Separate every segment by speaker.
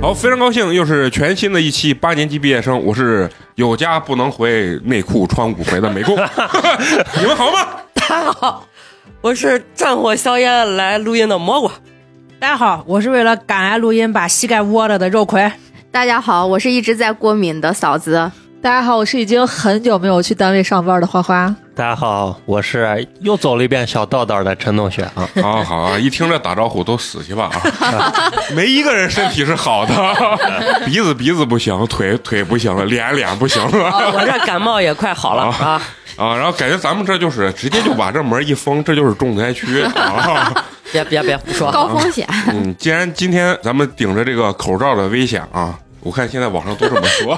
Speaker 1: 好，非常高兴，又是全新的一期八年级毕业生，我是有家不能回，内裤穿骨回的美 工，你们好吗？
Speaker 2: 大家好，我是战火硝烟来录音的蘑菇。
Speaker 3: 大家好，我是为了赶来录音把膝盖窝着的肉葵。
Speaker 4: 大家好，我是一直在过敏的嫂子。
Speaker 1: 啊
Speaker 5: 大家好，我是已经很久没有去单位上班的花花。
Speaker 6: 大家好，我是又走了一遍小道道的陈同学啊。
Speaker 1: 好啊好啊，一听这打招呼都死去吧啊！ 没一个人身体是好的，鼻子鼻子不行，腿腿不行了，脸脸不行了
Speaker 2: 啊我这感冒也快好了啊，
Speaker 1: 啊！然后感觉咱们这就是直接就把这门一封，这就是重灾区啊！
Speaker 2: 别别别胡 说，
Speaker 4: 高风险，
Speaker 1: 嗯，既然今天咱们顶着这个口罩的危险啊，我看现在网上都这么说。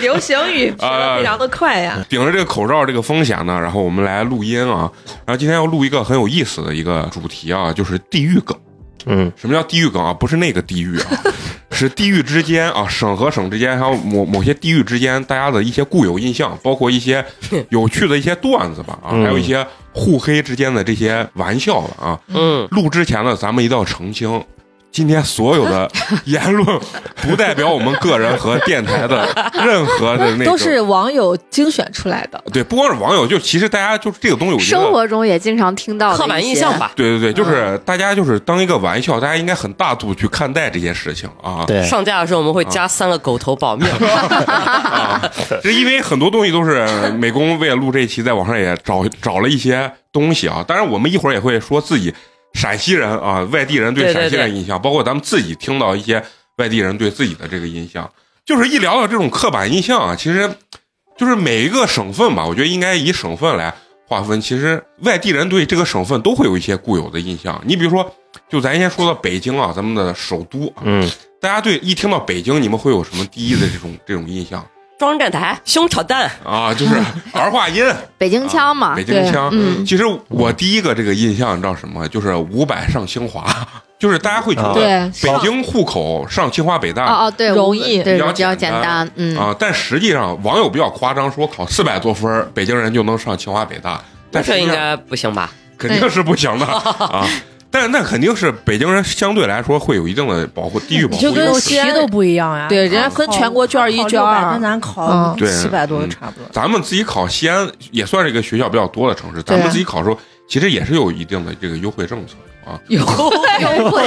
Speaker 3: 流行语学
Speaker 1: 得非常
Speaker 3: 的快呀，
Speaker 1: 哎顶着这个口罩这个风险呢，然后我们来录音啊。然后今天要录一个很有意思的一个主题啊，就是地狱梗。
Speaker 6: 嗯，
Speaker 1: 什么叫地狱梗啊？不是那个地狱啊， 是地域之间啊，省和省之间，还有某某些地域之间，大家的一些固有印象，包括一些有趣的一些段子吧啊，
Speaker 6: 嗯
Speaker 1: 还有一些互黑之间的这些玩笑吧啊。
Speaker 2: 嗯，
Speaker 1: 录之前呢，咱们一定要澄清，今天所有的 言论不代表我们个人和电台的任何的那个，
Speaker 5: 都是网友精选出来的，
Speaker 1: 对，不光是网友，就其实大家就是这个东西有一个
Speaker 4: 生活嗯中也经常听到的
Speaker 2: 刻板
Speaker 4: 一
Speaker 2: 印
Speaker 4: 些
Speaker 2: 象。吧，
Speaker 1: 对对对，就是大家就是当一个玩笑，大家应该很大度去看待这些事情啊。
Speaker 6: 对，
Speaker 2: 上架的时候我们会加三个狗头保命，
Speaker 1: 啊， 是因为很多东西都是呃美工为了录这一期，在网上也找找了一些东西啊。当然，我们一会儿也会说自己陕西人啊，外地人对
Speaker 2: 对对
Speaker 1: 陕西人
Speaker 2: 对
Speaker 1: 印象，包括咱们自己听到一些外地人对自己的这个印象，就是一聊到这种刻板印象啊，其实就是每一个省份吧，我觉得应该以省份来划分。其实外地人对这个省份都会有一些固有的印象。你比如说，就咱先说到北京啊，咱们的首都啊，
Speaker 6: 嗯，
Speaker 1: 大家对一听到北京，你们会有什么第一的这种这种印象？
Speaker 2: 中央站台胸炒蛋，
Speaker 1: 啊， 就是儿化音，
Speaker 4: 北京腔嘛
Speaker 1: 啊北，京腔。
Speaker 4: 嗯，
Speaker 1: 其实我第一个这个印象你知道什么？就是五百上清华， 就是大家会觉得
Speaker 6: 啊
Speaker 5: 对，
Speaker 1: 北京户口上清华北大
Speaker 4: 哦哦，对，
Speaker 5: 容易
Speaker 4: 对，
Speaker 1: 比较
Speaker 4: 比较
Speaker 1: 简
Speaker 4: 简
Speaker 1: 单
Speaker 4: 单，嗯，
Speaker 1: 啊，但实际上网友比较夸张，说考四百多分儿，北京人就能上清华北大，但
Speaker 2: 这
Speaker 1: 实际
Speaker 2: 应
Speaker 1: 上
Speaker 2: 该不行 吧？
Speaker 1: 肯定是不行的啊。但那肯定是北京人相对来说会有一定的保护地域保
Speaker 3: 你
Speaker 1: 护
Speaker 3: 就
Speaker 1: 意
Speaker 3: 跟
Speaker 1: 识。
Speaker 5: 西安
Speaker 3: 题都不一样呀。
Speaker 5: 对人家分全
Speaker 3: 哦
Speaker 5: 国卷一卷二
Speaker 3: 考600跟咱考
Speaker 5: 嗯
Speaker 1: 对
Speaker 3: 七百多
Speaker 1: 嗯
Speaker 3: 差不多。
Speaker 1: 咱们自己考西安也算是一个学校比较多的城市，咱
Speaker 5: 对
Speaker 1: 们
Speaker 5: 啊
Speaker 1: 自己考的时候其实也是有一定的这个优惠政策啊。
Speaker 2: 有
Speaker 4: 优惠，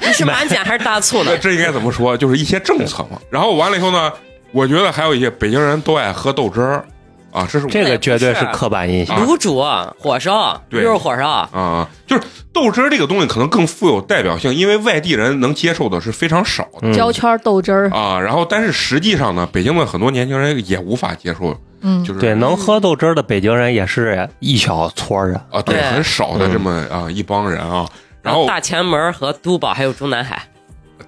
Speaker 2: 你是满减还是大促呢
Speaker 1: 那？这应该怎么说？就是一些政策嘛。然后完了以后呢，我觉得还有一些北京人都爱喝豆汁儿啊，这是我
Speaker 6: 这个绝对是刻板印象。
Speaker 1: 啊
Speaker 2: 卤煮、火烧、
Speaker 1: 对
Speaker 2: 肉火烧，
Speaker 1: 啊，就是豆汁儿这个东西可能更富有代表性，因为外地人能接受的是非常少的。
Speaker 6: 嗯
Speaker 5: 胶圈豆汁儿，
Speaker 1: 啊，然后但是实际上呢，北京的很多年轻人也无法接受，
Speaker 5: 嗯，
Speaker 1: 就是
Speaker 6: 对，能喝豆汁儿的北京人也是一小撮儿啊。
Speaker 1: 啊，对，
Speaker 2: 对
Speaker 1: 很少的这么啊一帮人啊，然后
Speaker 2: 大前门和都宝还有中南海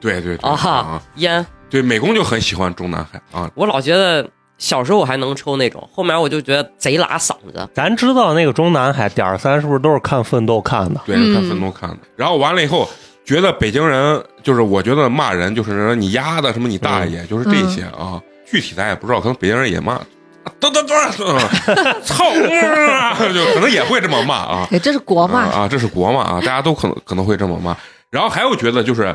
Speaker 1: 对对对
Speaker 2: 啊
Speaker 1: 啊
Speaker 2: 哈，烟，
Speaker 1: 对，美工就很喜欢中南海啊，
Speaker 2: 我老觉得小时候我还能抽那种，后面我就觉得贼拉嗓子，
Speaker 6: 咱知道那个中南海点儿三是不是都是看奋斗看的？
Speaker 1: 对，
Speaker 4: 嗯
Speaker 1: 看分头看的。然后完了以后，觉得北京人就是我觉得骂人就是你丫的什么你大爷，就是这些啊。具体咱也不知道，可能北京人也骂，等等等，嗯 操， 嗯就可能也会这么骂啊。
Speaker 5: 哎，这是国
Speaker 1: 啊
Speaker 5: 骂，
Speaker 1: 啊，这是国骂啊，大家都可能可能会这么骂。然后还有觉得就是。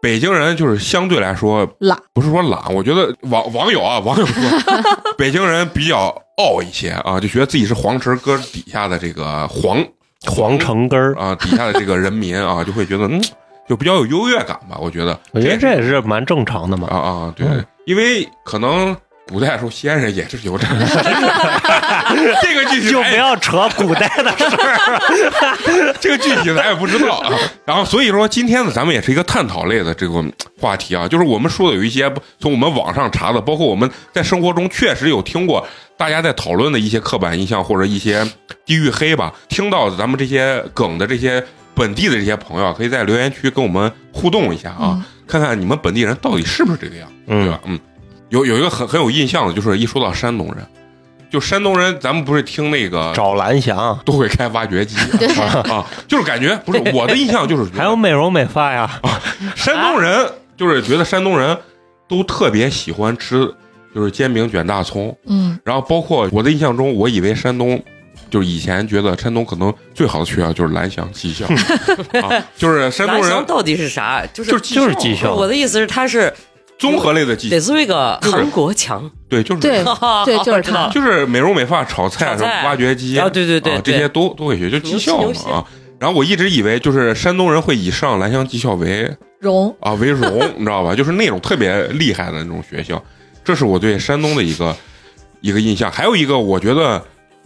Speaker 1: 北京人就是相对来说
Speaker 5: 懒，
Speaker 1: 不是说懒，我觉得网网友啊，网友说北京人比较傲一些啊，就觉得自己是黄池哥底下的这个皇
Speaker 6: 皇城根儿，
Speaker 1: 啊，底下的这个人民啊，就会觉得嗯，就比较有优越感吧。我觉得，
Speaker 6: 我觉得
Speaker 1: 也
Speaker 6: 这也嗯是蛮正常的
Speaker 1: 是
Speaker 6: 嘛。
Speaker 1: 啊啊，对对，因为可能古代的时候西安人也是有这个， 这个具体
Speaker 6: 就
Speaker 1: 哎
Speaker 6: 不要扯古代的事儿。
Speaker 1: 这个具体咱也不知道啊。然后所以说今天呢，咱们也是一个探讨类的这个话题啊，就是我们说的有一些不从我们网上查的，包括我们在生活中确实有听过大家在讨论的一些刻板印象或者一些地域黑吧。听到咱们这些梗的这些本地的这些朋友，可以在留言区跟我们互动一下啊，看看你们本地人到底是不是这个样， 对
Speaker 6: 嗯
Speaker 1: 吧？嗯，有有一个很很有印象的，就是一说到山东人。就山东人，咱们不是听那个
Speaker 6: 找蓝翔，
Speaker 1: 都会开挖掘机，啊啊，就是感觉不是我的印象就是觉得
Speaker 6: 还有美容美发呀，
Speaker 1: 山东
Speaker 2: 啊
Speaker 1: 人，就是觉得山东人都特别喜欢吃就是煎饼卷大葱，
Speaker 5: 嗯，
Speaker 1: 然后包括我的印象中，我以为山东。就是以前觉得山东可能最好的学校就是蓝翔技 校，啊，就是山东
Speaker 2: 蓝翔
Speaker 1: 人
Speaker 2: 到底是啥？就是
Speaker 1: 就是
Speaker 6: 就是技
Speaker 2: 不是
Speaker 6: 校
Speaker 2: 我。的意思是，它是
Speaker 1: 综合类的技
Speaker 2: 得
Speaker 1: 巧，
Speaker 2: 是那个唐国强，
Speaker 1: 对，就是
Speaker 5: 对
Speaker 2: 哈哈
Speaker 5: 对就是
Speaker 2: 我知道
Speaker 5: 他
Speaker 2: 了
Speaker 1: 就是美容美发、炒菜、
Speaker 2: 炒
Speaker 1: 什
Speaker 2: 菜
Speaker 1: 么挖掘机
Speaker 2: 啊对对对
Speaker 1: 啊这
Speaker 2: 对
Speaker 1: 些都都会学，就技校
Speaker 2: 牛
Speaker 1: 嘛
Speaker 2: 戏牛戏
Speaker 1: 啊。然后我一直以为就是山东人会以上兰香技校为
Speaker 5: 荣
Speaker 1: 啊为荣， 你知道吧？就是那种特别厉害的那种学校，这是我对山东的一个一个印象。还有一个，我觉得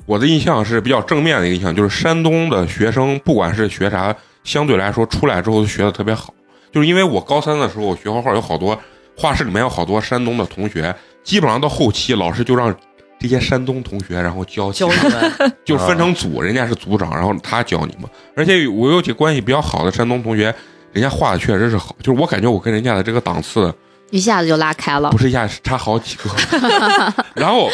Speaker 1: 我的印象是比较正面的一个印象，就是山东的学生不管是学啥，相对来说出来之后都学的特别好。就是因为我高三的时候我学画画，有好多画室里面有好多山东的同学，基本上到后期老师就让。这些山东同学，然后教其
Speaker 2: 教
Speaker 1: 他
Speaker 2: 你 们
Speaker 1: 就是分成组，人家是组长，然后他教你们。而且我有几个关系比较好的山东同学，人家画的确实是好，就是我感觉我跟人家的这个档次
Speaker 4: 一下子就拉开了
Speaker 1: 不。是一下差好几个。 然后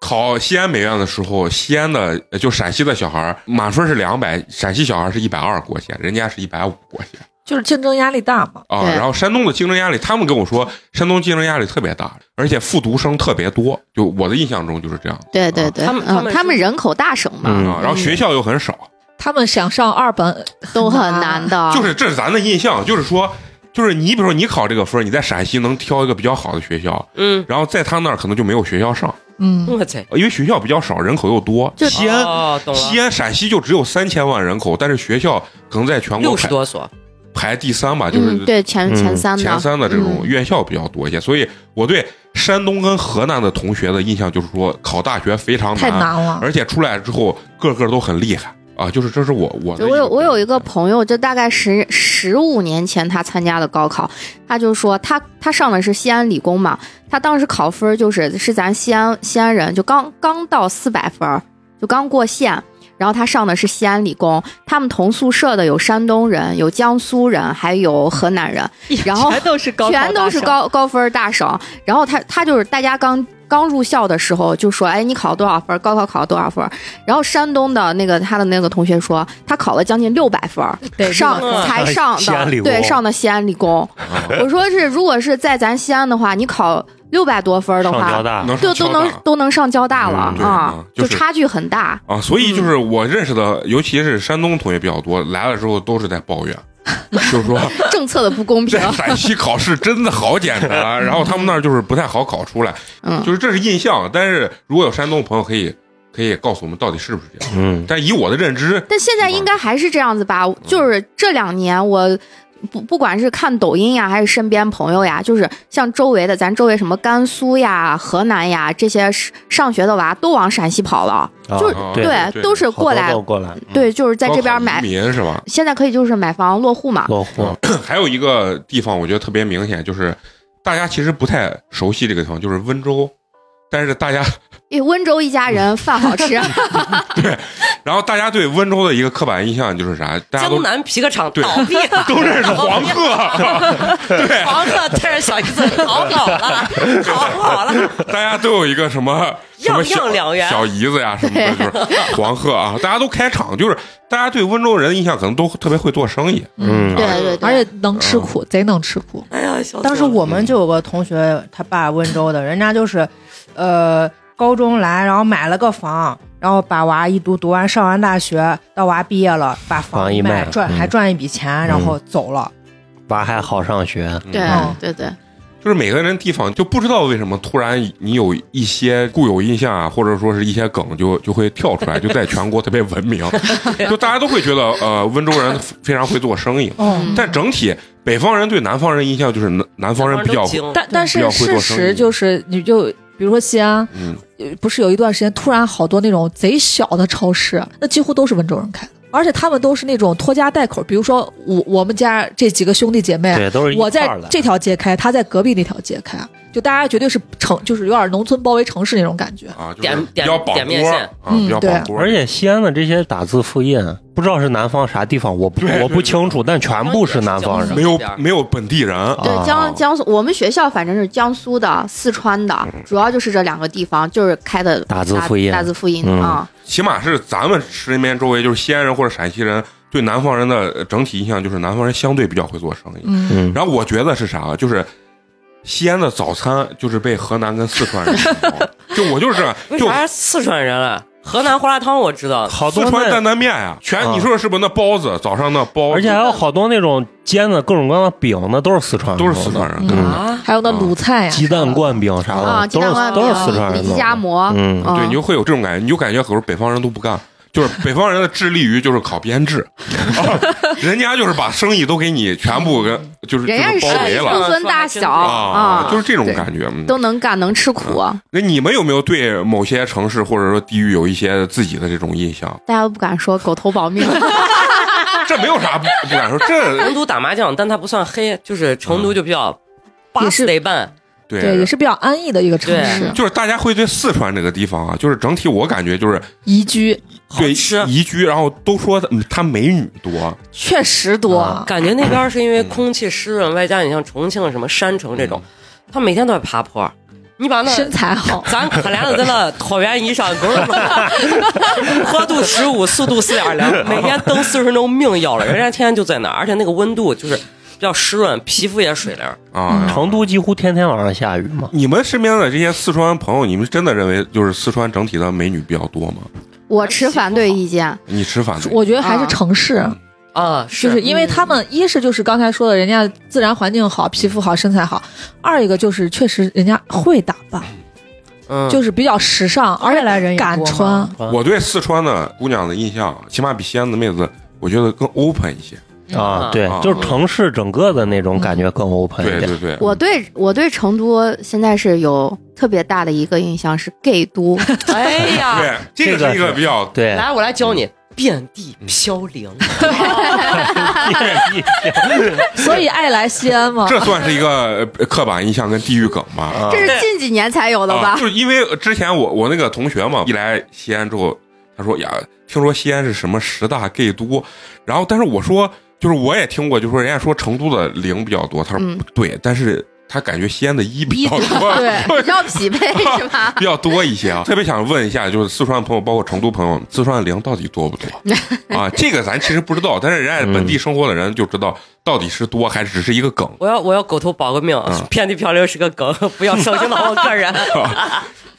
Speaker 1: 考西安美院的时候，西安的呃就陕西的小孩儿满分是两百，陕西小孩儿是一百二过线，人家是一百五过线
Speaker 5: 就是竞争压力大嘛，
Speaker 1: 啊。
Speaker 4: 对
Speaker 1: 然后山东的竞争压力，他们跟我说山东竞争压力特别大，而且复读生特别多，就我的印象中就是这样。
Speaker 4: 对对对，
Speaker 2: 啊他们他
Speaker 4: 嗯
Speaker 2: 们
Speaker 4: 他们人口大省嘛，
Speaker 6: 嗯
Speaker 1: 啊，然后学校又很少，
Speaker 5: 他们想上二本
Speaker 4: 都很难的。
Speaker 1: 就是这是咱的印象，就是说，就是你比如说你考这个分儿，你在陕西能挑一个比较好的学校，
Speaker 2: 嗯，
Speaker 1: 然后在他那儿可能就没有学校上，呃
Speaker 5: 嗯，
Speaker 2: 我操，
Speaker 1: 因为学校比较少，人口又多。
Speaker 4: 就
Speaker 1: 西安，
Speaker 2: 哦，懂
Speaker 1: 西
Speaker 2: 了，
Speaker 1: 安陕西就只有三千万人口，但是学校可能在全国
Speaker 2: 六十
Speaker 1: 排
Speaker 2: 多所，
Speaker 1: 排第三吧，就
Speaker 4: 嗯，
Speaker 1: 是
Speaker 4: 对前前
Speaker 6: 嗯
Speaker 4: 三的
Speaker 1: 前三的这种
Speaker 4: 嗯
Speaker 1: 院校比较多一些。所以我对山东跟河南的同学的印象就是说，考大学非常
Speaker 5: 太难 了，
Speaker 1: 而且出来之后个个都很厉害啊。就是这是我我的
Speaker 4: 就我有我有一
Speaker 1: 个嗯
Speaker 4: 个朋友，就大概十十五年前他参加的高考，他就说他他上的是西安理工嘛，他当时考分儿就是是咱西安西安人，就刚刚到四百分儿，就刚过线。然后他上的是西安理工，他们同宿舍的有山东人，有江苏人，还有河南人，然后
Speaker 5: 全都是高考
Speaker 4: 全都是
Speaker 5: 大省，
Speaker 4: 高高分儿大省。然后他他就是大家刚刚入校的时候就说，哎，你考多少分儿？高考考了多少分儿？然后山东的那个他的那个同学说，他考了将近六百分儿，
Speaker 5: 对
Speaker 4: 上
Speaker 5: 这个
Speaker 2: 嗯
Speaker 4: 才上
Speaker 6: 哎西安理
Speaker 4: 的
Speaker 6: 工哦
Speaker 4: 对上的西安理工。 我说是，如果是在咱西安的话，你考六百多分儿的
Speaker 6: 上交
Speaker 4: 话，
Speaker 6: 大，
Speaker 1: 能上
Speaker 4: 就都
Speaker 1: 交大
Speaker 4: 能都能上交大了
Speaker 6: 嗯
Speaker 1: 对
Speaker 4: 啊
Speaker 1: 嗯，就是
Speaker 4: 差距很大。
Speaker 1: 啊，所以就是
Speaker 4: 嗯
Speaker 1: 我认识的，尤其是山东同学比较多，来了之后都是在抱 怨，就是说
Speaker 4: 政策的不公平
Speaker 1: 在，陕西考试真的好简单，然后他们那儿就是不太好考出来，
Speaker 4: 嗯，
Speaker 1: 就是这是印象。但是如果有山东的朋友可以可以告诉我们到底是不是这样，
Speaker 6: 嗯，
Speaker 1: 但以我的认知，
Speaker 4: 但现在应该还是这样子吧？就是这两年我。不，不管是看抖音呀，还是身边朋友呀，就是像周围的，咱周围什么甘肃呀、河南呀这些是上学的娃，都往陕西跑了，
Speaker 6: 啊
Speaker 4: 就是
Speaker 1: 啊
Speaker 6: 对
Speaker 1: 对
Speaker 4: 都是
Speaker 6: 好多
Speaker 4: 过来
Speaker 6: 都，过来
Speaker 1: 嗯
Speaker 4: 对，就是在这边
Speaker 1: 高考
Speaker 4: 买，
Speaker 1: 移民是吧？
Speaker 4: 现在可以就是买房落户嘛，
Speaker 6: 落户，
Speaker 4: 嗯
Speaker 1: 还有一个地方我觉得特别明显，就是大家其实不太熟悉这个地方，就是温州，但是大家
Speaker 4: 诶温州一家
Speaker 6: 嗯
Speaker 4: 人饭好 吃，
Speaker 1: 然后大家对温州的一个刻板印象就是啥？大家都
Speaker 2: 江南皮革厂
Speaker 1: 对
Speaker 2: 倒闭了，
Speaker 1: 都认识黄鹤，对，
Speaker 2: 房子带着小姨子逃跑 了，逃跑了，
Speaker 1: 大家都有一个什 么什么
Speaker 2: 样样两元
Speaker 1: 小小姨子呀什么的， 就是黄鹤啊，大家都开厂，就是大家对温州人的印象可能都特别会做生意，
Speaker 6: 嗯，
Speaker 4: 对对对，
Speaker 5: 而且能吃
Speaker 1: 嗯
Speaker 5: 苦，贼能吃苦，
Speaker 2: 哎呀，笑死
Speaker 3: 当时我们就有个同学，他爸温州的，人家就是，呃，高中来，然后买了个房，然后把娃一读读完，上完大学，到娃毕业了，把
Speaker 6: 房
Speaker 3: 房
Speaker 6: 一卖
Speaker 3: 卖
Speaker 6: 了
Speaker 3: 赚
Speaker 6: 嗯
Speaker 3: 还赚一笔钱，然后走了。
Speaker 6: 娃还好上学，
Speaker 4: 对
Speaker 3: 嗯
Speaker 4: 对对，
Speaker 6: 啊
Speaker 1: 就是每个人地方就不知道为什么突然你有一些固有印象啊，或者说是一些梗就就会跳出来，就在全国特别文 明， 就大家都会觉得呃温州人非常会做生意，
Speaker 3: 嗯，
Speaker 1: 但整体北方人对南方人印象就是南南方人比较
Speaker 2: 南方都精
Speaker 5: 但但
Speaker 1: 比较
Speaker 5: 是
Speaker 1: 会做生
Speaker 5: 嗯事
Speaker 1: 意
Speaker 5: 实就是，你就比如说西安，
Speaker 1: 嗯
Speaker 5: 呃不是有一段时间突然好多那种贼小的超市，那几乎都是温州人开的，而且他们都是那种拖家带口，比如说我我们家这几个兄弟姐妹，啊
Speaker 6: 对，都是一
Speaker 5: 我在
Speaker 6: 块儿的
Speaker 5: 这条街开，他在隔壁那条街开，就大家绝对是城，就是有点农村包围城市那种感觉。
Speaker 1: 啊，就是
Speaker 2: 点
Speaker 1: 比较绑
Speaker 2: 点面
Speaker 1: 锅
Speaker 2: 线
Speaker 1: 啊，
Speaker 5: 嗯
Speaker 1: 比较
Speaker 5: 对
Speaker 1: 绑锅，
Speaker 6: 而且西安的这些打字复印，不知道是南方啥地方，我不
Speaker 1: 对
Speaker 6: 我
Speaker 1: 对
Speaker 6: 不清楚，但全部是南方人
Speaker 1: 没有
Speaker 2: 这边
Speaker 1: 没有本地人，
Speaker 4: 对江江苏，我们学校反正是江苏的、四川的，主要就是这两个地方，就是开的
Speaker 6: 打字复印
Speaker 4: 打字复印
Speaker 6: 嗯
Speaker 4: 啊，
Speaker 1: 起码是咱们身边周围就是西安人或者陕西人对南方人的呃整体印象就是南方人相对比较会做生意。
Speaker 5: 嗯，
Speaker 6: 嗯，
Speaker 1: 然后我觉得是啥，啊就是西安的早餐就是被河南跟四川人抢光就我就是这样，
Speaker 2: 为
Speaker 1: 就
Speaker 2: 啥四川人了？啊河南胡辣汤我知道，
Speaker 6: 好多
Speaker 1: 四川
Speaker 6: 那
Speaker 1: 担担面呀，全
Speaker 6: 啊
Speaker 1: 你说是不是那包子？早上那包子，
Speaker 6: 嗯而且还有好多那种煎的各种各样的饼，那都是四川人
Speaker 1: 都
Speaker 6: 弄
Speaker 1: 是
Speaker 6: 的，
Speaker 1: 四川人
Speaker 5: 嗯
Speaker 1: 对吧
Speaker 2: 啊，
Speaker 5: 还有那卤菜呀、
Speaker 6: 鸡蛋灌饼啥
Speaker 4: 啊，
Speaker 6: 的，
Speaker 4: 鸡
Speaker 6: 都
Speaker 4: 蛋
Speaker 6: 是
Speaker 4: 灌
Speaker 6: 都是
Speaker 4: 饼
Speaker 6: 四川人
Speaker 4: 里脊
Speaker 6: 弄
Speaker 4: 夹
Speaker 6: 的。
Speaker 4: 馍，啊
Speaker 6: 嗯
Speaker 1: 对，你就会有这种感觉，你就感觉很多北方人都不干。就是北方人的致力于就是烤编制，啊人家就是把生意都给你全部跟就是
Speaker 4: 人家
Speaker 1: 就是是包围
Speaker 2: 生
Speaker 1: 了
Speaker 2: 意
Speaker 4: 分村大小
Speaker 1: 啊，就是啊这种
Speaker 4: 对
Speaker 1: 感觉。嗯
Speaker 4: 都能干，能吃苦，
Speaker 1: 那你们有没有对某些城市或者说地域有一些自己的这种印象？
Speaker 4: 大家都不敢说狗头保 命。
Speaker 1: 这没有啥不不敢说，
Speaker 2: 成
Speaker 1: 这
Speaker 2: 都打麻将，但它不算黑，就是成都就比
Speaker 1: 嗯
Speaker 2: 较
Speaker 5: 也
Speaker 2: 八
Speaker 5: 是
Speaker 2: 死得办，
Speaker 5: 对，也是比较安逸的一个城市，
Speaker 1: 就是大家会对四川这个地方啊，就是整体我感觉就是
Speaker 5: 宜居
Speaker 2: 好
Speaker 1: 对
Speaker 2: 吃。
Speaker 1: 宜居，然后都说嗯它美女多，
Speaker 5: 确实多。
Speaker 1: 啊
Speaker 2: 感觉那边是因为空气湿润，外加你像重庆什么山城这种，他每天都在爬坡，你把那
Speaker 5: 身材好，
Speaker 2: 咱可怜的在那草原以上狗日的， 坡度十五，速度四点零，每天蹬四十分钟命要了。人家天天就在那儿，而且那个温度就是比较湿润，皮肤也水灵。
Speaker 1: 啊。
Speaker 6: 成都几乎天天晚上下雨嘛，
Speaker 1: 你们身边的这些四川朋友，你们真的认为就是四川整体的美女比较多吗？
Speaker 4: 我持反对意见，
Speaker 1: 你持反对？
Speaker 5: 我觉得还是城市，
Speaker 2: 啊，是
Speaker 5: 就是
Speaker 1: 嗯
Speaker 5: 因为他们一是就是刚才说的，人家自然环境好，皮肤好，身材好；二一个就是确实人家会打扮，
Speaker 2: 嗯，
Speaker 5: 就是比较时尚，而
Speaker 3: 来
Speaker 5: 且
Speaker 3: 人也
Speaker 5: 敢
Speaker 3: 多嘛
Speaker 5: 穿。
Speaker 1: 我对四川的姑娘的印象，起码比西安的妹子，我觉得更 open 一些。
Speaker 2: 嗯，
Speaker 6: 啊对
Speaker 1: 啊，
Speaker 6: 就是城市整个的那种感觉更 open 一
Speaker 1: 对
Speaker 6: 点。
Speaker 1: 对对，
Speaker 4: 我对我对成都现在是有特别大的一个印象是 gay 都，
Speaker 1: 啊
Speaker 2: 哎呀，
Speaker 1: 对这个是一个比较
Speaker 6: 对，
Speaker 2: 来，我来教你遍地飘零。
Speaker 5: 所以爱来西安嘛，
Speaker 1: 这算是一个呃刻板印象跟地域梗吧？
Speaker 6: 啊
Speaker 4: 这是近几年才有的
Speaker 1: 啊，
Speaker 4: 吧？
Speaker 1: 就是因为之前我我那个同学嘛，一来西安之后，他说呀，听说西安是什么十大 gay 都，然后但是我说，就是我也听过，就说人家说成都的零比较多，他说
Speaker 4: 嗯
Speaker 1: 不对，但是他感觉西安的一比
Speaker 4: 一
Speaker 1: 较
Speaker 4: 对，
Speaker 1: 多
Speaker 4: 比，较匹配是 吧？
Speaker 1: 比较多一些啊。特别想问一下，就是四川的朋友，包括成都朋友，四川的零到底多不多啊？这个咱其实不知道，但是人家本地生活的人就知道到底是多还是只是一个梗。
Speaker 2: 我要我要狗头保个命，遍地飘零是个梗， 不要上升到我个人。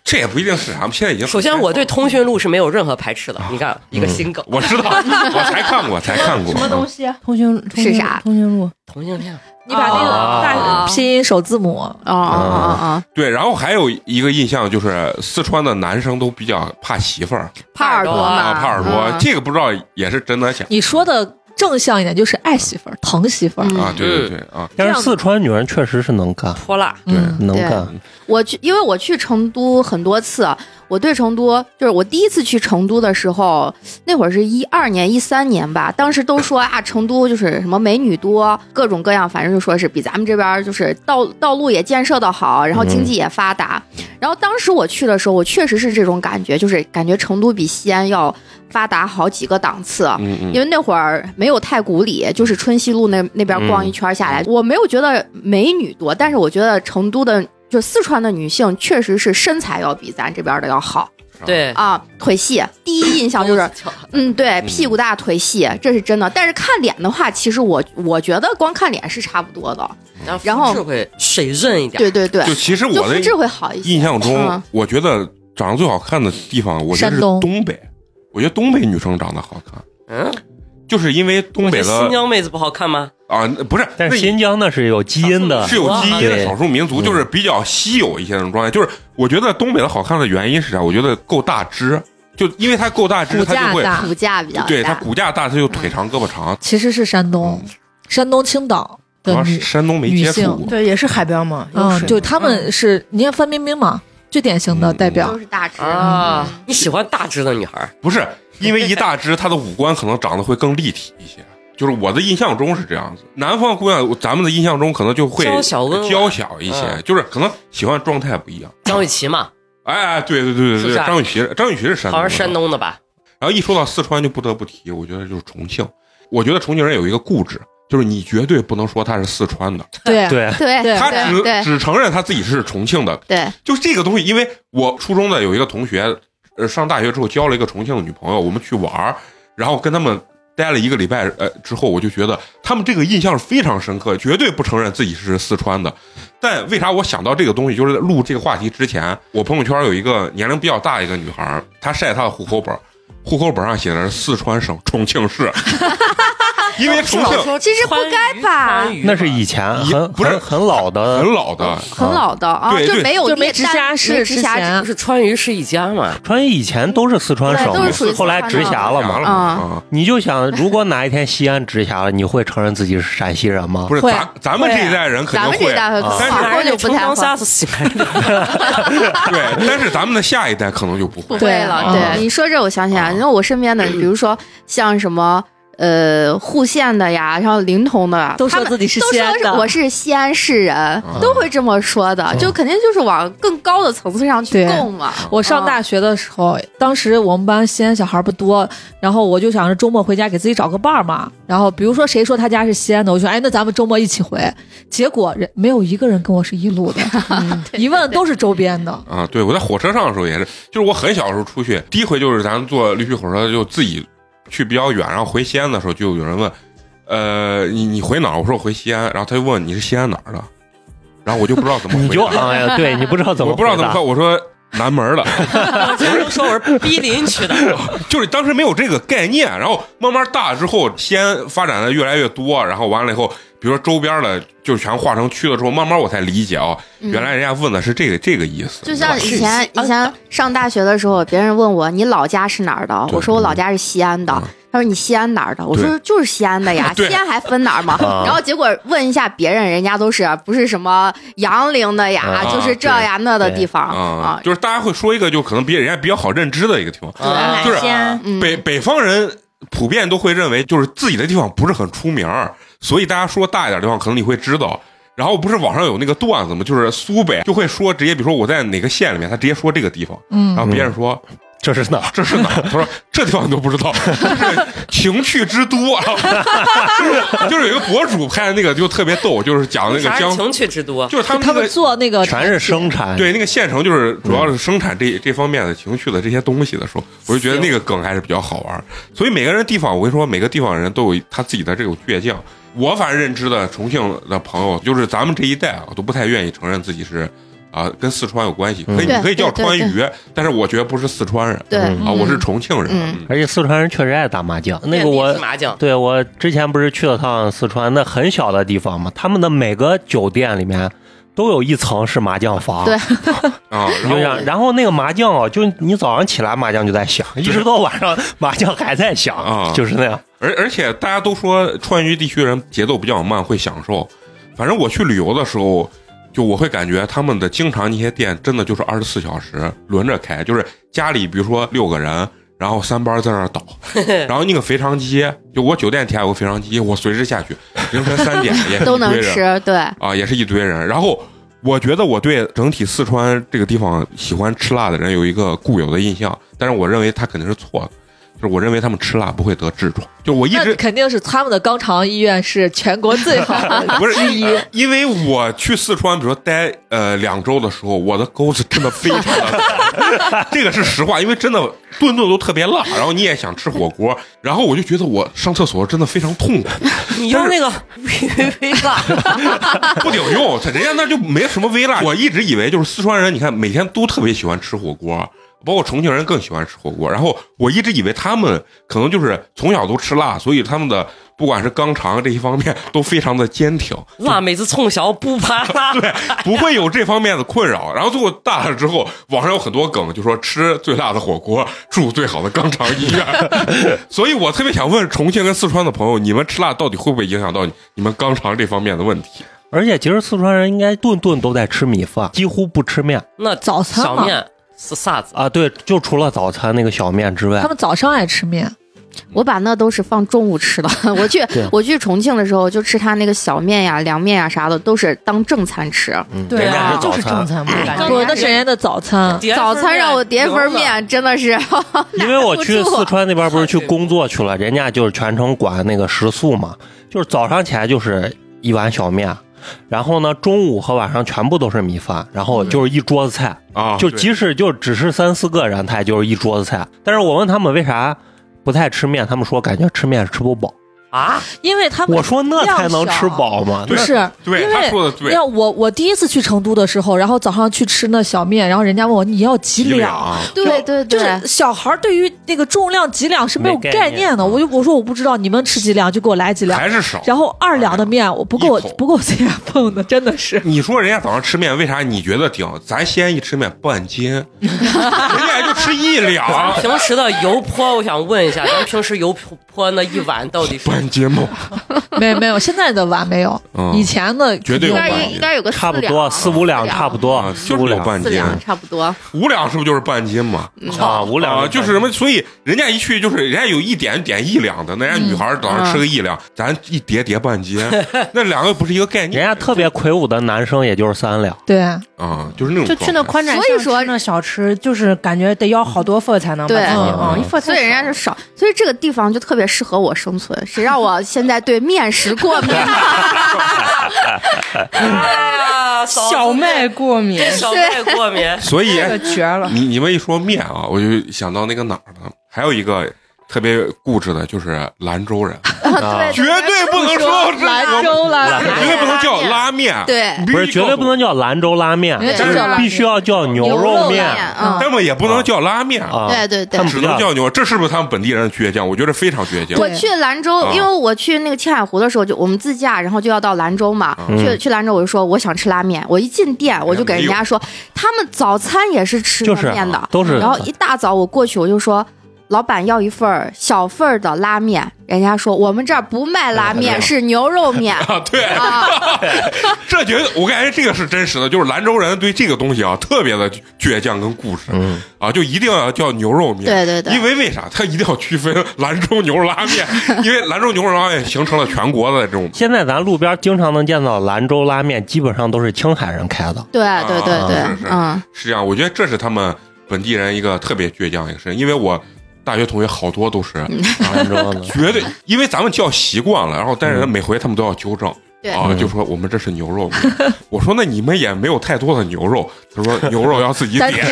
Speaker 1: 这也不一定是啥，现在已经
Speaker 2: 首先，我对通讯录是没有任何排斥的。你看，一个新梗，
Speaker 1: 我知道，我才看过，才看过。什么东西？啊
Speaker 3: 通讯通讯
Speaker 4: 是啥
Speaker 3: 通讯
Speaker 1: 哦
Speaker 3: 录，
Speaker 2: 同性恋
Speaker 5: 你把那个大
Speaker 4: 啊
Speaker 5: 拼音首字母，
Speaker 4: 哦哦哦哦，
Speaker 1: 对，然后还有一个印象就是四川的男生都比较怕媳妇儿
Speaker 4: 怕耳朵嘛，
Speaker 1: 啊，怕耳朵，
Speaker 4: 嗯
Speaker 1: 这个不知道也是真的假
Speaker 5: 你说的正向一点就是爱媳妇儿、疼媳妇儿，
Speaker 4: 嗯
Speaker 1: 啊？对对对啊，
Speaker 6: 但是四川女人确实是能干，
Speaker 2: 泼辣，
Speaker 1: 对
Speaker 5: 嗯
Speaker 6: 能
Speaker 4: 对
Speaker 6: 干。
Speaker 4: 我去，因为我去成都很多次，啊我对成都就是我第一次去成都的时候，那会儿是一二年、一三年吧，当时都说啊，成都就是什么美女多，各种各样，反正就说是比咱们这边儿就是道道路也建设的好，然后经济也发达。然后当时我去的时候，我确实是这种感觉，就是感觉成都比西安要发达好几个档次。啊
Speaker 1: 嗯嗯
Speaker 4: 因为那会儿没有太古里，就是春熙路那那边逛一圈下来，
Speaker 1: 嗯
Speaker 4: 我没有觉得美女多，但是我觉得成都的就四川的女性确实是身材要比咱这边的要好
Speaker 2: 对，
Speaker 4: 啊，腿细，第一 印象就是，嗯，对，
Speaker 1: 嗯
Speaker 4: 屁股大腿细，这是真的。但是看脸的话，其实我我觉得光看脸是差不多的，然后
Speaker 2: 是会水润一点。
Speaker 4: 对对对
Speaker 1: 就，其实
Speaker 4: 就
Speaker 1: 我
Speaker 4: 肤
Speaker 1: 的
Speaker 4: 质会好一些。
Speaker 1: 印象中
Speaker 4: 嗯，
Speaker 1: 我觉得长得最好看的地方，我觉得是
Speaker 5: 山东
Speaker 1: 东北。我觉得东北女生长得好看，
Speaker 2: 嗯，
Speaker 1: 就是因为东北
Speaker 2: 这新
Speaker 1: 的
Speaker 2: 疆妹子不好看吗？
Speaker 1: 啊，那不是，
Speaker 6: 但是
Speaker 1: 那
Speaker 6: 新疆那是有基因的，
Speaker 1: 是有基因的
Speaker 6: 对
Speaker 1: 少数民族，
Speaker 6: 啊嗯
Speaker 1: 就是比较稀有一些那种状态。就是我觉得东北的好看的原因是啥？我觉得够大只，就因为它够大只，
Speaker 5: 骨
Speaker 1: 它
Speaker 5: 架
Speaker 1: 就会
Speaker 5: 大，
Speaker 4: 骨架比较大，
Speaker 1: 对它骨架大，它就腿长胳膊长。
Speaker 5: 其实是山东，山东青岛
Speaker 1: 嗯主
Speaker 5: 的
Speaker 1: 要是
Speaker 5: 女，
Speaker 1: 山东没接
Speaker 5: 女
Speaker 1: 触
Speaker 5: 性
Speaker 1: 过，
Speaker 3: 对，也是海边嘛，有
Speaker 5: 嗯，
Speaker 3: 水
Speaker 5: 就他们是，你看范冰冰嘛，最典型的
Speaker 1: 嗯
Speaker 5: 代表
Speaker 4: 都，是大只
Speaker 2: 啊
Speaker 4: 嗯，
Speaker 2: 你喜欢大只的女孩儿？
Speaker 1: 不是因为一大只，她的五官可能长得会更立体一些。就是我的印象中是这样子，南方姑娘，咱们的印象中可能就会呃
Speaker 2: 娇小温婉
Speaker 1: 娇小一些，
Speaker 2: 嗯
Speaker 1: 就是可能喜欢状态不一样。
Speaker 2: 张雨绮嘛，
Speaker 1: 哎，对对对对
Speaker 2: 是不
Speaker 1: 对，
Speaker 2: 是啊
Speaker 1: 张雨绮，张雨绮是山
Speaker 6: 嗯
Speaker 2: 好
Speaker 1: 东
Speaker 2: 像
Speaker 1: 的，
Speaker 2: 是山东的吧？
Speaker 1: 然后一说到四川，就不得不提，我觉得就是重庆。我觉得重庆人有一个固执，就是你绝对不能说他是四川的，
Speaker 5: 对
Speaker 6: 对，
Speaker 4: 对
Speaker 5: 对
Speaker 1: 他
Speaker 4: 对
Speaker 1: 只
Speaker 4: 对
Speaker 1: 只承认他自己是重庆的。
Speaker 4: 对，
Speaker 1: 就这个东西，因为我初中的有一个同学，呃，上大学之后交了一个重庆的女朋友，我们去玩儿，然后跟他们待了一个礼拜，呃，之后我就觉得他们这个印象是非常深刻，绝对不承认自己是四川的。但为啥我想到这个东西，就是在录这个话题之前，我朋友圈有一个年龄比较大一个女孩儿，她晒她的户口本儿，户口本上写的是四川省重庆市，因为
Speaker 5: 啊
Speaker 1: 重庆
Speaker 4: 其实不该吧
Speaker 2: 川渝
Speaker 6: 那是以前
Speaker 1: 也
Speaker 6: 很
Speaker 1: 不是
Speaker 6: 很很老的，
Speaker 1: 很老的，
Speaker 4: 很老的啊，
Speaker 1: 对
Speaker 4: 就
Speaker 1: 对
Speaker 4: 没有
Speaker 5: 就没
Speaker 4: 列
Speaker 5: 直
Speaker 4: 单
Speaker 5: 辖市
Speaker 4: 没直
Speaker 5: 之
Speaker 4: 辖
Speaker 5: 前啊
Speaker 2: 不是川渝是一家嘛？
Speaker 6: 川渝以前都是四川省
Speaker 4: 对都是属于
Speaker 6: 嘛，
Speaker 4: 四川的
Speaker 6: 后来直辖了
Speaker 1: 完
Speaker 6: 嘛。
Speaker 1: 了嘛，啊
Speaker 6: 你就想，如果哪一天西安直辖了，你会承认自己是陕西人吗
Speaker 1: 啊，不？是
Speaker 5: 会
Speaker 1: 咱咱们这一代人肯
Speaker 4: 咱
Speaker 1: 定
Speaker 4: 们这
Speaker 1: 会，
Speaker 4: 代
Speaker 6: 啊
Speaker 4: 反而就不太
Speaker 2: 当
Speaker 4: 会
Speaker 2: 杀死西安 人，
Speaker 1: 对，但是咱们的下一代可能就不
Speaker 4: 不
Speaker 1: 会。
Speaker 4: 会
Speaker 5: 对嗯哦
Speaker 4: 了。
Speaker 6: 啊
Speaker 4: 对，你说这我想起来，因为我身边 的，比如说像什么呃户县的呀，然后临潼的呀，
Speaker 5: 都
Speaker 4: 他
Speaker 5: 说
Speaker 4: 们
Speaker 5: 自己是
Speaker 4: 都
Speaker 5: 西安
Speaker 4: 说是
Speaker 5: 的哦
Speaker 4: 我是西安市人，都会这么说的，就肯定就是往更高的层次上去
Speaker 5: 对
Speaker 4: 供嘛。
Speaker 5: 我上大学的时候，当时我们班西安小孩不多，然后我就想着周末回家给自己找个伴儿嘛。然后比如说谁说他家是西安的，我就说哎，那咱们周末一起回。结果人没有一个人跟我是一路的， 一问都是周边的。
Speaker 1: 啊，对，我在火车上的时候也是，就是我很小的时候出去，第一回就是咱坐绿皮火车就自己去比较远，然后回西安的时候就有人问，呃，你你回哪儿？我说我回西安，然后他就问你是西安哪儿的，然后我就不知道怎么
Speaker 6: 你
Speaker 1: 回
Speaker 6: 就
Speaker 1: 答，
Speaker 6: 哎呀，对你不知道怎么
Speaker 1: 我
Speaker 6: 回答，
Speaker 1: 不知道怎么说，我说南门儿的，
Speaker 2: 我之前都说我是逼邻去 的，
Speaker 1: 就是当时没有这个概念，然后慢慢大了之后，西安发展的越来越多，然后完了以后，比如说周边的就全划成区了之后，慢慢我才理解啊，
Speaker 4: 嗯
Speaker 1: 原来人家问的是这个这个意思，
Speaker 4: 就像
Speaker 1: 你知道吧
Speaker 4: 以前
Speaker 2: 是
Speaker 4: 以前上大学的时候，别人问我你老家是哪儿的，
Speaker 1: 对
Speaker 4: 我说我老家是西安的
Speaker 1: 嗯。
Speaker 4: 他说你西安哪儿的？我说
Speaker 1: 对
Speaker 4: 就是西安的呀，
Speaker 1: 对
Speaker 4: 西安还分哪儿吗？
Speaker 6: 啊
Speaker 4: 然后结果问一下别人，人家都是不是什么杨凌的呀
Speaker 6: 啊，
Speaker 4: 就是这呀那的地方
Speaker 1: 啊
Speaker 4: 啊，。
Speaker 1: 就是大家会说一个就可能比人家比较好认知的一个地方，
Speaker 2: 啊
Speaker 1: 就是
Speaker 7: 鲜，
Speaker 4: 嗯
Speaker 1: 北北方人普遍都会认为就是自己的地方不是很出名儿，所以大家说大一点地方可能你会知道。然后不是网上有那个段子吗？就是苏北就会说直接，比如说我在哪个县里面，他直接说这个地方，
Speaker 5: 嗯
Speaker 1: 然后别人说
Speaker 6: 这是哪儿？
Speaker 1: 这是哪儿？他说这地方你都不知道，就是情趣之都。然后就是就是有一个博主拍的那个就特别逗，就是讲那个
Speaker 2: 啥是
Speaker 1: 江，
Speaker 2: 情趣之都？啊
Speaker 1: 就是他们
Speaker 5: 他
Speaker 1: 那
Speaker 5: 们
Speaker 1: 个
Speaker 5: 做那个
Speaker 6: 全是生产，
Speaker 1: 对那个县城就是主要是生产这、这方面的情趣的这些东西的时候，我就觉得那个梗还是比较好玩儿。所以每个人地方，我跟你说，每个地方人都有他自己的这种倔强。我反正认知的重庆的朋友，就是咱们这一代啊，都不太愿意承认自己是啊、跟四川有关系，可以、
Speaker 6: 嗯
Speaker 1: 你可以叫
Speaker 4: 对
Speaker 1: 川
Speaker 4: 对对
Speaker 1: 渝，但是我觉得不是四川人
Speaker 4: 对
Speaker 6: 嗯
Speaker 1: 啊，我是
Speaker 4: 嗯
Speaker 1: 重庆人。
Speaker 4: 嗯
Speaker 1: 嗯
Speaker 6: 而且四川人确实爱打麻将。那个
Speaker 2: 遍
Speaker 6: 我
Speaker 2: 地是麻将，
Speaker 6: 对我之前不是去了趟四川，那很小的地方嘛，他们的每个酒店里面都有一层是麻将房。
Speaker 4: 对
Speaker 1: 啊，然
Speaker 6: 你就
Speaker 1: 后
Speaker 6: 想，然后那个麻将哦，就你早上起来麻将就在响，一直到晚上麻将还在响，
Speaker 1: 啊
Speaker 6: 就是那样。
Speaker 1: 而而且大家都说川渝地区人节奏比较慢，会享受。反正我去旅游的时候，就我会感觉他们的经常那些店真的就是二十四小时轮着开，就是家里比如说六个人，然后三班在那儿 倒，然后那个肥肠鸡，就我酒店底下有个肥肠鸡，我随时下去，凌晨三点也是
Speaker 4: 都
Speaker 1: 一
Speaker 4: 能
Speaker 1: 堆人
Speaker 4: 吃，对，
Speaker 1: 啊，也是一堆人。然后我觉得我对整体四川这个地方喜欢吃辣的人有一个固有的印象，但是我认为他肯定是错的。就是我认为他们吃辣不会得痔疮，就我一
Speaker 5: 那
Speaker 1: 直
Speaker 5: 肯定是他们的肛肠医院是全国最好 的
Speaker 1: 不是
Speaker 5: 之一。
Speaker 1: 因为我去四川，比如说待呃两周的时候，我的钩子真的非常的大， 这个是实话，因为真的顿顿都特别辣，然后你也想吃火锅，然后我就觉得我上厕所真的非常痛苦，
Speaker 2: 你用那个微微辣，
Speaker 1: 不顶用，他人家那就没什么微辣。我一直以为就是四川人，你看每天都特别喜欢吃火锅，包括重庆人更喜欢吃火锅。然后我一直以为他们可能就是从小都吃辣，所以他们的不管是肛肠这一方面都非常的坚挺。
Speaker 2: 辣妹子从小不怕辣，
Speaker 1: 对，不会有这方面的困扰。然后最后大了之后，网上有很多梗，就说吃最辣的火锅，住最好的肛肠医院。所以我特别想问重庆跟四川的朋友，你们吃辣到底会不会影响到你你们肛肠这方面的问题？
Speaker 6: 而且其实四川人应该顿顿都在吃米饭，
Speaker 3: 嗯
Speaker 6: 几乎不吃面
Speaker 2: 那
Speaker 5: 早餐
Speaker 2: 小
Speaker 5: 嘛
Speaker 2: 面是啥子？
Speaker 6: 啊。对，就除了早餐那个小面之外
Speaker 5: 他，们早上爱吃面，
Speaker 4: 我把那都是放中午吃的。 我去
Speaker 6: 对
Speaker 4: 我去重庆的时候，就吃他那个小面呀、凉面呀啥的，都是当正餐吃。
Speaker 6: 嗯
Speaker 3: 对
Speaker 6: 人家
Speaker 3: 啊
Speaker 6: 是，
Speaker 3: 就
Speaker 6: 早
Speaker 3: 是正
Speaker 6: 餐，
Speaker 3: 餐嘛，感觉
Speaker 5: 不，那是人家的早餐。
Speaker 2: 碟
Speaker 4: 早
Speaker 2: 份
Speaker 4: 餐
Speaker 2: 面
Speaker 4: 让我叠一份，
Speaker 2: 牛肉
Speaker 4: 面，真 的是
Speaker 6: 因为我去
Speaker 4: 拦不住
Speaker 6: 四川那边不是去工作去了，人家就是全程管那个食宿嘛，就是早上起来就是一碗小面，然后呢中午和晚上全部都是米饭，然
Speaker 3: 嗯
Speaker 6: 后就是一桌子菜，
Speaker 1: 啊，
Speaker 6: 就
Speaker 1: 对
Speaker 6: 即使就只是三四个人，他也就是一桌子菜。但是我问他们为啥不太吃面，他们说感觉吃面是吃不饱。
Speaker 2: 啊，
Speaker 5: 因为他们
Speaker 6: 我说那才能吃饱嘛。
Speaker 5: 不是，
Speaker 1: 对
Speaker 5: 因
Speaker 1: 他
Speaker 5: 为
Speaker 1: 说的对
Speaker 5: 你，看我我第一次去成都的时候，然后早上去吃那小面，然后人家问我你要几
Speaker 1: 几
Speaker 5: 两？
Speaker 1: 两，啊
Speaker 4: 对对对
Speaker 5: 就是，小孩儿对于那个重量几两是没有
Speaker 6: 没概
Speaker 5: 概
Speaker 6: 念
Speaker 5: 念的，我就我说我不知道，你们吃几两就给我来几两，
Speaker 1: 啊还是少。
Speaker 5: 然后二两的面我不够
Speaker 1: 一口
Speaker 5: 不够自己 碰的，真的 是。
Speaker 1: 你说人家早上吃面，为啥你觉得顶？咱西安一吃面半斤，人家也就吃一 两，
Speaker 2: 平时的油泼，我想问一下，咱们平时油泼那一碗到 底是
Speaker 1: 半斤吗？
Speaker 5: 没有没有，现在的碗没有，
Speaker 1: 嗯
Speaker 5: 以前的
Speaker 1: 绝对
Speaker 4: 应
Speaker 1: 有
Speaker 4: 该
Speaker 1: 半
Speaker 4: 应
Speaker 1: 斤
Speaker 4: 应，该有个
Speaker 6: 差不
Speaker 4: 两
Speaker 6: 多呃四五两，嗯差不多
Speaker 1: 啊
Speaker 6: 四
Speaker 1: 就
Speaker 6: 五
Speaker 1: 是有
Speaker 6: 两
Speaker 1: 半
Speaker 4: 四
Speaker 1: 斤，
Speaker 4: 两差不多。
Speaker 1: 五两是不是就是半斤嘛？
Speaker 6: 啊，五两
Speaker 1: 啊，就是什么，所以人家一去就是人家有一点点一两的，那人家女孩儿早上吃个一两，咱一叠叠半斤，那两个又不是一个概念，
Speaker 6: 人 家特别魁梧的男生也就是三两，
Speaker 5: 对，
Speaker 1: 啊，就是那种
Speaker 3: 就去那
Speaker 1: 状态
Speaker 3: 宽窄巷
Speaker 4: 所以说
Speaker 3: 吃那小吃，就是感觉得要好多份才能把
Speaker 4: 对
Speaker 3: 自己
Speaker 1: 嗯
Speaker 3: 嗯一份太
Speaker 4: 所以人家
Speaker 3: 少
Speaker 4: 就少，所以这个地方就特别适合我生存。谁让我现在对面食过敏？
Speaker 6: 哎
Speaker 2: 啊，嫂子
Speaker 3: 小麦过敏，
Speaker 2: 小麦过敏，
Speaker 1: 所以
Speaker 3: 这个绝了。
Speaker 1: 你你们一说面啊，我就想到那个哪儿呢？还有一个特别固执的，就是兰州人，
Speaker 4: 对，
Speaker 1: 绝对不能说这
Speaker 5: 兰
Speaker 1: 个，
Speaker 5: 州啦，
Speaker 1: 绝对不能叫拉面，
Speaker 4: 对
Speaker 1: 你必须
Speaker 6: 不是绝对
Speaker 1: 告诉
Speaker 6: 不能叫兰州拉面，
Speaker 5: 人
Speaker 1: 家
Speaker 6: 就
Speaker 1: 就叫
Speaker 6: 是
Speaker 1: 拉
Speaker 6: 必须要叫牛肉面
Speaker 4: 嗯
Speaker 1: 我，，他们也不能叫拉面啊，
Speaker 6: 啊。
Speaker 4: 对对对
Speaker 6: 他。们
Speaker 1: 只
Speaker 6: 不
Speaker 1: 能
Speaker 6: 叫
Speaker 1: 叫牛，这是不是他们本地人的倔强？我觉得非常倔强。
Speaker 4: 我去兰州
Speaker 1: 啊，
Speaker 4: 因为我去那个青海湖的时候，就我们自驾，然后就要到兰州嘛。
Speaker 1: 嗯
Speaker 4: 去去兰州，我就说我想吃拉面。我一进店，我就给人
Speaker 1: 没
Speaker 4: 家说，他们早餐也是吃
Speaker 6: 就是啊
Speaker 4: 那面的。
Speaker 6: 都是
Speaker 4: 然后一大早我过去，我就说。老板要一份儿小份儿的拉面，人家说我们这儿不卖拉
Speaker 1: 哎
Speaker 4: 面，是牛肉 面
Speaker 1: 啊，对，
Speaker 4: 啊。
Speaker 1: 这绝对，我感觉这个是真实的，就是兰州人对这个东西啊特别的倔强跟固执，
Speaker 6: 嗯
Speaker 1: 啊，就一定要叫牛肉面。
Speaker 4: 对对对
Speaker 1: 因为为啥？他一定要区分兰州牛肉拉面，因为兰州牛肉拉面形成了全国的这种
Speaker 6: 现在咱路边经常能见到兰州拉面，基本上都是青海人开的。
Speaker 4: 对对对对
Speaker 1: 啊是是，
Speaker 4: 嗯，
Speaker 1: 是这样，我觉得这是他们本地人一个特别倔强的一个事情，因为我大学同学好多都是、
Speaker 4: 嗯
Speaker 6: 兰州的
Speaker 1: 绝对，因为咱们叫习惯了，然后但是每回他们都要纠正。
Speaker 4: 对
Speaker 1: 啊，就说我们这是牛肉面，我说那你们也没有太多的牛肉，他说牛肉要自 己
Speaker 5: 咱
Speaker 1: 点，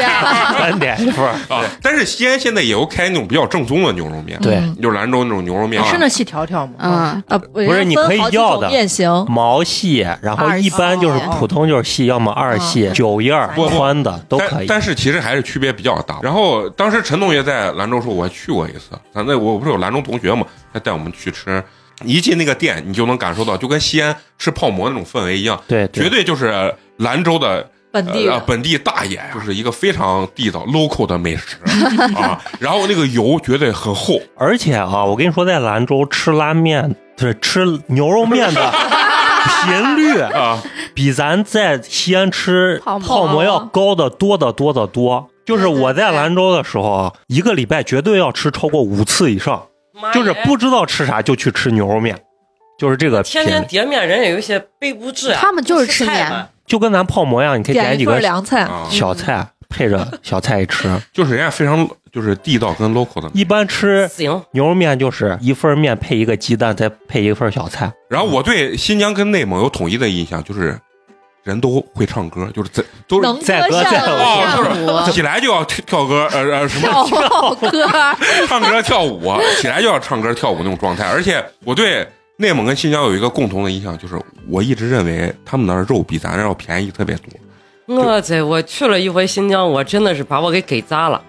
Speaker 4: 啊
Speaker 6: 三点一份儿，
Speaker 1: 啊，但是西安现在也有开那种比较正宗的牛肉面，
Speaker 6: 对
Speaker 1: 就是兰州那种牛肉面，啊
Speaker 3: 是那细条条吗？
Speaker 4: 嗯，
Speaker 5: 啊，不
Speaker 6: 不是你可以要的呃
Speaker 5: 面型，
Speaker 6: 毛细，然后
Speaker 4: 二
Speaker 6: 一般就是
Speaker 4: 细
Speaker 6: 普通就是细，要么二细、九嗯叶儿、
Speaker 1: 不不
Speaker 6: 宽的都可
Speaker 1: 但
Speaker 6: 以。
Speaker 1: 但是其实还是区别比较大。然后当时陈同学在兰州时候，我还去过一次，咱那我不是有兰州同学嘛，他带我们去吃，一进那个店，你就能感受到，就跟西安吃泡馍那种氛围一样，
Speaker 6: 对对
Speaker 1: 绝对就是兰州的
Speaker 5: 本地
Speaker 1: 呃
Speaker 5: 人
Speaker 1: 本地大爷，就是一个非常地道 local 的美 食啊。然后那个油绝对很厚，
Speaker 6: 而且啊，我跟你说，在兰州吃拉面，就是吃牛肉面的频率
Speaker 1: 啊，
Speaker 6: 比咱在西安吃
Speaker 4: 泡
Speaker 6: 泡
Speaker 4: 馍
Speaker 6: 馍要高的多得多得多。就是我在兰州的时候啊，一个礼拜绝对要吃超过五次以上，
Speaker 2: 妈呀
Speaker 6: 就是不知道吃啥就去吃牛肉面，就是这个频
Speaker 2: 天
Speaker 6: 率
Speaker 2: 天，叠面，人也有一些背不至啊。
Speaker 4: 他们就是吃
Speaker 2: 菜
Speaker 4: 面
Speaker 2: 嘛
Speaker 6: 就跟咱泡馍一样，你可以点
Speaker 5: 点
Speaker 6: 几
Speaker 5: 一
Speaker 6: 个
Speaker 5: 份凉菜，
Speaker 1: 啊，
Speaker 6: 小菜配着小菜一吃。
Speaker 1: 就是人家非常就是地道跟 local 的。
Speaker 6: 一般吃
Speaker 2: 行，
Speaker 6: 牛肉面就是一份面配一个鸡蛋，再配一份小菜。
Speaker 1: 然后我对新疆跟内蒙有统一的印象，就是人都会唱歌，就是在都是
Speaker 5: 能啊歌
Speaker 6: 再搁再
Speaker 5: 善
Speaker 6: 搁
Speaker 1: 哦，
Speaker 5: 舞。
Speaker 1: 就
Speaker 4: 跳
Speaker 1: 是
Speaker 4: 舞
Speaker 1: 起来就要跳跳歌，呃呃什么
Speaker 4: 跳舞歌，
Speaker 1: 唱歌跳舞，啊起来就要唱歌跳舞那种状态。而且我对内蒙跟新疆有一个共同的印象，就是我一直认为他们那儿肉比咱这儿要便宜特别多。
Speaker 2: 我在我去了一回新疆，我真的是把我给给砸了。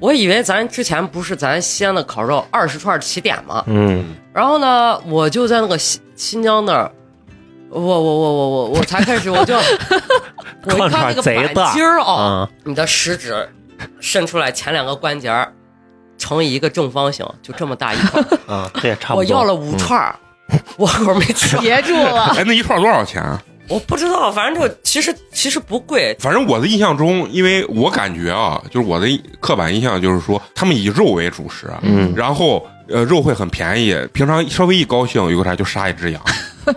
Speaker 2: 我以为咱之前不是咱西安的烤肉二十串起点吗？
Speaker 6: 嗯，
Speaker 2: 然后呢，我就在那个新新疆那儿，我我我我我我才开始，我就 我一看那个板筋儿啊，
Speaker 6: 啊，
Speaker 2: 你的食指伸出来前两个关节儿乘以一个正方形，就这么大一块儿。
Speaker 6: 啊，这也差不多。
Speaker 2: 我要了五
Speaker 6: 嗯
Speaker 2: 串儿，我口没吃，
Speaker 4: 别住了。
Speaker 1: 哎，那一串多少钱、啊？
Speaker 2: 我不知道，反正就其实其实不贵，
Speaker 1: 反正我的印象中，因为我感觉啊，就是我的刻板印象就是说，他们以肉为主食，啊
Speaker 6: 嗯
Speaker 1: 然后呃肉会很便宜，平常稍微一高兴有个啥就杀一只羊。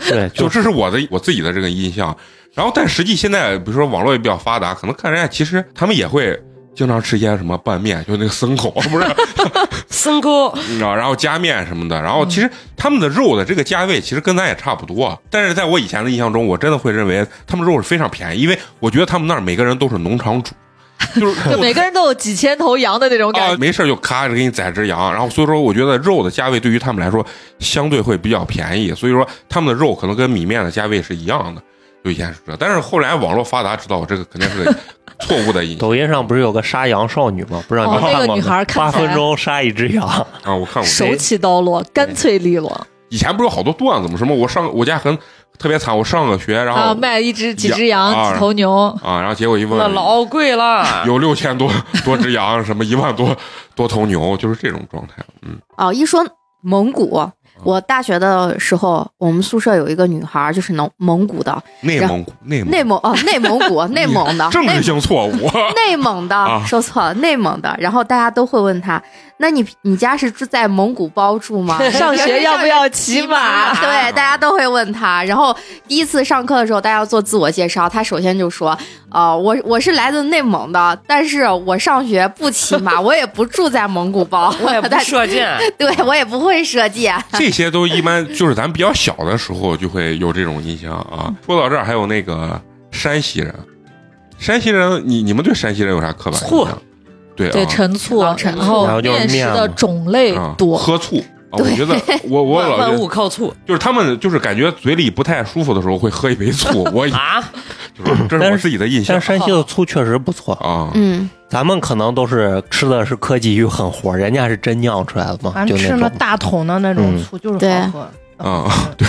Speaker 6: 对，
Speaker 1: 就
Speaker 6: 就
Speaker 1: 这
Speaker 6: 是
Speaker 1: 是我的我自己的这个印象。然后，但实际现在，比如说网络也比较发达，可能看人家其实他们也会经常吃一些什么拌面，就那个牲口，不是，
Speaker 2: 森沟
Speaker 1: 你知道，然后加面什么的。然后其实他们的肉的这个价位其实跟咱也差不多，但是在我以前的印象中，我真的会认为他们肉是非常便宜，因为我觉得他们那儿每个人都是农场主。就是
Speaker 5: 就每个人都有几千头羊的那种感
Speaker 6: 哦
Speaker 1: 啊，
Speaker 5: 觉。
Speaker 1: 没事儿就咔着给你宰只羊，然后所以说我觉得肉的价位对于他们来说相对会比较便宜，所以说他们的肉可能跟米面的价位是一样的，就以前是这，但是后来网络发达知道我这个肯定是个错误的印象
Speaker 6: 抖音上不是有个杀羊少女吗？不知道你
Speaker 5: 哦
Speaker 6: 们看过
Speaker 5: 那
Speaker 6: 吗？
Speaker 5: 个女孩看
Speaker 6: 八
Speaker 5: 起来
Speaker 6: 分钟杀一只羊，
Speaker 1: 啊，我看过
Speaker 5: 手起刀落，干脆利落
Speaker 1: 以前不是有好多段子吗？什么我上我家很特别惨，我上个学，然后
Speaker 5: 啊！卖一只几只
Speaker 1: 啊
Speaker 5: 羊，几头牛，
Speaker 1: 啊然后结果一
Speaker 2: 那
Speaker 1: 问，
Speaker 2: 老贵了。
Speaker 1: 有六千多多只羊，什么一万多多头牛，就是这种状态。嗯，
Speaker 4: 哦，一说蒙古，我大学的时候，我们宿舍有一个女孩儿，就是蒙蒙古的，
Speaker 1: 内蒙古，内蒙
Speaker 4: 内蒙哦，内蒙古，内蒙的，
Speaker 1: 政
Speaker 4: 内
Speaker 1: 治性错误。
Speaker 4: 内蒙的、
Speaker 1: 啊
Speaker 4: 说错了，内蒙的。然后大家都会问她，那你你家是住在蒙古包住 吗？
Speaker 5: 上学要不啊要骑 马？
Speaker 4: 对，大家都会问他。然后第一次上课的时候，大家要做自我介绍，他首先就说：“呃，我我是来自内蒙的，但是我上学不骑马，我也不住在蒙古包，
Speaker 2: 我也不
Speaker 4: 但
Speaker 2: 射箭，
Speaker 4: 对我也不会啊射箭。
Speaker 1: 这些都一般就是咱比较小的时候就会有这种印象啊。说到这儿，还有那个山西人，山西人，你你们对山西人有啥刻板印
Speaker 2: 醋
Speaker 1: 象？对
Speaker 5: 对，
Speaker 1: 啊，
Speaker 5: 陈醋，
Speaker 4: 啊陈醋
Speaker 5: 然后
Speaker 6: 然后就是
Speaker 5: 面食
Speaker 6: 面
Speaker 5: 的
Speaker 6: 嘛嗯
Speaker 5: 种类
Speaker 1: 啊
Speaker 5: 多，
Speaker 1: 喝醋。啊，我觉得我我
Speaker 2: 万
Speaker 1: 老觉
Speaker 2: 万
Speaker 1: 得
Speaker 2: 物靠醋
Speaker 1: 就是他们就是感觉嘴里不太舒服的时候会喝一杯醋，我以
Speaker 2: 啊！
Speaker 1: 就是这是我自己的印象
Speaker 6: 但是山西的醋确实不错，
Speaker 1: 啊。
Speaker 4: 嗯，
Speaker 6: 咱们可能都是吃的是科技与狠活，人家是真酿出来的嘛，
Speaker 3: 反
Speaker 6: 就
Speaker 3: 正吃
Speaker 6: 那
Speaker 3: 了
Speaker 6: 种。
Speaker 3: 大桶的那种
Speaker 6: 嗯
Speaker 3: 醋就是
Speaker 4: 对
Speaker 3: 好喝。
Speaker 1: 啊
Speaker 3: 嗯，对，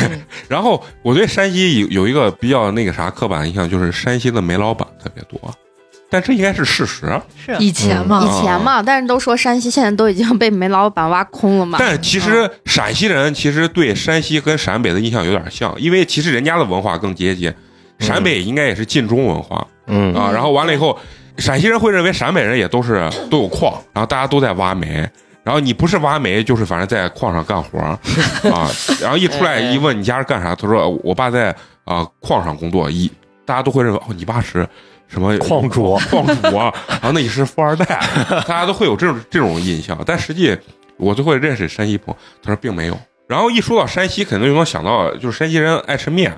Speaker 1: 然后我对山西有有一个比较那个啥刻板印象，就是山西的煤老板特别多，但这应该是事实。啊
Speaker 3: 是
Speaker 5: 以
Speaker 6: 嗯
Speaker 5: 前
Speaker 1: 哦
Speaker 5: 嘛，
Speaker 4: 以前嘛，但是都说山西现在都已经被煤老板挖空了嘛。
Speaker 1: 但其实陕西人其实对山西跟陕北的印象有点像，因为其实人家的文化更接近，陕北应该也是晋中文化
Speaker 6: 嗯，
Speaker 1: 啊。然后完了以后，陕西人会认为陕北人也都是都有矿，然后大家都在挖煤。然后你不是挖煤，就是反正在矿上干活儿啊。然后一出来一问你家是干啥，他说我爸在啊、矿上工作，一大家都会认为哦你爸是什么
Speaker 6: 矿主
Speaker 1: 矿主啊，然后那你是富二代，大家都会有这种这种印象。但实际我最会认识山西朋友，他说并没有。然后一说到山西，肯定就能想到就是山西人爱吃面，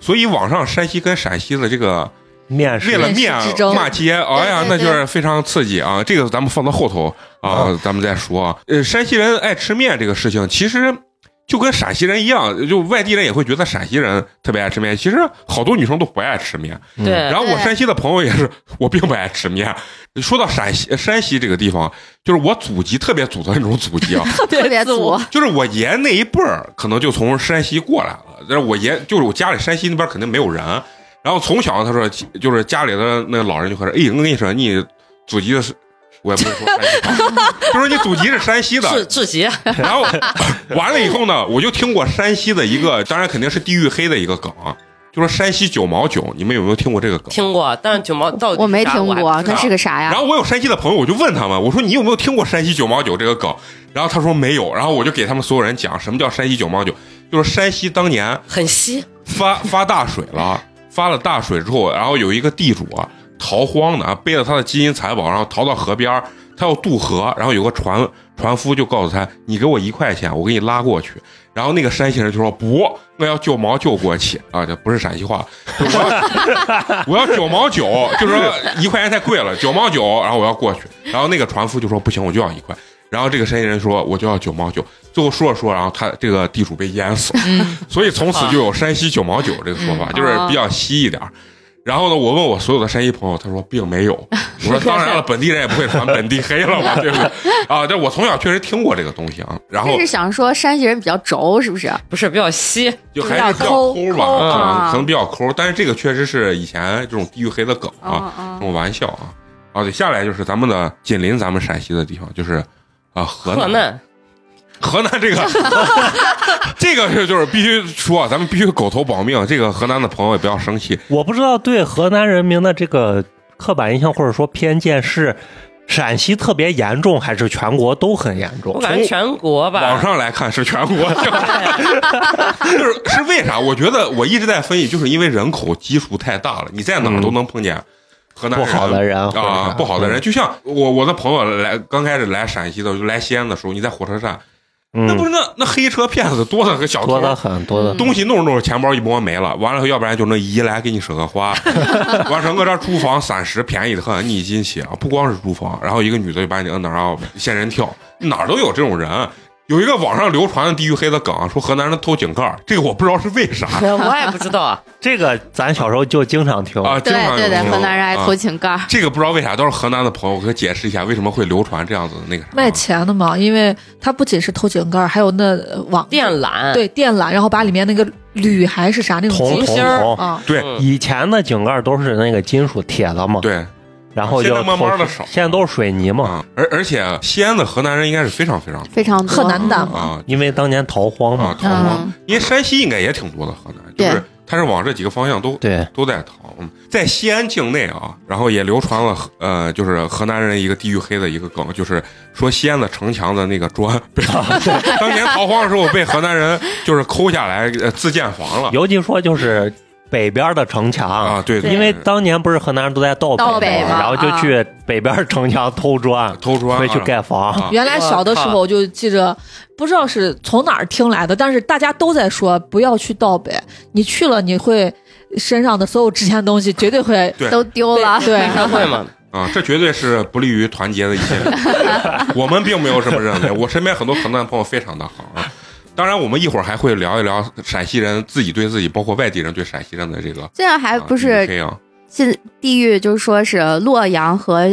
Speaker 1: 所以网上山西跟陕西的这个
Speaker 6: 面
Speaker 1: 为
Speaker 6: 食
Speaker 1: 了面
Speaker 5: 面食之争
Speaker 1: 骂街，哎呀，那
Speaker 4: 对对
Speaker 1: 就
Speaker 4: 对嗯
Speaker 1: 是非常刺激啊！这个咱们放到后头啊，咱们再说啊。呃，山西人爱吃面这个事情，其实就跟陕西人一样，就外地人也会觉得陕西人特别爱吃面。其实好多女生都不爱吃面，
Speaker 6: 嗯
Speaker 2: 对，
Speaker 1: 然后我
Speaker 4: 对
Speaker 1: 山西的朋友也是，我并不爱吃面。说到陕西呃山西这个地方，就是我祖籍特别祖的那种祖籍啊，
Speaker 4: 特别足，
Speaker 1: 就是我爷那一辈儿可能就从山西过来了，但是我爷就是我家里山西那边肯定没有人，然后从小他说就是家里的那老人就开始，哎，我跟你说你祖籍的是，我也不会说山西话，就说你祖籍是山西
Speaker 2: 志
Speaker 1: 的，
Speaker 2: 志杰，
Speaker 1: 然后完了以后呢，我就听过山西的一个，当然肯定是地域黑的一个梗啊，就说山西九毛九，你们有没有听过这个梗？
Speaker 2: 听过，但是九毛到底
Speaker 4: 我没
Speaker 2: 啥
Speaker 4: 听
Speaker 2: 还
Speaker 4: 过，
Speaker 2: 不知
Speaker 4: 那
Speaker 2: 道
Speaker 4: 是个啥
Speaker 1: 然
Speaker 4: 呀？
Speaker 1: 后我有山西的朋友，我就问他们，我说你有没有听过山西九毛九这个梗？然后他说没有，然后我就给他们所有人讲什么叫山西九毛九，就是山西当年
Speaker 2: 很稀，
Speaker 1: 发发大水了，发了大水之后，然后有一个地主啊逃荒的啊，背着他的金银财宝，然后逃到河边儿，他要渡河，然后有个船船夫就告诉他，你给我一块钱，我给你拉过去。然后那个山西人就说不，我要九毛九过去啊，这不是陕西话，就我要 我要九毛九，就是说一块钱太贵了，九毛九，然后我要过去。然后那个船夫就说不行，我就要一块。然后这个山西人说我就要九毛九，最后说着说着，然后他这个地主被淹死了。所以从此就有山西九毛九这个说法，就是比较稀一点儿。然后呢，我问我所有的山西朋友，他说并没有。我说当然了，本地人也不会传本地黑了嘛，对不对？啊，但我从小确实听过这个东西啊。然后
Speaker 4: 这是想说山西人比较轴，是不是？
Speaker 2: 不是比较稀，
Speaker 1: 就还是比较
Speaker 4: 抠
Speaker 1: 抠吧，
Speaker 4: 抠啊
Speaker 1: 嗯可能比较抠。但是这个确实是以前这种地域黑的梗啊，
Speaker 4: 嗯嗯
Speaker 1: 这种玩笑啊。啊，对，下来就是咱们的紧邻咱们陕西的地方，就是啊河
Speaker 2: 河
Speaker 1: 南。
Speaker 2: 南
Speaker 1: 河南这个， 这个是就是必须说，啊咱们必须狗头保命。这个河南的朋友也不要生气，
Speaker 6: 我不知道对河南人民的这个刻板印象或者说偏见是陕西特别严重，还是全国都很严重
Speaker 2: 我？感觉全国吧，
Speaker 1: 网上来看是全国，就是是为啥？我觉得我一直在分析，就是因为人口基数太大了，你在哪儿都能碰见河南人
Speaker 6: 嗯不好的人或者
Speaker 1: 啊
Speaker 6: 啥，
Speaker 1: 不好的人。
Speaker 6: 嗯
Speaker 1: 就像我我的朋友来刚开始来陕西的，就来西安的时候，你在火车站，那不
Speaker 6: 嗯，
Speaker 1: 是那那黑车骗子多的和小偷
Speaker 6: 多得很，多
Speaker 5: 嗯
Speaker 6: 得很。
Speaker 1: 东西弄着弄着，钱包一摸没了，完了以后，要不然就那姨来给你舍个 花，完整个这厨房散食便宜的很，你一进去啊，不光是厨房，然后一个女的就把你摁那儿，然后仙人跳，哪儿都有这种人。有一个网上流传的地域黑的梗，啊说河南人偷井盖儿，这个我不知道是为啥
Speaker 2: 我也不知道啊，
Speaker 6: 这个咱小时候就经常听，
Speaker 1: 啊，经
Speaker 4: 对
Speaker 1: 常有
Speaker 4: 对对
Speaker 1: 这，种
Speaker 4: 河南人爱
Speaker 1: 啊
Speaker 4: 偷井盖儿。
Speaker 1: 这个不知道为啥，都是河南的朋友，我可以解释一下为什么会流传这样子的那个啥
Speaker 5: 卖钱的嘛，因为它不仅是偷井盖儿，还有那呃网
Speaker 2: 电缆，
Speaker 5: 对电缆，然后把里面那个铝还是啥那种
Speaker 6: 铜
Speaker 5: 金
Speaker 6: 铜哦
Speaker 5: 芯儿
Speaker 6: 铜
Speaker 5: 啊，
Speaker 1: 对
Speaker 2: 嗯
Speaker 6: 以前的井盖都是那个金属铁的嘛，
Speaker 1: 对
Speaker 6: 然后
Speaker 1: 现
Speaker 6: 就
Speaker 1: 在慢慢地
Speaker 6: 偷
Speaker 1: 少
Speaker 6: 现在都是水泥嘛，
Speaker 1: 啊，而而且西安的河南人应该是非常非常多
Speaker 4: 非常多
Speaker 5: 很难打嘛。
Speaker 1: 啊，
Speaker 6: 因为当年逃荒
Speaker 1: 啊
Speaker 6: 嘛，，
Speaker 1: 逃荒，
Speaker 4: 嗯
Speaker 1: 因为山西应该也挺多的，河南就是
Speaker 4: 对
Speaker 1: 它是往这几个方向都
Speaker 6: 对，
Speaker 1: 都在逃。嗯，在西安境内啊，然后也流传了呃，就是河南人一个地域黑的一个梗，就是说西安的城墙的那个砖， 被当年逃荒的时候被河南人就是抠下来呃自建房了
Speaker 6: 尤其说就是北边的城
Speaker 1: 啊，
Speaker 6: 墙。
Speaker 1: 对，对
Speaker 6: 因为
Speaker 1: 对
Speaker 6: 当年不是河南人都在盗
Speaker 4: 盗
Speaker 6: 北
Speaker 4: 北
Speaker 6: 嘛，
Speaker 4: 嘛
Speaker 6: 然后
Speaker 5: 啊
Speaker 6: 就去北边城墙偷砖，
Speaker 1: 偷砖
Speaker 6: 回去
Speaker 1: 啊
Speaker 6: 盖房。
Speaker 1: 啊
Speaker 5: 原来小的时候我就记着，不知道是从哪儿听来的，但是大家都在说不要去盗北，你去了你会身上的所有值钱的东西绝对会
Speaker 1: 对
Speaker 4: 都丢了。
Speaker 5: 对
Speaker 2: 开会嘛，
Speaker 1: 啊，这绝对是不利于团结的一些。我们并没有这么认为，我身边很多河南朋友非常的好啊。当然，我们一会儿还会聊一聊陕西人自己对自己，包括外地人对陕西人的这个
Speaker 4: 现在还
Speaker 1: 啊
Speaker 4: 哎不
Speaker 1: 地域
Speaker 4: 是
Speaker 1: 黑啊，
Speaker 4: 现地域，就是说是洛阳和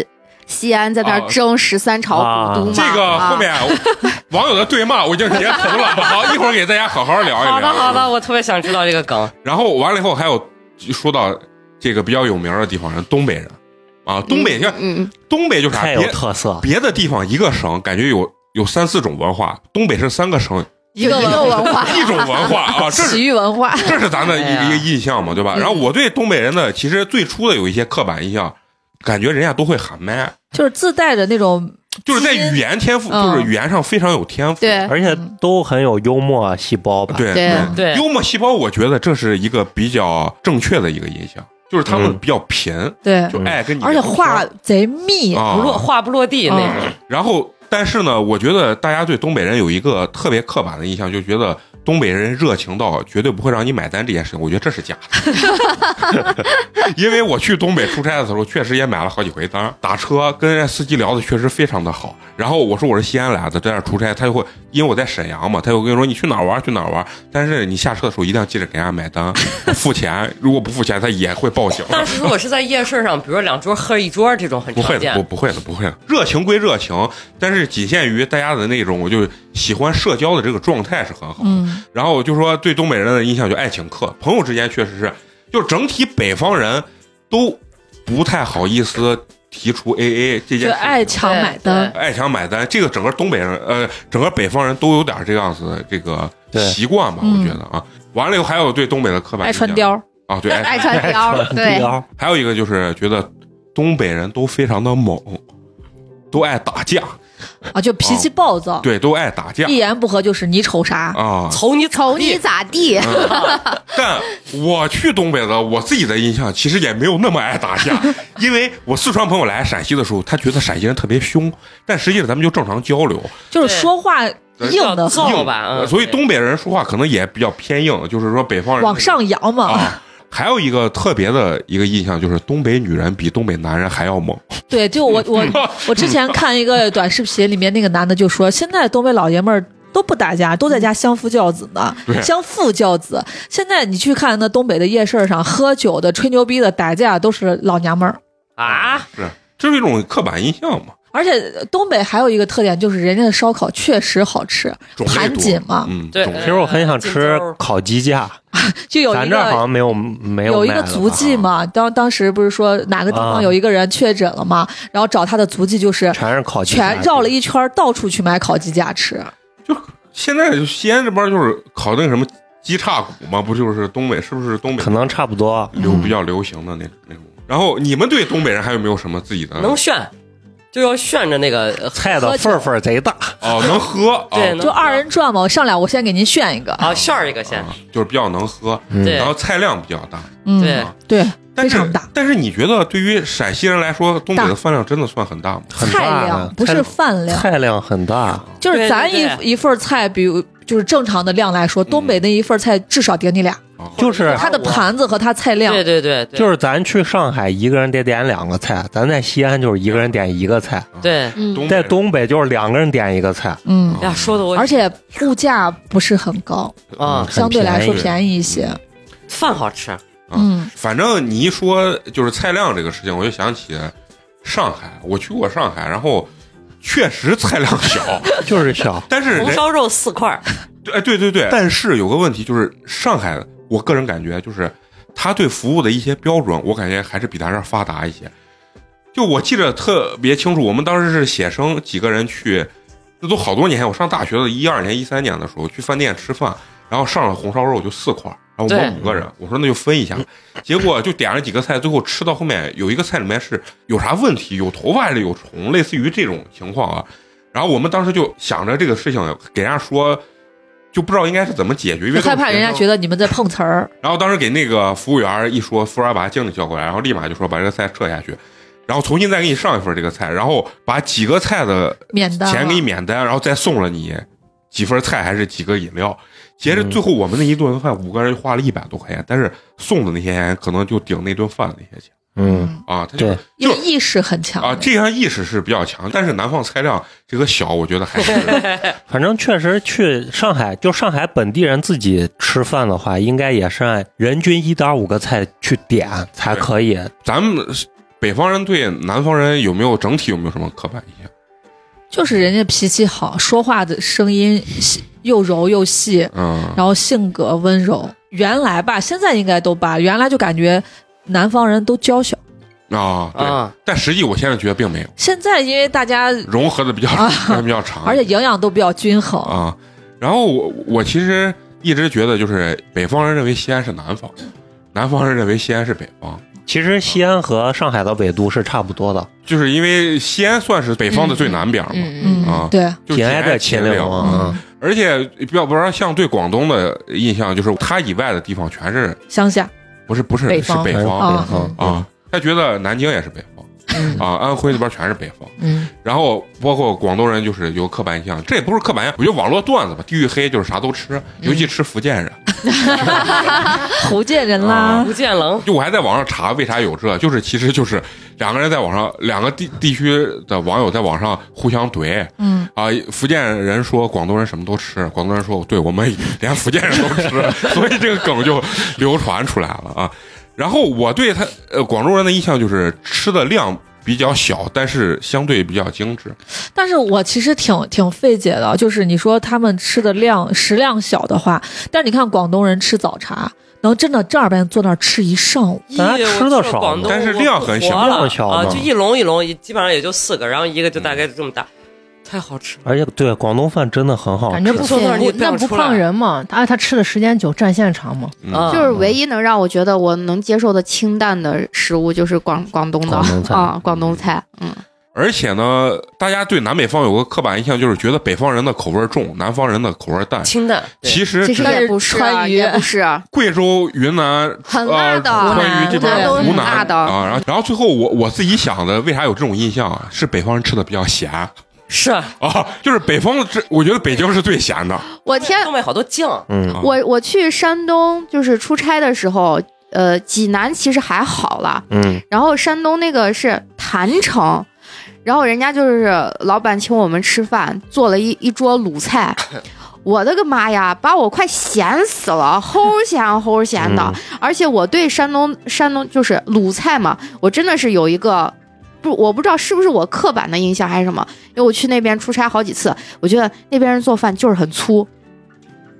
Speaker 4: 西安在那
Speaker 1: 啊
Speaker 4: 儿争十三朝古都嘛。
Speaker 1: 这个
Speaker 4: 啊
Speaker 1: 后面网友的对骂我已经截图了，好，一会儿给大家好好聊一聊。啊
Speaker 2: 好的好的，。我特别想知道这个梗，
Speaker 1: 然后完了以后还有说到这个比较有名的地方人，东北人啊，东北像
Speaker 4: 嗯嗯
Speaker 1: 东北就是啥
Speaker 6: 太有
Speaker 1: 别
Speaker 6: 特色，
Speaker 1: 别的地方一个省感觉有有三四种文化，东北是三个省
Speaker 5: 一 个
Speaker 4: 一个文化
Speaker 1: 一种文化啊，这
Speaker 5: 洗
Speaker 1: 是
Speaker 5: 浴文化。
Speaker 1: 这是咱的一
Speaker 2: 哎
Speaker 1: 个
Speaker 2: 呀
Speaker 1: 一个印象嘛，对
Speaker 5: 嗯
Speaker 1: 吧？然后我对东北人的其实最初的有一些刻板印象，感觉人家都会喊麦，
Speaker 5: 就是自带着那种
Speaker 1: 就是在
Speaker 5: 基因
Speaker 1: 语言天赋，就
Speaker 5: 嗯
Speaker 1: 是语言上非常有天赋。
Speaker 4: 对，
Speaker 6: 而且都很有幽默细胞吧？
Speaker 1: 对
Speaker 4: 对
Speaker 2: 对
Speaker 1: 幽默细胞，我觉得这是一个比较正确的一个印象，就是他们比较贫，
Speaker 5: 对，
Speaker 1: 就爱嗯哎跟你
Speaker 5: 而且
Speaker 1: 聊天
Speaker 5: 话贼密，
Speaker 1: 啊
Speaker 2: 不落话不落地那
Speaker 5: 嗯
Speaker 2: 种，
Speaker 1: 然后，但是呢，我觉得大家对东北人有一个特别刻板的印象，就觉得东北人热情到绝对不会让你买单这件事情，我觉得这是假的。因为我去东北出差的时候，确实也买了好几回单，打车跟人家司机聊的确实非常的好。然后我说我是西安来的，在那儿出差，他就会因为我在沈阳嘛，他就跟我说你去哪儿玩去哪儿玩，但是你下车的时候一定要记得给人家买单，付钱，如果不付钱他也会报警。
Speaker 2: 但是如果是在夜市上，比如说两桌喝一桌这种很
Speaker 1: 不会
Speaker 2: 常
Speaker 1: 的，
Speaker 2: 见
Speaker 1: 不，不会的，不会的。热情归热情，但是仅限于大家的那种，我就喜欢社交的这个状态是很好。
Speaker 5: 嗯，
Speaker 1: 然后我就说对东北人的印象就爱请客，朋友之间确实是，就整体北方人都不太好意思提出 AA 这件事情
Speaker 5: 就爱抢
Speaker 2: 对
Speaker 5: 买单。
Speaker 1: 爱抢买单，这个整个东北人呃，整个北方人都有点这样子的这个
Speaker 6: 对
Speaker 1: 习惯吧，我
Speaker 5: 嗯
Speaker 1: 觉得啊。完了以后还有对东北的刻板
Speaker 5: 爱
Speaker 1: 印象
Speaker 5: 穿貂儿，
Speaker 1: 啊，对，爱
Speaker 4: 爱穿貂儿，对，
Speaker 6: 貂
Speaker 1: 还有一个就是觉得东北人都非常的猛，都爱打架，
Speaker 5: 啊，就脾气暴躁，
Speaker 1: 哦对，都爱打
Speaker 2: 哎
Speaker 1: 架
Speaker 5: 一言不合就是你瞅啥，
Speaker 1: 啊。
Speaker 2: 瞅你
Speaker 4: 瞅你咋地？
Speaker 1: 嗯但我去东北的，我自己的印象其实也没有那么爱打 架，因为我四川朋友来陕西的时候，他觉得陕西人特别凶，但实际上咱们就正常交流，
Speaker 5: 就是说话
Speaker 1: 对
Speaker 5: 硬的
Speaker 2: 造
Speaker 1: 硬
Speaker 2: 吧嗯
Speaker 1: 所以东北人说话可能也比较偏硬，就是说北方人
Speaker 5: 往上扬嘛。
Speaker 1: 啊。还有一个特别的一个印象就是东北女人比东北男人还要猛，
Speaker 5: 对，就我
Speaker 1: 嗯
Speaker 5: 我我之前看一个短视频，里面那个男的就说，现在东北老爷们儿。都不打架，都在家相夫教子呢
Speaker 1: 对，
Speaker 5: 相夫教子。现在你去看那东北的夜市上，喝酒的、吹牛逼的、打架都是老娘们儿。
Speaker 2: 啊，
Speaker 1: 是这是一种刻板印象嘛？
Speaker 5: 而且东北还有一个特点就是，人家的烧烤确实好吃，
Speaker 1: 种类
Speaker 5: 盘
Speaker 1: 多
Speaker 5: 锦嘛，
Speaker 1: 嗯，
Speaker 2: 对
Speaker 1: 种类
Speaker 6: 其实我很想吃
Speaker 2: 金州
Speaker 6: 烤鸡架，
Speaker 5: 就有一
Speaker 6: 咱这儿好
Speaker 5: 个
Speaker 6: 像没有没有
Speaker 5: 一
Speaker 6: 卖
Speaker 5: 个
Speaker 6: 的
Speaker 5: 足
Speaker 6: 吧
Speaker 5: 迹嘛。当当时不是说哪个地
Speaker 6: 啊
Speaker 5: 方有一个人确诊了嘛，然后找他的足迹就是
Speaker 6: 全是烤鸡架，
Speaker 5: 全绕了一圈儿，到处去买烤鸡架吃。
Speaker 1: 现在就西安这边就是烤那个什么鸡叉骨嘛，不就是东北是不是东北
Speaker 6: 可能嗯差不多。
Speaker 1: 流比较流行的那那种？然后你们对东北人还有没有什么自己的
Speaker 2: 能炫，就要炫着那个呃
Speaker 6: 菜的份儿份儿贼大，
Speaker 1: 哦，能喝，啊
Speaker 2: 对能
Speaker 5: 就二人转嘛，我上来我先给您炫一个，
Speaker 2: 啊炫儿一个先
Speaker 1: 啊，就是比较能喝，
Speaker 6: 嗯
Speaker 2: 对
Speaker 1: 然后菜量比较大。
Speaker 5: 嗯，
Speaker 2: 对
Speaker 5: 对，
Speaker 1: 但
Speaker 5: 非
Speaker 1: 是
Speaker 5: 常大，
Speaker 1: 但是你觉得对于陕西人来说，东北的饭量真的算很大吗？
Speaker 6: 很
Speaker 5: 菜
Speaker 6: 大
Speaker 5: 量
Speaker 6: 的
Speaker 5: 不是
Speaker 6: 菜
Speaker 5: 饭量，
Speaker 6: 菜量很大，
Speaker 5: 就是咱
Speaker 2: 对
Speaker 5: 一
Speaker 2: 对对
Speaker 5: 一份菜，比如就是正常的量来说，东
Speaker 1: 嗯
Speaker 5: 北那一份菜至少顶你俩，
Speaker 1: 啊
Speaker 6: 就是
Speaker 5: 它的盘子和它菜量
Speaker 2: 对对对，对
Speaker 6: 就是咱去上海一个人得点两个菜，咱在西安就是一个人点一个菜，
Speaker 2: 对哎
Speaker 4: 嗯，
Speaker 1: 东北
Speaker 6: 在
Speaker 1: 人
Speaker 6: 东北就是两个人点一个菜，
Speaker 5: 嗯，
Speaker 2: 呀，说的我
Speaker 5: 而且物价不是很高，
Speaker 2: 啊
Speaker 6: 嗯，
Speaker 5: 相对来说
Speaker 6: 很
Speaker 5: 便宜一些，
Speaker 2: 饭好吃，
Speaker 5: 嗯，
Speaker 1: 反正你一说就是菜量这个事情，我就想起上海，我去过上海，然后确实菜量小，
Speaker 6: 就是小，
Speaker 1: 但是
Speaker 2: 红
Speaker 1: 人
Speaker 2: 烧肉四块儿，
Speaker 1: 哎对对对，但是有个问题就是上海，我个人感觉就是他对服务的一些标准，我感觉还是比咱这儿发达一些。就我记得特别清楚，我们当时是写生几个人去，那都好多年前，我上大学的一二年、一三年的时候去饭店吃饭，然后上了红烧肉就四块儿，然后我
Speaker 2: 对
Speaker 1: 们五个人，我说那就分一下，结果就点了几个菜，最后吃到后面有一个菜里面是有啥问题，有头发还是有虫，类似于这种情况啊。然后我们当时就想着这个事情给人家说，就不知道应该是怎么解决，嗯因为
Speaker 5: 就害怕人家
Speaker 1: 觉得。
Speaker 5: 觉得你们在碰瓷儿，
Speaker 1: 然后当时给那个服务员一说，服务员把经理叫过来，然后立马就说把这个菜撤下去，然后重新再给你上一份这个菜，然后把几个菜的
Speaker 5: 免单啊
Speaker 1: 钱
Speaker 5: 了
Speaker 1: 给你免单，然后再送了你几份菜还是几个饮料。其实
Speaker 6: 嗯
Speaker 1: 最后我们那一顿饭五个人花了一百多块钱，但是送的那些钱可能就顶那顿饭的那些钱
Speaker 6: 嗯，
Speaker 1: 啊。他就
Speaker 6: 对
Speaker 5: 因
Speaker 1: 就
Speaker 5: 为意识很强
Speaker 1: 啊，这样意识是比较强，但是南方菜量这个小，我觉得还是
Speaker 6: 反正确实去上海，就上海本地人自己吃饭的话，应该也是按人均一点五个菜去点才可以。
Speaker 1: 咱们北方人对南方人有没有整体有没有什么刻板印象？
Speaker 5: 就是人家脾气好，说话的声音细又柔又细，
Speaker 1: 嗯，
Speaker 5: 然后性格温柔。原来吧，现在应该都吧，原来就感觉南方人都娇小，
Speaker 1: 啊，对，
Speaker 2: 啊
Speaker 1: 但实际我现在觉得并没有。
Speaker 5: 现在因为大家
Speaker 1: 融合的比较、
Speaker 5: 啊
Speaker 1: 时间比较长，
Speaker 5: 而且营养都比较均衡，
Speaker 1: 啊。然后我我其实一直觉得，就是北方人认为西安是南方，南方人认为西安是北方，
Speaker 6: 其实西安和上海的纬度是差不多的，
Speaker 1: 就是因为西安算是北方的最南边嘛，
Speaker 4: 嗯嗯，
Speaker 5: 嗯，
Speaker 1: 啊
Speaker 5: 对，
Speaker 1: 就
Speaker 6: 紧挨
Speaker 1: 挨
Speaker 6: 着
Speaker 1: 秦
Speaker 6: 秦岭
Speaker 1: 岭
Speaker 6: 啊。
Speaker 1: 而且要不然像对广东的印象，就是它以外的地方全是
Speaker 5: 乡下
Speaker 1: 不是不是
Speaker 3: 北
Speaker 1: 是
Speaker 3: 方哦
Speaker 1: 北
Speaker 6: 北
Speaker 1: 方
Speaker 5: 啊
Speaker 6: 方
Speaker 1: 啊，他觉得南京也是北方。啊，安徽那边全是北方，
Speaker 3: 嗯，
Speaker 1: 然后包括广东人就是有刻板印象，这也不是刻板印象，我觉得网络段子吧，地域黑就是啥都
Speaker 3: 嗯
Speaker 1: 吃，尤其吃福建人，
Speaker 5: 福建人啦
Speaker 1: 啊
Speaker 2: 福，建冷
Speaker 1: 就我还在网上查为啥有这，就是其实就是两个人在网上，两个地地区的网友在网上互相怼
Speaker 5: 嗯，
Speaker 1: 啊、福建人说广东人什么都吃，广东人说对我们连福建人都 吃，所以这个梗就流传出来了啊。然后我对他呃广州人的印象就是吃的量比较小，但是相对比较精致。
Speaker 5: 但是我其实挺挺费解的，就是你说他们吃的量食量小的话，但是你看广东人吃早茶，能真的正儿八经坐那儿吃一上午，
Speaker 2: 咦
Speaker 6: 咱吃
Speaker 2: 我去
Speaker 6: 得
Speaker 2: 了
Speaker 6: 少
Speaker 2: 哎广东
Speaker 1: 但是
Speaker 2: 我
Speaker 1: 量
Speaker 2: 不
Speaker 1: 很
Speaker 2: 活
Speaker 1: 小
Speaker 2: 了
Speaker 6: 量小嗯
Speaker 2: 啊，
Speaker 6: 嘛
Speaker 2: 就一笼一笼，基本上也就四个，然后一个就大概这么大，太好吃了。
Speaker 6: 而且对广东饭真的很好
Speaker 3: 感觉不
Speaker 2: 坐那儿你也不
Speaker 3: 不那
Speaker 2: 想
Speaker 3: 不
Speaker 2: 出来
Speaker 3: 胖人嘛，他他吃的时间久，占线长嘛。
Speaker 1: 嗯
Speaker 2: 啊
Speaker 4: 就是唯一能让我觉得我能接受的清淡的食物就是广广东的
Speaker 6: 广东菜
Speaker 4: 啊，广东菜，嗯，
Speaker 1: 而且呢，大家对南北方有个刻板印象，就是觉得北方人的口味重，南方人的口味淡。
Speaker 2: 清淡，对
Speaker 1: 其实
Speaker 4: 其实
Speaker 1: 这
Speaker 4: 也不是啊，
Speaker 5: 川渝
Speaker 4: 也不是啊，
Speaker 1: 贵州、云南、
Speaker 4: 很
Speaker 1: 呃
Speaker 4: 辣的
Speaker 1: 川渝这边
Speaker 4: 湖南
Speaker 1: 湖
Speaker 4: 都很辣的
Speaker 1: 啊，然后然后最后我我自己想的，为啥有这种印象啊？是北方人吃的比较咸啊，
Speaker 2: 是
Speaker 1: 就是北方的这，我觉得北京是最咸的。
Speaker 4: 我天，
Speaker 2: 东北好多酱，
Speaker 1: 啊
Speaker 6: 嗯，
Speaker 4: 我我去山东就是出差的时候，呃，济南其实还好了，
Speaker 6: 嗯，
Speaker 4: 然后山东那个是坛城，然后人家就是老板请我们吃饭，做了一一桌鲁菜。我的个妈呀，把我快咸死了，齁咸齁咸的。而且我对山东山东就是鲁菜嘛，我真的是有一个不，我不知道是不是我刻板的印象还是什么，因为我去那边出差好几次，我觉得那边人做饭就是很粗，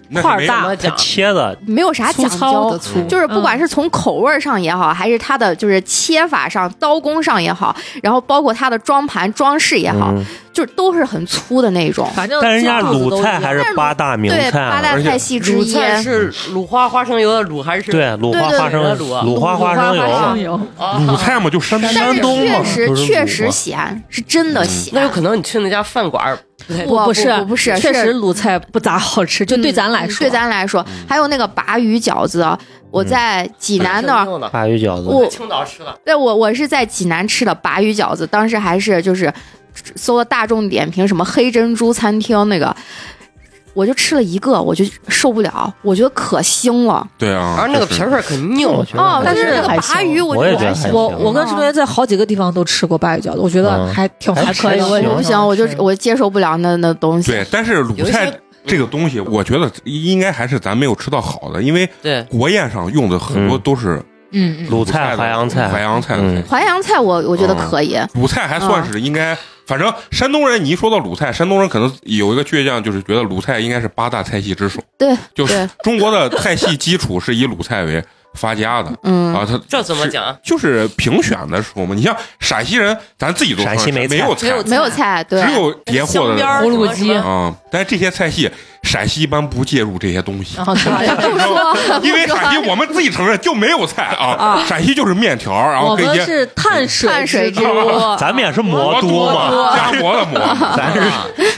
Speaker 1: 那
Speaker 5: 块
Speaker 1: 是没有
Speaker 2: 怎
Speaker 5: 儿大
Speaker 2: 么，
Speaker 6: 它
Speaker 2: 讲？
Speaker 6: 切的
Speaker 4: 没有啥
Speaker 5: 粗
Speaker 4: 讲
Speaker 5: 糙嗯的
Speaker 4: 究。
Speaker 5: 粗，
Speaker 4: 就是不管
Speaker 5: 嗯
Speaker 4: 是从口味儿上也好，还是它的就是切法上、刀工上也好，然后包括它的装盘装饰也好，
Speaker 6: 嗯
Speaker 4: 就是都是很粗的那种。
Speaker 5: 反正
Speaker 6: 但人家
Speaker 5: 进肚子都
Speaker 6: 鲁
Speaker 5: 一
Speaker 6: 菜
Speaker 5: 样
Speaker 6: 还是八大名
Speaker 4: 对，
Speaker 6: 菜
Speaker 4: 八
Speaker 6: 啊，
Speaker 4: 大
Speaker 1: 而且
Speaker 4: 菜系之
Speaker 2: 鲁
Speaker 4: 一。
Speaker 2: 菜是鲁花花生油的鲁还是
Speaker 6: 对鲁花
Speaker 4: 对
Speaker 6: 花
Speaker 2: 对
Speaker 6: 生
Speaker 2: 对对
Speaker 6: 鲁花花生
Speaker 5: 鲁花花
Speaker 6: 油
Speaker 5: 生，油，
Speaker 2: 啊
Speaker 1: 鲁菜嘛，就山
Speaker 4: 但
Speaker 1: 山
Speaker 4: 是
Speaker 1: 东嘛
Speaker 4: 确，实
Speaker 6: 就是
Speaker 4: 确
Speaker 6: 鲁
Speaker 4: 实
Speaker 6: 嘛
Speaker 4: 咸，是真的咸。
Speaker 2: 那有可能你去那家饭馆儿不太
Speaker 4: 我
Speaker 5: 不
Speaker 4: 不
Speaker 5: 是
Speaker 4: 不是
Speaker 5: 确
Speaker 4: 是嗯
Speaker 5: 实鲁菜不咋好吃，就对咱来说，
Speaker 4: 对咱来说，还有那个鲅鱼饺子，我在济南那儿，
Speaker 5: 嗯
Speaker 2: 挺牛的
Speaker 6: 鲅鱼饺子。
Speaker 4: 我
Speaker 2: 在青岛吃的，
Speaker 4: 对我我是在济南吃的鲅鱼饺子，当时还是就是搜了大众点评什么黑珍珠餐厅那个，我就吃了一个，我就受不了，我觉得可腥了。
Speaker 1: 对啊，
Speaker 2: 然后那
Speaker 1: 就
Speaker 2: 个皮
Speaker 1: 是
Speaker 2: 儿皮儿很硬
Speaker 6: 我，觉得
Speaker 4: 哦，
Speaker 6: 还
Speaker 4: 但是
Speaker 5: 但
Speaker 4: 那
Speaker 5: 是
Speaker 4: 个
Speaker 5: 还
Speaker 4: 鲅鱼，
Speaker 6: 我也
Speaker 4: 觉
Speaker 6: 觉得还
Speaker 5: 我
Speaker 6: 行
Speaker 5: 我跟同学在好几个地方都吃过鲅鱼饺子，我觉得
Speaker 6: 嗯
Speaker 5: 还挺好
Speaker 6: 还
Speaker 5: 吃的。
Speaker 6: 行
Speaker 5: 我
Speaker 1: 哦
Speaker 4: 我不行，我就我接受不了那那东西。
Speaker 1: 对，但是鲁
Speaker 2: 有一
Speaker 1: 菜
Speaker 2: 些
Speaker 1: 这个东西，我觉得应该还是咱没有吃到好的，因为
Speaker 2: 对，
Speaker 1: 国宴上用的很多
Speaker 6: 嗯
Speaker 1: 都是
Speaker 3: 嗯嗯，
Speaker 6: 鲁
Speaker 1: 菜
Speaker 6: 菜、
Speaker 1: 的
Speaker 6: 淮扬菜、
Speaker 1: 淮扬菜的菜
Speaker 6: 嗯
Speaker 1: 系。
Speaker 4: 淮扬菜我我觉得
Speaker 1: 嗯
Speaker 4: 可以，
Speaker 1: 鲁菜还算是应该，反正山东人，你一说到鲁菜，山东人可能有一个倔强，就是觉得鲁菜应该是八大菜系之首，
Speaker 4: 对，
Speaker 1: 就是
Speaker 4: 对
Speaker 1: 中国的菜系基础是以鲁菜为发家的
Speaker 4: 嗯
Speaker 1: 啊。他
Speaker 2: 这怎么
Speaker 1: 是？
Speaker 2: 讲？
Speaker 1: 就是评选的时候嘛，你像陕西人，咱自己都
Speaker 6: 陕西
Speaker 1: 说
Speaker 6: 没
Speaker 1: 没
Speaker 6: 菜
Speaker 1: 有菜，
Speaker 4: 没有菜，对，
Speaker 1: 只有别
Speaker 2: 香
Speaker 1: 货的
Speaker 2: 边儿
Speaker 5: 葫芦鸡
Speaker 2: 什么什么
Speaker 1: 啊、但是这些菜系，陕西一般不介入这些东西，
Speaker 3: 然后 是吧
Speaker 4: 不说，
Speaker 1: 因为
Speaker 4: 不说
Speaker 1: 陕西我们自己承认就没有菜啊，陕西就是面条，然后
Speaker 5: 我
Speaker 1: 跟一
Speaker 5: 们
Speaker 1: 些
Speaker 5: 是碳水
Speaker 4: 碳水
Speaker 5: 之
Speaker 4: 之
Speaker 5: 都
Speaker 4: 都
Speaker 6: 咱们也是魔
Speaker 1: 馍
Speaker 6: 都嘛，
Speaker 1: 嘛，夹馍的馍， 咱是。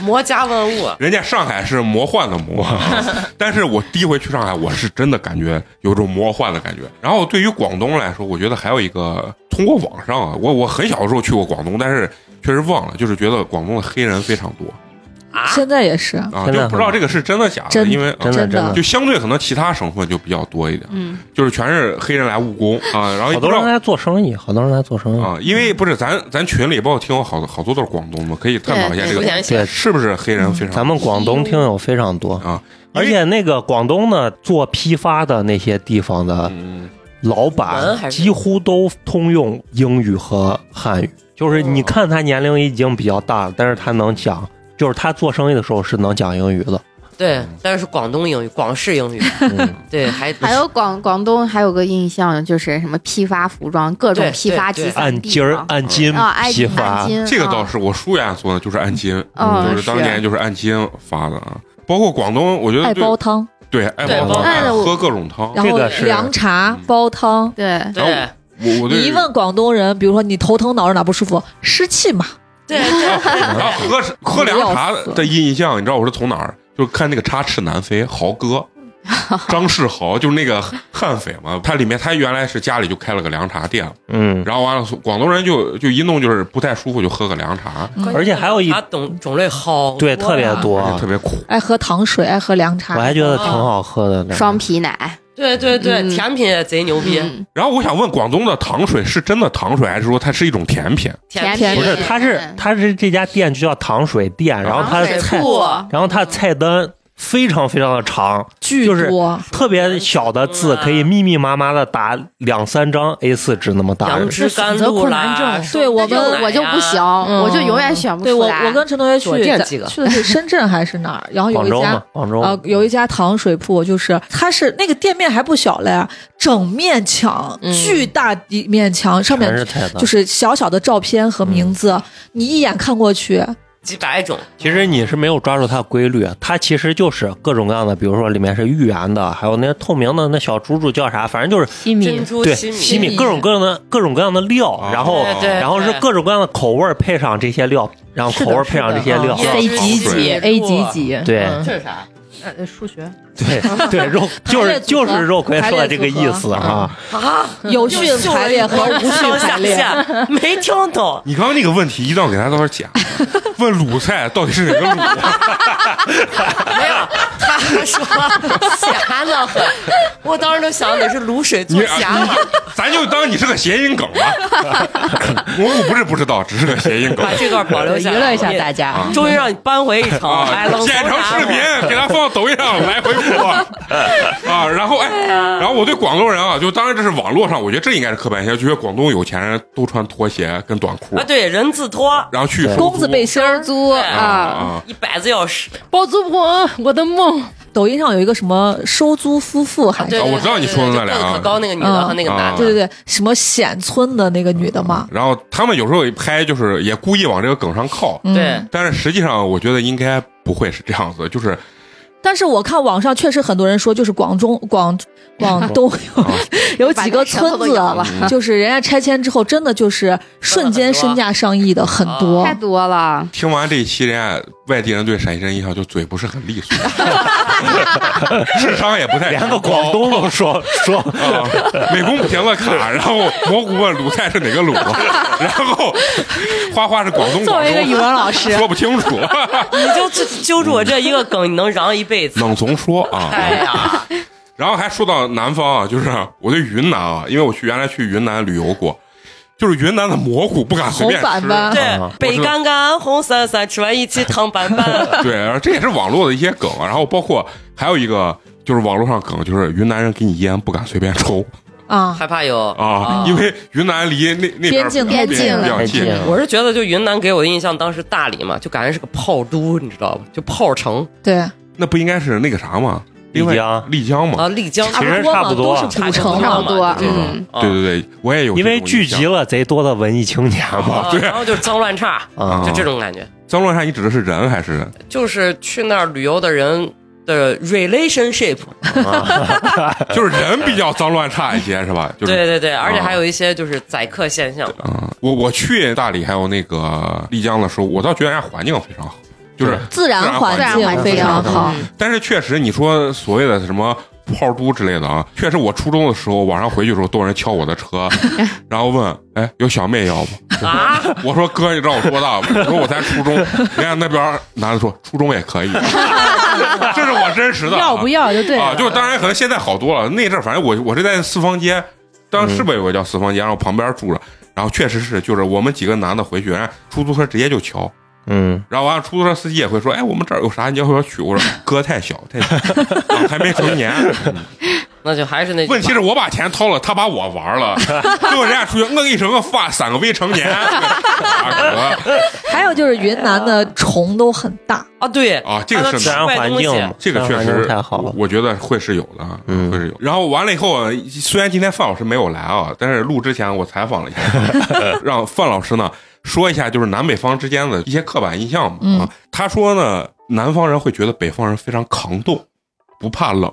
Speaker 2: 魔家万物，
Speaker 1: 人家上海是魔幻的魔， 但是我第一回去上海，我是真的感觉有种魔幻的感觉。然后对于广东来说，我觉得还有一个，通过网上啊，我我很小的时候去过广东，但是确实忘了，就是觉得广东的黑人非常多
Speaker 5: 现在也是，
Speaker 1: 啊，
Speaker 6: 真的
Speaker 1: 就不知道这个是真的假的，
Speaker 5: 真的
Speaker 1: 因为、啊
Speaker 6: 真的
Speaker 5: 真的
Speaker 1: 就相对可能其他省份就比较多一点，
Speaker 4: 嗯，
Speaker 1: 就是全是黑人来务工啊，然后也
Speaker 6: 好
Speaker 1: 不
Speaker 6: 多
Speaker 1: 知
Speaker 6: 人
Speaker 1: 道
Speaker 6: 在做生意，好多人在做生意。
Speaker 1: 啊，因为不是咱咱群里包括听友好多好多都是广东的，可以探讨一下这
Speaker 2: 福
Speaker 1: 个
Speaker 2: 建
Speaker 6: 对，嗯
Speaker 1: 是不是黑人非常
Speaker 6: 咱们广东听友非常多，
Speaker 1: 啊，因
Speaker 6: 而
Speaker 1: 为
Speaker 6: 且那个广东呢，做批发的那些地方的
Speaker 1: 嗯。
Speaker 6: 老
Speaker 2: 文
Speaker 6: 板
Speaker 2: 还是
Speaker 6: 几乎都通用英语和汉语，就是你看他年龄已经比较大了，但是他能讲，就是他做生意的时候是能讲英语的。
Speaker 2: 对，但是广东英语、广式英语，
Speaker 6: 嗯
Speaker 2: 对，还
Speaker 4: 还有广广东还有个印象就是什么批发服装，各种
Speaker 2: 对
Speaker 4: 批发集
Speaker 2: 对
Speaker 4: 散
Speaker 6: 按
Speaker 4: 地
Speaker 6: 斤儿
Speaker 4: 方
Speaker 6: 按斤
Speaker 4: 啊，按
Speaker 6: 批
Speaker 4: 按
Speaker 6: 发，
Speaker 4: 斤，
Speaker 1: 这个倒
Speaker 5: 嗯
Speaker 4: 啊
Speaker 1: 是我叔原做的，就是按斤，
Speaker 5: 哦
Speaker 4: 嗯
Speaker 1: 就是当年就是按斤发的啊。包括广东，我觉得
Speaker 5: 爱
Speaker 1: 对嗯
Speaker 5: 煲汤，
Speaker 1: 对爱
Speaker 2: 对
Speaker 1: 煲汤，
Speaker 2: 煲
Speaker 1: 爱
Speaker 4: 汤
Speaker 1: 喝各种汤。
Speaker 5: 然后
Speaker 6: 这个是嗯
Speaker 5: 凉茶、煲汤。
Speaker 4: 对
Speaker 2: 对
Speaker 1: 我我对
Speaker 5: 你一问广东人，比如说你头疼脑热哪不舒服，湿气嘛，
Speaker 2: 对
Speaker 1: 然后喝喝凉茶
Speaker 5: 我要死
Speaker 1: 的印象，你知道我是从哪儿？就是看那个《插翅难飞》，豪 哥，张世豪，就是那个悍匪嘛。他里面他原来是家里就开了个凉茶店，
Speaker 6: 嗯，
Speaker 1: 然后完了广东人就就一弄就是不太舒服就喝个凉茶，
Speaker 5: 嗯
Speaker 6: 而且还有一
Speaker 2: 它种种类好
Speaker 6: 对
Speaker 2: 多
Speaker 6: 特
Speaker 2: 呀
Speaker 6: 别多，
Speaker 1: 而且特别苦。
Speaker 5: 爱喝糖水，爱喝凉
Speaker 6: 我
Speaker 5: 茶。
Speaker 6: 还觉得挺好喝的呢。
Speaker 4: 双皮奶，
Speaker 2: 对对对，
Speaker 4: 嗯
Speaker 2: 甜品也贼牛逼，
Speaker 4: 嗯
Speaker 1: 然后我想问，广东的糖水是真的糖水，还是说它是一种甜品？
Speaker 2: 甜
Speaker 4: 甜
Speaker 6: 不
Speaker 4: 品
Speaker 6: 是，他是他是这家店就叫糖水店，然后他
Speaker 4: 糖
Speaker 6: 的
Speaker 4: 水
Speaker 6: 菜
Speaker 4: 铺，
Speaker 6: 然后它菜单非常非常的长，
Speaker 5: 巨
Speaker 6: 就是
Speaker 5: 多，
Speaker 6: 特别小的字可以密密麻麻的打两三张 A4 纸那么大。
Speaker 2: 杨枝甘露啦，
Speaker 5: 对我
Speaker 4: 就
Speaker 5: 们
Speaker 4: 我就不行，，我就永远选不
Speaker 5: 对
Speaker 4: 出
Speaker 5: 我
Speaker 4: 来。
Speaker 5: 我跟陈同学
Speaker 2: 左
Speaker 5: 去
Speaker 2: 店
Speaker 5: 咱
Speaker 2: 几个
Speaker 5: 去的是深圳还是哪儿？然后有
Speaker 6: 广
Speaker 5: 一
Speaker 6: 州
Speaker 5: 家
Speaker 6: 嘛，广州
Speaker 5: 啊，有一家糖水铺，就是它是那个店面还不小嘞，整面墙，
Speaker 2: 嗯
Speaker 5: 巨大一面墙，上
Speaker 6: 全是
Speaker 5: 面
Speaker 6: 菜单。
Speaker 5: 就是小小的照片和名字，你一眼看过去，
Speaker 2: 几百种，
Speaker 6: 其实你是没有抓住它的规律，它其实就是各种各样的，比如说里面是芋圆的，还有那些透明的那小珠珠叫啥，反正就是
Speaker 7: 西米
Speaker 2: 珍，珠
Speaker 6: 对
Speaker 2: 西
Speaker 6: 西米
Speaker 5: 米
Speaker 6: 各种各样的各种各样的料，
Speaker 1: 啊
Speaker 6: 然后
Speaker 2: 对对，
Speaker 6: 然后是
Speaker 2: 对
Speaker 6: 各种各样的口味儿配上这些料，然后
Speaker 7: 是
Speaker 6: 口
Speaker 7: 的
Speaker 6: 味儿配上这些
Speaker 7: 是的
Speaker 6: 料
Speaker 2: 嗯，
Speaker 7: C 几几
Speaker 2: 也是
Speaker 7: A 几几，
Speaker 6: 对
Speaker 7: 嗯
Speaker 2: 这是啥？
Speaker 3: 呃数学
Speaker 6: 对对，肉就是就是肉葵说的这个意思啊。
Speaker 5: 有序排列和无序排列，
Speaker 2: 没听懂。
Speaker 1: 你刚刚那个问题一定要给大家到时候讲，问鲁菜到底是哪个鲁？
Speaker 2: 没有，他说咸的很，我当时都想得是卤水做
Speaker 1: 你
Speaker 2: 咸
Speaker 1: 啊
Speaker 2: 了，
Speaker 1: 咱就当你是个谐音梗吧。我我不是不知道，只是个谐音梗
Speaker 2: 把这段保留
Speaker 7: 娱
Speaker 2: 下来，啊
Speaker 7: 乐一下大家。
Speaker 2: 终于让你扳回一城，
Speaker 1: 啊
Speaker 2: 哎，冷，
Speaker 1: 剪成视频给它放到抖音上来回播啊。然后哎，然后我对广东人啊，就当然这是网络上，我觉得这应该是刻板印象，就觉得广东有钱人都穿拖鞋跟短裤
Speaker 2: 啊，，对，人字拖，
Speaker 1: 然后去收
Speaker 5: 公子
Speaker 1: 租
Speaker 5: 背心儿
Speaker 2: 儿
Speaker 4: 包租
Speaker 6: 哦
Speaker 2: 对
Speaker 4: 啊，
Speaker 2: 一百个小时，
Speaker 7: 包租婆，我的梦，
Speaker 5: 抖音上有一个什么收租夫妇还是
Speaker 2: 对，
Speaker 1: 我知道你说的那俩
Speaker 2: 就个子可高那个女的
Speaker 5: 嗯
Speaker 2: 和那个男
Speaker 5: 对
Speaker 2: 的，
Speaker 5: 对对，什么显村的那个女的嘛，
Speaker 1: 然后他们有时候一拍，就是也故意往这个梗上靠，
Speaker 5: 嗯
Speaker 2: 对。
Speaker 1: 但是实际上我觉得应该不会是这样子，就是
Speaker 5: 但是我看网上确实很多人说，就是广中广广东 有有几个村
Speaker 4: 把那舌头都咬
Speaker 5: 子，就是人家拆迁之后，真的就是瞬间身价上亿的很多
Speaker 4: 太。多了。
Speaker 1: 听完这一期，人家外地人对陕西人印象就嘴不是很利索，智商也不太
Speaker 6: 连个广东都说说，
Speaker 1: 啊，美工评了卡，然后蘑菇问鲁菜是哪个鲁，然后花花是广东
Speaker 7: 作
Speaker 1: 广
Speaker 7: 为一个语
Speaker 1: 州，
Speaker 7: 文老师，
Speaker 1: 说不清楚，
Speaker 2: 你就揪揪住我这一个梗，你能嚷一辈子。
Speaker 1: 冷怂说啊。
Speaker 2: 哎呀，
Speaker 1: 然后还说到南方啊，就是我对云南啊，因为我去原来去云南旅游过，就是云南的蘑菇不敢随便
Speaker 5: 红板
Speaker 1: 吃，啊
Speaker 5: 板
Speaker 2: 对
Speaker 6: 我，
Speaker 2: 北干干，红伞伞，吃完一起汤板板。
Speaker 1: 对，然后这也是网络的一些梗啊，然后包括还有一个就是网络上梗，就是云南人给你烟不敢随便抽
Speaker 5: 啊，
Speaker 2: 害怕有。
Speaker 1: 啊，因为云南离那那边
Speaker 5: 边境
Speaker 1: 边
Speaker 4: 太近了
Speaker 1: 比较近
Speaker 6: 哦太近了
Speaker 2: 我是觉得，就云南给我的印象，当时大理嘛，就感觉是个炮都，你知道吧？就炮城
Speaker 5: 对，
Speaker 1: 那不应该是那个啥吗？
Speaker 6: 丽
Speaker 1: 另外
Speaker 6: 江
Speaker 1: 丽江嘛，
Speaker 2: 啊，丽江，
Speaker 6: 其实差不多
Speaker 5: 嘛都是古
Speaker 6: 哦
Speaker 5: 城
Speaker 4: 差
Speaker 5: 嘛
Speaker 4: 不。多，
Speaker 2: 对
Speaker 4: 嗯，
Speaker 2: 啊
Speaker 1: 对对对，我也有这
Speaker 6: 因
Speaker 1: 种印象，
Speaker 6: 为聚集了贼多的文艺青年 嘛。
Speaker 2: 啊
Speaker 1: 对
Speaker 2: 然后就是脏乱差，
Speaker 6: 啊
Speaker 2: 就这种感觉。
Speaker 1: 脏乱差，你指的是人还 是
Speaker 2: 就是去那儿旅游的人的 relationship，
Speaker 1: 就是人比较脏乱差一些是吧？就是
Speaker 2: 对对对，而且还有一些就是宰客现象，
Speaker 1: 啊，我我去大理还有那个丽江的时候，我倒觉得人家环境非常好，就是
Speaker 5: 自然环
Speaker 4: 自然环
Speaker 5: 境非
Speaker 4: 境
Speaker 5: 常
Speaker 4: 好
Speaker 5: 好。，
Speaker 1: 但是确实，你说所谓的什么炮都之类的啊，确实我初中的时候晚上回去的时候，都有人敲我的 车，然后问，哎，有小妹要不？
Speaker 2: 啊，
Speaker 1: 我说哥，你知道我多大吗？我说我才初中。人家那边男的说初中也可以， 这是我真实的啊、
Speaker 7: 要不要就对了
Speaker 1: 啊？就是当然可能现在好多了，那阵儿反正我我是在四方街，当时是不是有个叫四方街，然后旁边住着，然后确实是就是我们几个男的回去，人家出租车直接就敲，
Speaker 6: 嗯，
Speaker 1: 然后完了，出租车司机也会说：“哎，我们这儿有啥，你要不要取？”我说：“哥太小，太小，啊还没成年。
Speaker 2: 那就还是 那”句话
Speaker 1: 问题是我把钱掏了，他把我玩了，最后人家出去，嗯我给你说，我发三个未成年，啊哥
Speaker 5: 还有就是云南的虫都很大，
Speaker 2: 啊，对
Speaker 1: 啊这个
Speaker 2: 还能
Speaker 1: 是
Speaker 2: 吃
Speaker 6: 自然
Speaker 2: 坏
Speaker 6: 环
Speaker 2: 东西
Speaker 6: 境嘛，
Speaker 1: 这个
Speaker 6: 自
Speaker 1: 确
Speaker 6: 然环
Speaker 1: 实
Speaker 6: 境太好了。
Speaker 1: 我觉得会是有的，
Speaker 6: 嗯
Speaker 1: 会是有。然后完了以后，虽然今天范老师没有来啊，但是录之前我采访了一下， 让范老师呢说一下就是南北方之间的一些刻板印象嘛。
Speaker 5: 嗯
Speaker 1: 啊，他说呢，南方人会觉得北方人非常抗冻，不怕冷。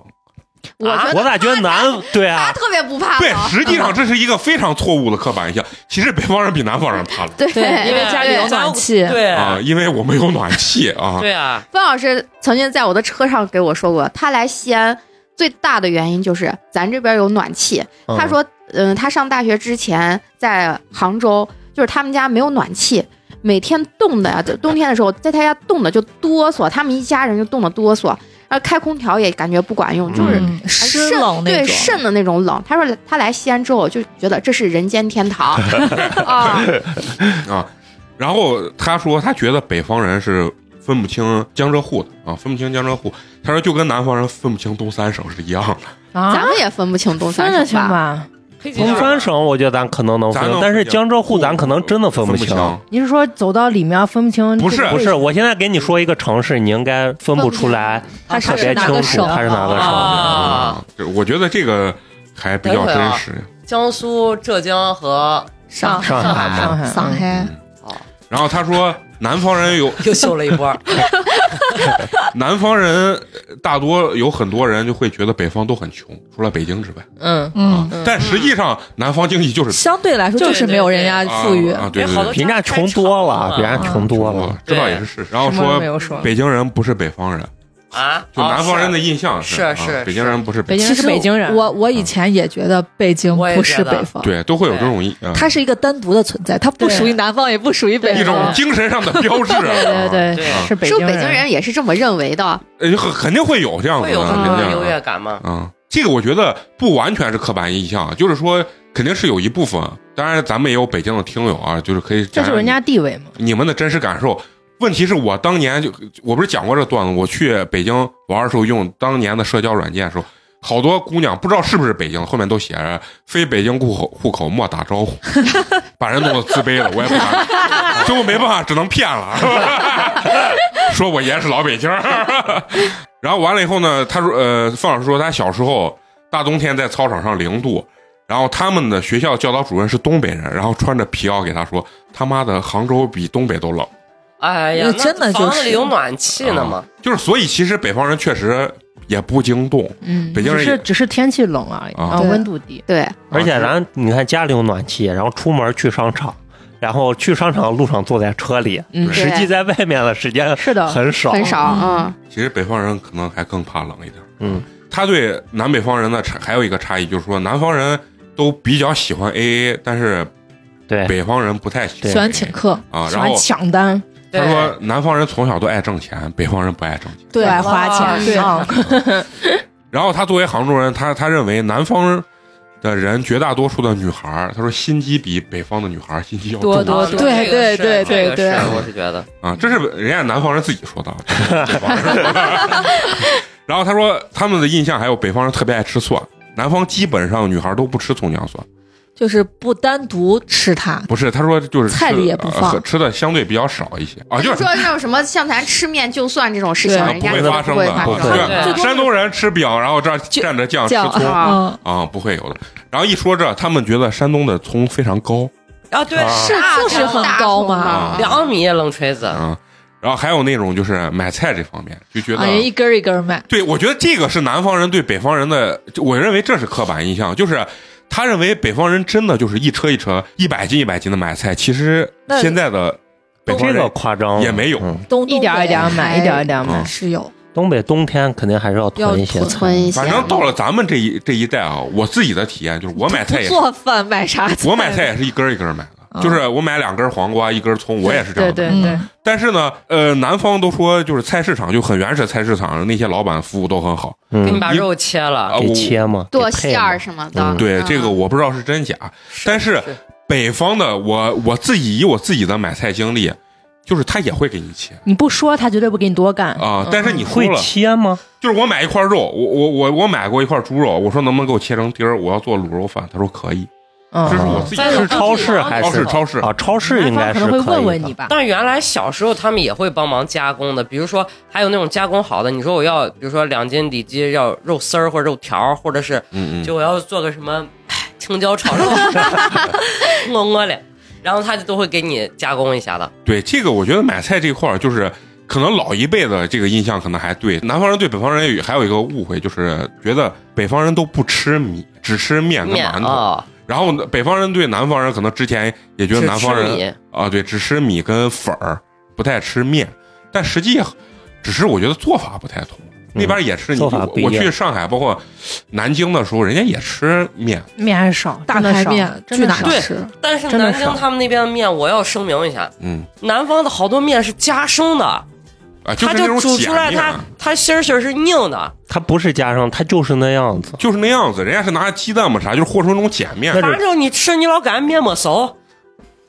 Speaker 4: 我觉
Speaker 6: 我
Speaker 4: 得
Speaker 6: 咋觉得南啊对
Speaker 4: 他
Speaker 6: 啊？
Speaker 4: 特别不怕
Speaker 1: 对，
Speaker 4: 冷，
Speaker 1: 实际上这是一个非常错误的刻 板印象。其实北方人比南方人怕冷
Speaker 4: 对，
Speaker 5: 对
Speaker 2: 因为家里
Speaker 4: 对
Speaker 5: 有暖气
Speaker 2: 对
Speaker 1: 啊，因为我们有暖气啊。
Speaker 2: 对啊，
Speaker 4: 范老师曾经在我的车上给我说过，他来西安最大的原因就是咱这边有暖气。
Speaker 6: 嗯
Speaker 4: 他说，嗯、他上大学之前在杭州，就是他们家没有暖气，每天冻的呀，就冬天的时候在他家冻的就哆嗦，他们一家人就冻得哆嗦，然后开空调也感觉不管用，就是。
Speaker 5: 嗯，湿
Speaker 4: 渗
Speaker 5: 冷那
Speaker 4: 对
Speaker 5: 种。
Speaker 4: 渗的那种冷，他说他来西安之后就觉得这是人间天 堂啊，
Speaker 1: 啊。 然后他说，他觉得北方人是分不清江浙沪的啊，分不清江浙沪。他说就跟南方人分不清东三省是一样的。
Speaker 3: 啊
Speaker 4: 咱，们也分不清东
Speaker 3: 分
Speaker 4: 三
Speaker 3: 得
Speaker 4: 省吧？
Speaker 3: 清吧？
Speaker 6: 东三省，我觉得哦咱可能能
Speaker 1: 咱
Speaker 6: 分
Speaker 1: 能，
Speaker 6: 但是
Speaker 1: 分清
Speaker 6: 江浙沪咱可能真的分
Speaker 1: 不
Speaker 6: 不清。啊
Speaker 3: 你是说走到里面分不清？
Speaker 1: 不是
Speaker 6: 不是，我现在给你说一个城市，你应该分不出来，
Speaker 5: 它
Speaker 6: 特
Speaker 5: 是
Speaker 6: 别
Speaker 5: 哪
Speaker 6: 清
Speaker 5: 个
Speaker 6: 楚哎
Speaker 5: 省？
Speaker 6: 它是哪个省。
Speaker 2: 啊，
Speaker 1: 这我觉得这个还比较真实。
Speaker 6: 啊
Speaker 2: 江苏、浙江和
Speaker 5: 上
Speaker 6: 上海
Speaker 3: 上海，
Speaker 5: 上
Speaker 3: 嗯
Speaker 5: 海，
Speaker 1: 然后他说，南方人有
Speaker 2: 又秀了一 波，
Speaker 1: 南方人大多有很多人就会觉得北方都很穷，除了北京之外。啊
Speaker 2: 嗯，
Speaker 5: 嗯，
Speaker 1: 但实际上，南方经济就是
Speaker 5: 相对来说就是没有人家富裕。
Speaker 1: 啊，啊
Speaker 2: 因
Speaker 1: 对
Speaker 2: 为
Speaker 1: 对
Speaker 2: 哎好多
Speaker 1: 对，
Speaker 6: 比人家穷多了，比人家穷多了。
Speaker 1: 这倒
Speaker 2: 对
Speaker 1: 也是事实。然后
Speaker 3: 什么都
Speaker 1: 说
Speaker 3: 没有说。
Speaker 1: 北京人不是北方人，
Speaker 2: 啊，
Speaker 1: 就南方人的
Speaker 2: 哦
Speaker 1: 印象啊
Speaker 2: 是是
Speaker 1: 北京人不是
Speaker 7: 北
Speaker 1: 北
Speaker 7: 京
Speaker 5: 其
Speaker 7: 人
Speaker 5: 实
Speaker 7: 是北京人，
Speaker 5: 我我以前也觉得北京
Speaker 2: 我也
Speaker 5: 不是
Speaker 2: 觉得
Speaker 5: 北方，
Speaker 1: 对，都会有这种一啊
Speaker 5: 它是一个单独的存在，它不
Speaker 7: 对
Speaker 5: 属于南方，也不属于北
Speaker 1: 一
Speaker 5: 方。
Speaker 1: 种精神上的标志啊，
Speaker 7: 对对对
Speaker 2: 对啊
Speaker 7: 是北
Speaker 4: 是不
Speaker 7: 京
Speaker 4: 是北京
Speaker 7: 人，
Speaker 4: 人也是这么认为的？
Speaker 1: 对，很肯定会有这样子
Speaker 2: 哦啊会有
Speaker 1: 的，
Speaker 2: 很
Speaker 1: 肯
Speaker 2: 多
Speaker 1: 定
Speaker 2: 优越感嘛，
Speaker 1: 啊。这个我觉得不完全是刻板印象，就是说肯定是有一部分。当然，咱们也有北京的听友啊，就是可以
Speaker 3: 这
Speaker 1: 讲
Speaker 3: 是
Speaker 1: 讲
Speaker 3: 人家地位嘛？
Speaker 1: 你们的真实感受。问题是我当年就我不是讲过这段子，我去北京玩的时候用当年的社交软件的时候，好多姑娘不知道是不是北京，后面都写着非北京户口户口莫打招呼，把人弄得自卑了，我也不敢，最后没办法，只能骗了，说我爷是老北京儿。 然后完了以后呢，他说，呃，范老师说他小时候大冬天在操场上零度，然后他们的学校教导主任是东北人，然后穿着皮袄给他说，他妈的杭州比东北都冷。
Speaker 2: 哎呀
Speaker 5: 那，
Speaker 2: 那
Speaker 5: 真的就是
Speaker 2: 房子里有暖气呢嘛。
Speaker 1: 就是所以其实北方人确实也不惊冻，
Speaker 4: 嗯
Speaker 1: 北京
Speaker 3: 只
Speaker 1: 人
Speaker 3: 是
Speaker 1: 也
Speaker 3: 只是天气冷而已，
Speaker 1: 啊
Speaker 3: 然后温度低。
Speaker 4: 对，
Speaker 6: 而且咱你看家里有暖气，然后出门去商场，然后去商场路上坐在车里，
Speaker 3: 嗯
Speaker 6: 实际在外面的时间
Speaker 3: 是的，
Speaker 6: 很少。
Speaker 4: 很少，嗯，
Speaker 1: 其实北方人可能还更怕冷一点。
Speaker 6: 嗯，
Speaker 1: 他对南北方人的差还有一个差异，就是说南方人都比较喜欢 AA，但是
Speaker 6: 对，
Speaker 1: 北方人不太喜欢 AA,
Speaker 5: 喜欢请客，
Speaker 1: 啊。
Speaker 3: 喜
Speaker 1: 然
Speaker 3: 欢
Speaker 1: 后
Speaker 3: 抢单，
Speaker 1: 他说南方人从小都爱挣钱，北方人不爱挣钱。
Speaker 5: 对
Speaker 3: 不爱
Speaker 5: 吧？
Speaker 3: 花钱，
Speaker 2: 对
Speaker 3: 啊，
Speaker 1: 然后他作为杭州人，他他认为南方的人绝大多数的女孩儿，他说心机比北方的女孩儿心机要重
Speaker 5: 多多
Speaker 2: 啊
Speaker 5: 对
Speaker 2: 这个是
Speaker 5: 对对
Speaker 2: 这个是
Speaker 5: 对对
Speaker 2: 我是觉得，
Speaker 1: 啊，这是人家南方人自己说的。啊。北方 人然后他说他们的印象还有北方人特别爱吃蒜，南方基本上女孩都不吃葱姜蒜，
Speaker 5: 就是不单独吃它，
Speaker 1: 不是？他说就是吃
Speaker 5: 菜里也不放
Speaker 1: 呃吃的相对比较少一些啊，
Speaker 4: 就
Speaker 1: 就是是
Speaker 4: 说那哎种什么像咱吃面就蒜这种事情，人
Speaker 5: 对
Speaker 1: 不
Speaker 4: 家
Speaker 1: 会
Speaker 4: 就
Speaker 1: 发
Speaker 4: 不
Speaker 1: 生
Speaker 4: 会
Speaker 1: 的，
Speaker 4: 发
Speaker 1: 不
Speaker 4: 生
Speaker 1: 会
Speaker 2: 对
Speaker 1: 对山东人吃饼，然后这样蘸着酱吃
Speaker 5: 酱
Speaker 1: 葱
Speaker 4: 啊
Speaker 5: 嗯，
Speaker 1: 啊，不会有的。然后一说这，他们觉得山东的葱非常高
Speaker 2: 啊，对，
Speaker 1: 啊
Speaker 2: 是
Speaker 5: 是就是很高嘛，
Speaker 1: 啊
Speaker 2: 两米冷锤子，
Speaker 5: 嗯
Speaker 1: 啊。然后还有那种就是买菜这方面，就觉得
Speaker 5: 啊，人一根儿一根儿卖，
Speaker 1: 对，我觉得这个是南方人对北方人的，就我认为这是刻板印象，就是他认为北方人真的就是一车一车、一百斤一百斤的买菜。其实
Speaker 5: 那
Speaker 1: 现在的北方
Speaker 6: 这个
Speaker 1: 人
Speaker 6: 夸张
Speaker 1: 也没有
Speaker 6: 嗯
Speaker 5: 东嗯
Speaker 3: 一点儿一点儿买，
Speaker 4: 还
Speaker 3: 一点儿一点儿
Speaker 1: 啊
Speaker 3: 买。
Speaker 5: 是有，
Speaker 6: 东北冬天肯定还是要囤一些
Speaker 5: 要
Speaker 6: 菜
Speaker 4: 存一些，
Speaker 1: 反正到了咱们这一这一代啊，我自己的体验就是，我买菜也是，
Speaker 5: 做饭买啥菜？
Speaker 1: 我买菜也是一根儿一根儿买的，
Speaker 5: 啊
Speaker 1: 就是我买两根儿黄瓜，一根儿葱，我也是这样
Speaker 3: 嗯对
Speaker 1: 的。
Speaker 5: 嗯
Speaker 3: 对对，
Speaker 1: 但是呢，呃，南方都说就是菜市场就很原始，菜市场那些老板服务都很好
Speaker 2: 给你
Speaker 6: 嗯，
Speaker 2: 把肉切
Speaker 1: 啊。
Speaker 2: 了，
Speaker 1: 我
Speaker 6: 给切嘛，
Speaker 4: 剁
Speaker 6: 给配
Speaker 4: 馅
Speaker 6: 嘛
Speaker 4: 儿什么的。
Speaker 6: 嗯
Speaker 1: 对
Speaker 4: 嗯
Speaker 3: 啊
Speaker 1: 这个我不知道是真假，但是北方的我我自己以我自己的买菜经历，就是他也会给你切
Speaker 3: 你不说他绝对不给你多干
Speaker 1: 啊、但是你说
Speaker 6: 嗯会
Speaker 1: 了，
Speaker 6: 切吗？
Speaker 1: 就是我买一块肉，我我我我买过一块猪肉，我说能不能给我切成丁儿，我要做卤肉饭，他说可以，
Speaker 3: 嗯
Speaker 1: 这是我自己
Speaker 2: 在
Speaker 1: 的
Speaker 6: 啊是超市还
Speaker 1: 超市
Speaker 6: 是
Speaker 1: 超市
Speaker 6: 啊？超市应该
Speaker 3: 南方
Speaker 6: 是
Speaker 3: 可能会
Speaker 6: 可以
Speaker 3: 问问
Speaker 6: 的
Speaker 3: 你吧，
Speaker 2: 但原来小时候他们也会帮忙加工的，比如说还有那种加工好的，你说我要，比如说两斤里脊要肉丝儿或者肉条儿，或者是
Speaker 1: 嗯嗯，
Speaker 2: 就我要做个什么哎青椒 炒肉， 我我嘞，然后他就都会给你加工一下的。
Speaker 1: 对这个我觉得买菜这块儿就是。可能老一辈的这个印象可能还对，南方人对北方人有还有一个误会，就是觉得北方人都不吃米，只吃面跟
Speaker 2: 面
Speaker 1: 馒头。
Speaker 2: 啊，
Speaker 1: 然后呢北方人对南方人可能之前也觉得
Speaker 2: 只
Speaker 1: 南
Speaker 2: 吃
Speaker 1: 方人
Speaker 2: 米，
Speaker 1: 啊，对，只吃米跟粉儿，不太吃面。但实际只是我觉得做法不太同，那边也吃。你
Speaker 6: 嗯做法
Speaker 1: 我
Speaker 6: 不一
Speaker 1: 我
Speaker 6: 样
Speaker 1: 去上海，包括南京的时候，人家也吃面
Speaker 3: 面还少，
Speaker 5: 大
Speaker 3: 真的
Speaker 5: 排
Speaker 3: 少
Speaker 5: 面
Speaker 3: 真
Speaker 5: 巨
Speaker 3: 的
Speaker 5: 大
Speaker 3: 少
Speaker 5: 对
Speaker 3: 吃
Speaker 2: 但啊是
Speaker 3: 真的
Speaker 2: 南京
Speaker 3: 少
Speaker 2: 他们那边的面，我要声明一下，
Speaker 1: 嗯
Speaker 2: 南方的好多面是加生的，
Speaker 1: 啊，就
Speaker 2: 它
Speaker 1: 是那种
Speaker 2: 就煮
Speaker 1: 碱
Speaker 2: 出来
Speaker 1: 面
Speaker 2: 它
Speaker 1: 啊，
Speaker 2: 它芯儿芯儿是硬的，
Speaker 6: 它不是加上，它就是那样子。
Speaker 1: 就是那样子。人家是拿鸡蛋嘛啥，就是和成那种碱面
Speaker 6: 那。
Speaker 2: 反
Speaker 6: 是
Speaker 2: 正你吃你老感觉面没熟，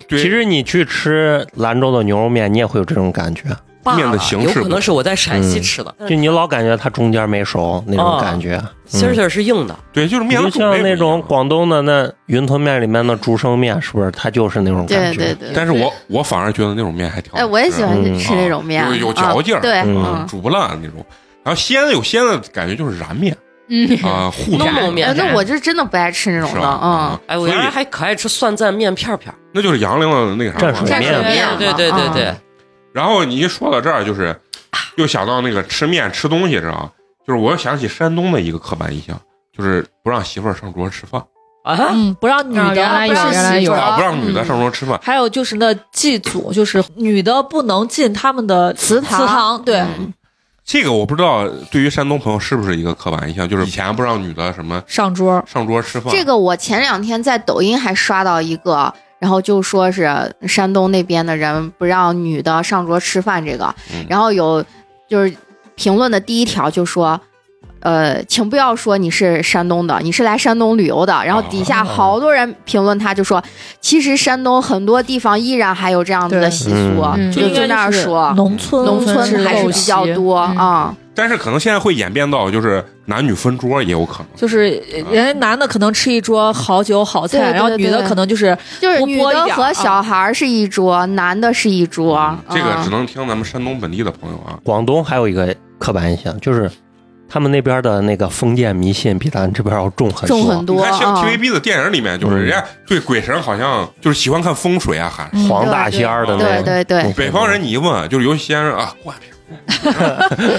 Speaker 1: 对，
Speaker 6: 其实你去吃兰州的牛肉面，你也会有这种感觉，
Speaker 2: 罢
Speaker 1: 面的
Speaker 2: 了
Speaker 1: 形
Speaker 2: 有
Speaker 1: 式
Speaker 2: 可
Speaker 1: 不
Speaker 2: 能是我在陕西
Speaker 6: 嗯
Speaker 2: 吃的，
Speaker 6: 就你老感觉它中间没熟那种
Speaker 2: 啊
Speaker 6: 感
Speaker 4: 哦
Speaker 6: 觉。嗯
Speaker 2: 芯儿芯儿是硬的。
Speaker 1: 对，就是
Speaker 6: 你
Speaker 1: 面
Speaker 6: 就
Speaker 1: 的种类
Speaker 6: 像
Speaker 1: 不一
Speaker 6: 那
Speaker 1: 样
Speaker 6: 种。广东的那云吞面里面的竹升面，是不是它就是那种
Speaker 4: 对
Speaker 6: 感
Speaker 4: 对
Speaker 6: 觉？
Speaker 4: 对，
Speaker 1: 但是我我反而觉得那种面还挺好吃
Speaker 4: 哎，
Speaker 1: 的。
Speaker 4: 我也喜欢
Speaker 6: 嗯
Speaker 4: 吃那种面，
Speaker 1: 有有
Speaker 4: 啊
Speaker 1: 嚼劲儿
Speaker 4: 对，
Speaker 6: 嗯
Speaker 4: 嗯
Speaker 1: 煮不烂那种。然后西安有西安的感觉，就是燃面
Speaker 7: 嗯，
Speaker 1: 啊，糊
Speaker 2: 弄
Speaker 1: 弄
Speaker 2: 弄面
Speaker 4: 哎那我就是真的不爱吃那种
Speaker 1: 是
Speaker 4: 的，
Speaker 1: 吧
Speaker 4: 嗯，？
Speaker 2: 哎，我
Speaker 1: 所以
Speaker 2: 原来还可爱吃蒜蘸面片儿片儿。
Speaker 1: 那就是杨凌的那个啥
Speaker 6: 蘸水
Speaker 1: 嘛
Speaker 6: 面蘸水
Speaker 4: 面嘛
Speaker 2: 对对对对
Speaker 1: 嗯
Speaker 2: 对
Speaker 4: 啊，
Speaker 1: 然后你一说到这儿，就是又想到那个吃面吃东西这啊，就是我又想起山东的一个刻板印象，就是不让媳妇儿上桌吃饭，
Speaker 2: 啊，
Speaker 5: 嗯，不让女
Speaker 3: 啊
Speaker 5: 的，
Speaker 3: 原来有
Speaker 5: 不让
Speaker 3: 原来有
Speaker 5: 媳妇儿
Speaker 1: 啊，不让女
Speaker 4: 嗯
Speaker 1: 的上桌吃饭。
Speaker 5: 还有就是那祭祖，就是女的不能进他们的
Speaker 4: 祠堂
Speaker 5: 祠堂，对，
Speaker 4: 嗯
Speaker 1: 这个我不知道对于山东朋友是不是一个刻板印象，就是以前不让女的什么
Speaker 5: 上桌。
Speaker 1: 上桌吃饭。
Speaker 4: 这个我前两天在抖音还刷到一个，然后就说是山东那边的人不让女的上桌吃饭这个
Speaker 1: 嗯，
Speaker 4: 然后有就是评论的第一条就说。呃，请不要说你是山东的，你是来山东旅游的。然后底下好多人评论，他就说，其实山东很多地方依然还有这样子的习俗，
Speaker 6: 对
Speaker 3: 嗯
Speaker 4: 就
Speaker 5: 这应
Speaker 4: 就
Speaker 5: 该
Speaker 4: 那样
Speaker 5: 是
Speaker 4: 说，
Speaker 5: 农村
Speaker 4: 农村
Speaker 5: 之
Speaker 4: 还是
Speaker 5: 陋
Speaker 4: 比
Speaker 5: 习
Speaker 4: 较多
Speaker 3: 嗯
Speaker 4: 啊。
Speaker 1: 但是可能现在会演变到就是男女分桌也有可能。
Speaker 5: 就是呃人家男的可能吃一桌好酒好菜，
Speaker 4: 对对
Speaker 5: 然后女的
Speaker 4: 对
Speaker 5: 可能就是
Speaker 4: 就是
Speaker 5: 多
Speaker 4: 女
Speaker 5: 播一
Speaker 4: 的
Speaker 5: 点儿啊
Speaker 4: 和小孩儿是一桌，男的是一桌。
Speaker 1: 这个
Speaker 4: 嗯
Speaker 1: 只能听咱们山东本地的朋友啊，
Speaker 6: 广东还有一个刻板印象，就是他们那边的那个封建迷信比咱这边要重很多。
Speaker 4: 重很
Speaker 1: 你
Speaker 4: 多
Speaker 1: 看像
Speaker 4: 啊。
Speaker 1: TVB 的电影里面，就是
Speaker 6: 嗯
Speaker 1: 人家对鬼神好像就是喜欢看风水啊，
Speaker 4: 嗯
Speaker 1: 还
Speaker 6: 黄大仙儿的那
Speaker 4: 对
Speaker 6: 个
Speaker 4: 对对，
Speaker 1: 北方人你一问，就是尤其西安人啊，灌瓶，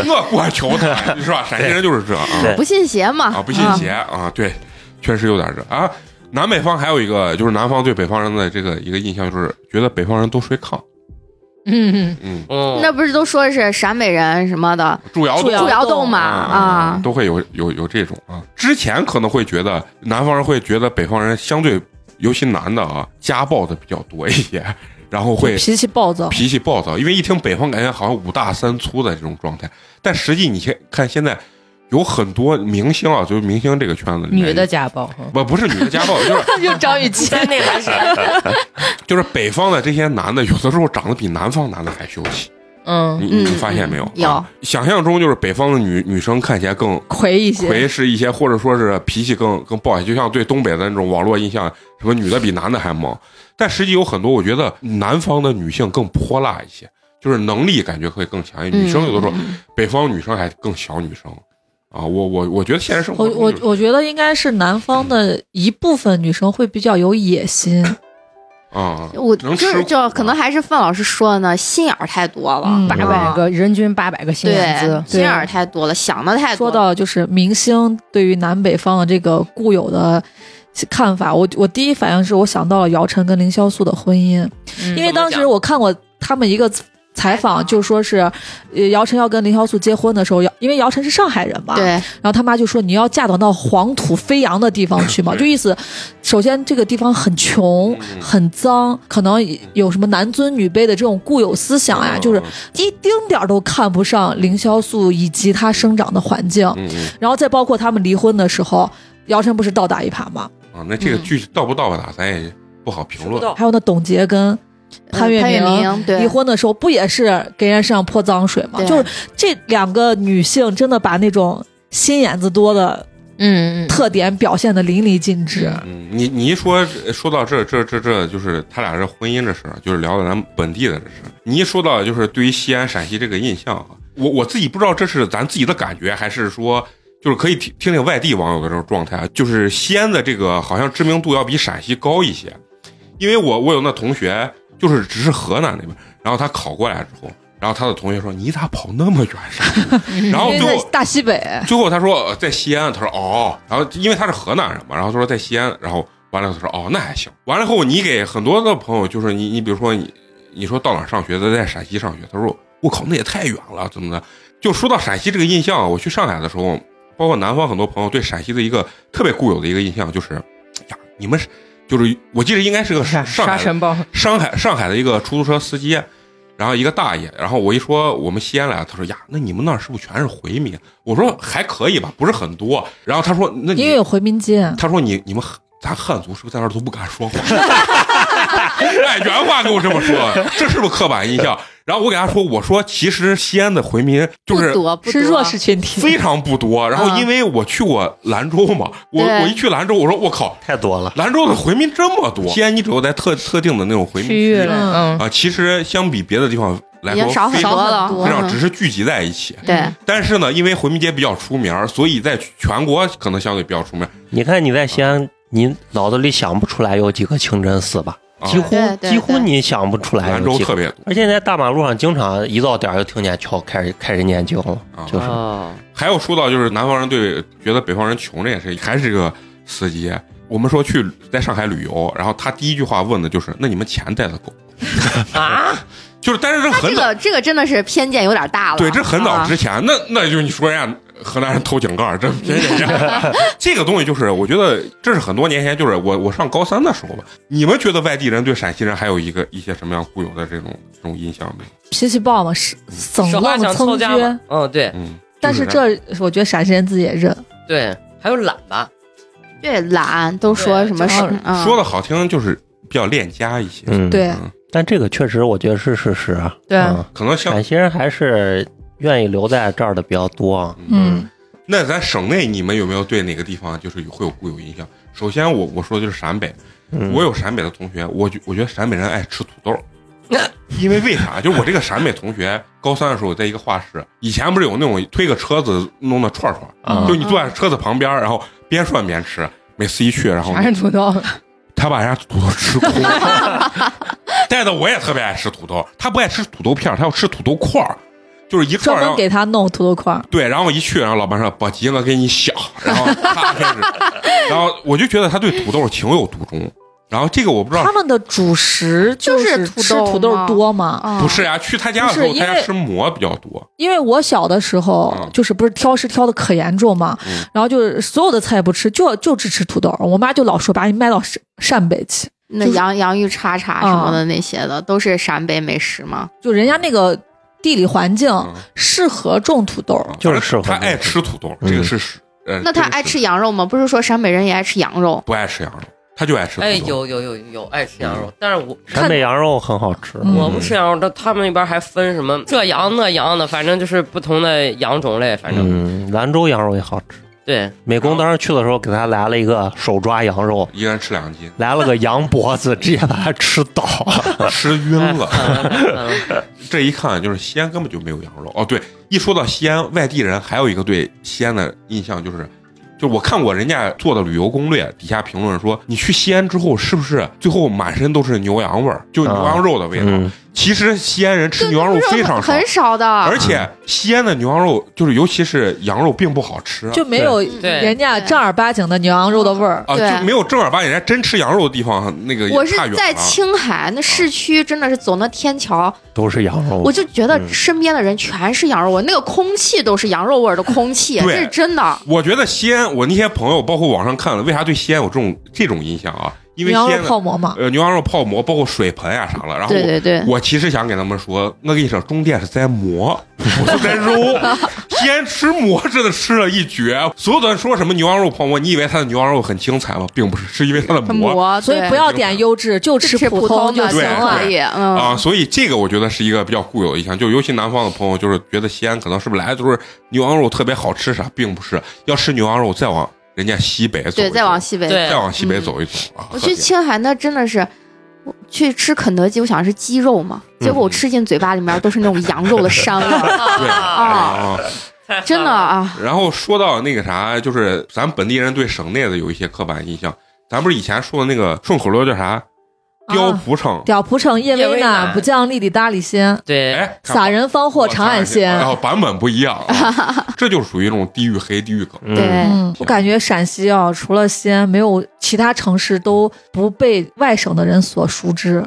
Speaker 1: 我灌球台是吧？陕西人就是这啊
Speaker 6: 对
Speaker 4: 不信邪嘛。
Speaker 1: 啊，不信邪
Speaker 4: 嗯
Speaker 1: 啊，对，确实有点这啊。南北方还有一个就是南方对北方人的这个一个印象就是觉得北方人都睡炕，
Speaker 7: 嗯，
Speaker 1: 嗯，
Speaker 2: 嗯，
Speaker 4: 那不是都说是陕北人什么的
Speaker 1: 住窑
Speaker 4: 住
Speaker 1: 洞
Speaker 4: 窑洞嘛
Speaker 1: 啊
Speaker 4: 啊？
Speaker 1: 都会有有有这种啊。之前可能会觉得南方人会觉得北方人相对，尤其男的啊，家暴的比较多一些， 然后会
Speaker 5: 脾气暴 躁，
Speaker 1: 脾气暴躁，因为一听北方感觉好像五大三粗的这种状态，但实际你看看现在有很多明星啊，就是明星这个圈子里面
Speaker 3: 女的家暴，嗯
Speaker 1: 不不是女的家暴，就是
Speaker 7: 又张雨绮，
Speaker 2: 在那 还是
Speaker 1: 就是北方的这些男的，有的时候长得比南方男的还秀气，
Speaker 3: 嗯，
Speaker 1: 你你
Speaker 4: 嗯
Speaker 1: 发现没有？
Speaker 4: 嗯有
Speaker 1: 啊想象中就是北方的女女生看起来更
Speaker 5: 魁一些。
Speaker 1: 魁是一些，或者说是脾气更更暴一些，就像对东北的那种网络印象，什么女的比男的还猛。但实际有很多，我觉得南方的女性更泼辣一些，就是能力感觉会更强一些。
Speaker 4: 嗯
Speaker 1: 女生有的时候，北方女生还更小女生啊。我我我觉得现实生活
Speaker 5: 我
Speaker 1: 中
Speaker 5: 我
Speaker 1: 就是
Speaker 5: 我觉得应该是南方的一部分女生会比较有野心，
Speaker 1: 啊，
Speaker 4: 我
Speaker 1: 能
Speaker 4: 就
Speaker 1: 吃
Speaker 4: 是
Speaker 1: 苦
Speaker 4: 就可能还是范老师说的呢，心眼儿太多了，
Speaker 5: 嗯
Speaker 3: 八百个人均八百个心眼
Speaker 4: 对
Speaker 3: 子，
Speaker 4: 心眼儿太多了，想的太多
Speaker 5: 说
Speaker 4: 了。
Speaker 5: 到就是明星对于南北方的这个固有的看法，我我第一反应是我想到了姚晨跟凌潇肃的婚姻，
Speaker 4: 嗯
Speaker 5: 因为当时我看过他们一个采访，就说是，呃，姚晨要跟凌潇肃结婚的时候，姚因为姚晨是上海人嘛，
Speaker 4: 对，
Speaker 5: 然后他妈就说你要嫁到那黄土飞扬的地方去嘛，就意思，首先这个地方很穷
Speaker 1: 嗯
Speaker 5: 很脏，可能有什么男尊女卑的这种固有思
Speaker 1: 啊
Speaker 5: 想
Speaker 1: 哦
Speaker 5: 呀，就是一丁点儿都看不上凌潇肃以及他生长的环境，
Speaker 1: 嗯嗯
Speaker 5: 然后再包括他们离婚的时候，姚晨不是倒打一耙嘛，
Speaker 1: 啊，那
Speaker 4: 嗯
Speaker 1: 这个剧到不到打，咱也不好评论。
Speaker 5: 还有那董洁跟潘
Speaker 4: 嗯
Speaker 5: 粤
Speaker 4: 潘
Speaker 5: 明。
Speaker 4: 明对
Speaker 5: 离婚的时候不也是给人身上泼脏水吗？
Speaker 4: 对
Speaker 5: 就是这两个女性真的把那种心眼子多的
Speaker 7: 嗯嗯，
Speaker 5: 特点表现的淋漓尽致。
Speaker 1: 嗯，你你一说说到这这这这，就是他俩这婚姻这事儿，就是聊到咱们本地的这事儿。你一说到就是对于西安陕西这个印象啊，我我自己不知道这是咱自己的感觉，还是说就是可以听听听外地网友的这种状态啊。就是西安的这个好像知名度要比陕西高一些，因为我我有那同学就是只是河南那边，然后他考过来之后，然后他的同学说你咋跑那么远陕西？ 然后
Speaker 5: 因
Speaker 1: 最
Speaker 5: 为
Speaker 1: 后
Speaker 5: 在大西北，
Speaker 1: 最后他说呃在西安，他说哦，然后因为他是河南人嘛，然后他说在西安，然后完了他说哦那还行。完了后你给很多的朋友，就是你你比如说你你说到哪儿上学的，在陕西上学，他说我靠那也太远了，怎么的？就说到陕西这个印象，我去上海的时候，包括南方很多朋友对陕西的一个特别固有的一个印象就是，呀你们是就是我记得应该是个上
Speaker 3: 杀杀
Speaker 1: 海的
Speaker 3: 神包，
Speaker 1: 上海上海的一个出租车司机，然后一个大爷，然后我一说我们西安来啊的，他说呀，那你们那儿是不是全是回民？我说还可以吧，不是很多。然后他说那
Speaker 5: 因
Speaker 1: 你
Speaker 5: 为有回民街，啊
Speaker 1: 他说你你们咱汉族是不是在那儿都不敢说话？ 哎，原话跟我这么说，这是不是刻板印象？然后我给他说，我说其实西安的回民就
Speaker 4: 不
Speaker 1: 是
Speaker 4: 多不
Speaker 5: 是
Speaker 4: 多
Speaker 5: 弱势群体。
Speaker 1: 非常不多。然后因为我去过兰州嘛，我
Speaker 4: 对
Speaker 1: 我一去兰州，我说我靠，
Speaker 6: 太多了。
Speaker 1: 兰州的回民这么多。西安你只有在特特定的那种回民
Speaker 3: 区域
Speaker 1: 区
Speaker 3: 了，嗯，
Speaker 1: 啊，其实相比别的地方来
Speaker 4: 已经
Speaker 1: 说，
Speaker 4: 少很
Speaker 1: 非
Speaker 4: 多
Speaker 1: 常
Speaker 4: 了。
Speaker 1: 非常，
Speaker 4: 嗯
Speaker 1: 只是聚集在一起。
Speaker 4: 对，
Speaker 1: 但是呢，因为回民街比较出名儿，所以在全国可能相对比较出名儿。
Speaker 6: 你看你在西安，你脑子里想不出来有几个清真寺吧？
Speaker 1: 啊
Speaker 6: 几乎
Speaker 4: 对对
Speaker 6: 几乎
Speaker 4: 对
Speaker 6: 你想不出来
Speaker 1: 兰
Speaker 6: 有
Speaker 1: 州
Speaker 6: 几个。
Speaker 1: 特别多。
Speaker 6: 而且在大马路上，经常一到点儿就听见敲开始开始念经了
Speaker 1: 啊，
Speaker 6: 就是
Speaker 2: 啊，
Speaker 4: 哦
Speaker 1: 还有说到就是南方人对觉得北方人穷这件事，还是这个司机。我们说去在上海旅游，然后他第一句话问的就是：“那你们钱带的够
Speaker 2: 啊？
Speaker 1: 就是，但是这
Speaker 4: 这
Speaker 1: 很早，
Speaker 4: 个这个真的是偏见有点大了。
Speaker 1: 对，这很早
Speaker 4: 啊
Speaker 1: 之前。那那就是你说人家河南人偷井盖儿，这这这这个东西就是，我觉得这是很多年前，就是我我上高三的时候吧。你们觉得外地人对陕西人还有一个一些什么样固有的这种这种印象没？
Speaker 5: 脾气暴嘛，是省
Speaker 2: 说话
Speaker 5: 愣
Speaker 2: 想
Speaker 5: 蹭
Speaker 2: 凑家
Speaker 5: 撅
Speaker 2: 嘛。，嗯，对
Speaker 1: 嗯，
Speaker 5: 但是这我觉得陕西人自己也认，
Speaker 2: 对，还有懒吧，
Speaker 4: 对懒都说什么
Speaker 5: 对
Speaker 4: 是
Speaker 5: 就是
Speaker 4: 嗯
Speaker 1: 说的好听就是比较恋家一些，
Speaker 6: 嗯，
Speaker 5: 对
Speaker 1: 嗯
Speaker 6: 但这个确实我觉得是事实啊。
Speaker 3: 对啊
Speaker 6: 嗯
Speaker 1: 可能像
Speaker 6: 陕西人还是愿意留在这儿的比较多啊。
Speaker 5: 嗯
Speaker 1: 那咱省内你们有没有对哪个地方就是有会有固有印象？首先我我说的就是陕北，
Speaker 6: 嗯
Speaker 1: 我有陕北的同学，我觉我觉得陕北人爱吃土豆儿，因为为啥？就是我这个陕北同学，高三的时候在一个画室，以前不是有那种推个车子弄的串串，
Speaker 6: 啊
Speaker 1: 就你坐在车子旁边，然后边涮边吃。每次一去，然后
Speaker 7: 全是土豆，
Speaker 1: 他把人家土豆吃空了， 带的我也特别爱吃土豆，他不爱吃土豆片儿，他要吃土豆块儿，就是一块
Speaker 5: 专
Speaker 1: 儿，然
Speaker 5: 门
Speaker 1: 后
Speaker 5: 给他弄土豆块儿，
Speaker 1: 对，然后一去，然后老板说把急了给你想，然后他开始，然后我就觉得他对土豆情有独钟。然后这个我不知道
Speaker 5: 他，们的主食
Speaker 4: 就是
Speaker 5: 是
Speaker 4: 土
Speaker 5: 吃
Speaker 4: 豆
Speaker 5: 土豆
Speaker 4: 吗
Speaker 5: 多嘛。
Speaker 4: 啊
Speaker 1: 不是呀、去他家的时候，
Speaker 5: 不是
Speaker 1: 他
Speaker 5: 因
Speaker 1: 家
Speaker 5: 为
Speaker 1: 吃馍比较多。
Speaker 5: 因为我小的时候
Speaker 1: 嗯
Speaker 5: 就是不是挑食挑的可严重嘛，
Speaker 1: 嗯
Speaker 5: 然后就是所有的菜不吃，就就只吃土豆。我妈就老说把你卖到陕陕北去，
Speaker 4: 那
Speaker 5: 就是
Speaker 4: 洋洋芋叉叉什么的那些的，都是陕北美食嘛。
Speaker 5: 就人家那个地理环境
Speaker 1: 嗯，
Speaker 5: 适合种土豆。
Speaker 6: 就是适合
Speaker 1: 啊
Speaker 6: 嗯
Speaker 1: 他爱吃土豆，这个是实呃。
Speaker 4: 那他
Speaker 1: 这个是
Speaker 4: 爱吃羊肉吗？不是说陕北人也爱吃羊肉？
Speaker 1: 不爱吃羊肉？他就爱嗯吃土豆。
Speaker 2: 哎，有有有有爱吃羊肉，但是我
Speaker 6: 陕北羊肉很好吃，
Speaker 5: 嗯
Speaker 2: 我不吃羊肉，但他们那边还分什么这羊那羊的，反正就是不同的羊种类，反正
Speaker 6: 嗯，兰州羊肉也好吃。
Speaker 2: 对，
Speaker 6: 美工当时去的时候，给他来了一个手抓羊肉，
Speaker 1: 一个人吃两 斤，
Speaker 6: 来了个羊脖子，直接把他吃倒。
Speaker 1: 吃晕了。
Speaker 2: 嗯
Speaker 1: 这一看就是西安根本就没有羊肉。哦，对，一说到西安，外地人还有一个对西安的印象就是，就我看过人家做的旅游攻略，底下评论说你去西安之后是不是最后满身都是牛羊味儿，就牛羊肉的味道。
Speaker 6: 嗯，
Speaker 1: 其实西安人吃
Speaker 4: 对
Speaker 1: 牛羊肉非常少。
Speaker 4: 很少的，
Speaker 1: 而且西安的牛羊肉，就是尤其是羊肉，并不好吃，
Speaker 5: 就没有
Speaker 2: 对
Speaker 5: 人家正儿八经的牛羊肉的味儿。
Speaker 1: 啊，
Speaker 4: 对
Speaker 1: 就没有正儿八经人家真吃羊肉的地方，那个也
Speaker 4: 我是
Speaker 1: 差远
Speaker 4: 在
Speaker 1: 了啊哦
Speaker 4: 青海那市区，真的是走那天桥，
Speaker 6: 都是羊肉。
Speaker 4: 我就觉得
Speaker 6: 嗯
Speaker 4: 身边的人全是羊肉味，那个空气都是羊肉味儿的空气，这
Speaker 1: 对
Speaker 4: 是真的。
Speaker 1: 我觉得西安，我那些朋友，包括网上看的，为啥对西安有这种这种印象啊？因
Speaker 5: 牛
Speaker 1: 为西
Speaker 5: 羊
Speaker 1: 安
Speaker 5: 肉
Speaker 1: 的
Speaker 5: 泡馍嘛，
Speaker 1: 呃牛羊肉泡馍，包括水盆呀、啥了。然后我
Speaker 4: 啊对对对，
Speaker 1: 我其实想给他们说，我跟你说，重点是在馍，不是在 肉。西安吃馍真的吃了一绝。所有的人说什么牛羊肉泡馍，你以为它的牛羊肉很精彩吗？并不是，是因为它的啊馍。
Speaker 4: 馍，
Speaker 5: 所以
Speaker 4: 对
Speaker 5: 不要点优质，就吃
Speaker 4: 吃
Speaker 5: 普
Speaker 4: 通
Speaker 5: 通就
Speaker 4: 的
Speaker 5: 行
Speaker 1: 对
Speaker 4: 就
Speaker 5: 了
Speaker 4: 可。以，
Speaker 1: 啊，
Speaker 4: 嗯，
Speaker 1: 所以这个我觉得是一个比较固有的印象，就尤其南方的朋友，就是觉得西安可能是不是来的都是牛羊肉特别好吃啥，并不是。要吃牛羊肉，再往人家西北走一走，
Speaker 4: 对，再往西北嗯
Speaker 2: 对
Speaker 1: 再往西北走一走啊。
Speaker 4: 我
Speaker 1: 和
Speaker 4: 去
Speaker 1: 解
Speaker 4: 青海那真的是，我去吃肯德基，我想是鸡肉嘛，结
Speaker 1: 嗯
Speaker 4: 果我吃进嘴巴里面都是那种羊肉的膻味儿，
Speaker 1: 对
Speaker 4: 啊，
Speaker 1: 啊，
Speaker 4: 真的啊，
Speaker 1: 然后说到那个啥，就是咱本地人对省内的有一些刻板印象，咱不是以前说的那个顺口溜叫啥？雕
Speaker 5: 啊
Speaker 1: 蒲城，
Speaker 5: 屌蒲城夜
Speaker 2: 夜
Speaker 5: 威
Speaker 2: 威
Speaker 5: 呢
Speaker 2: 呢，
Speaker 5: 不降粒里搭里鲜，
Speaker 2: 对，
Speaker 1: 哎，哦
Speaker 5: 撒人方
Speaker 1: 我
Speaker 5: 或长安
Speaker 1: 然
Speaker 5: 鲜。
Speaker 1: 后版本不一样啊，这就属于那种地域黑、地域梗。
Speaker 6: 嗯
Speaker 4: 对，
Speaker 5: 嗯，我感觉陕西啊，除了西安，没有其他城市都不被外省的人所熟知。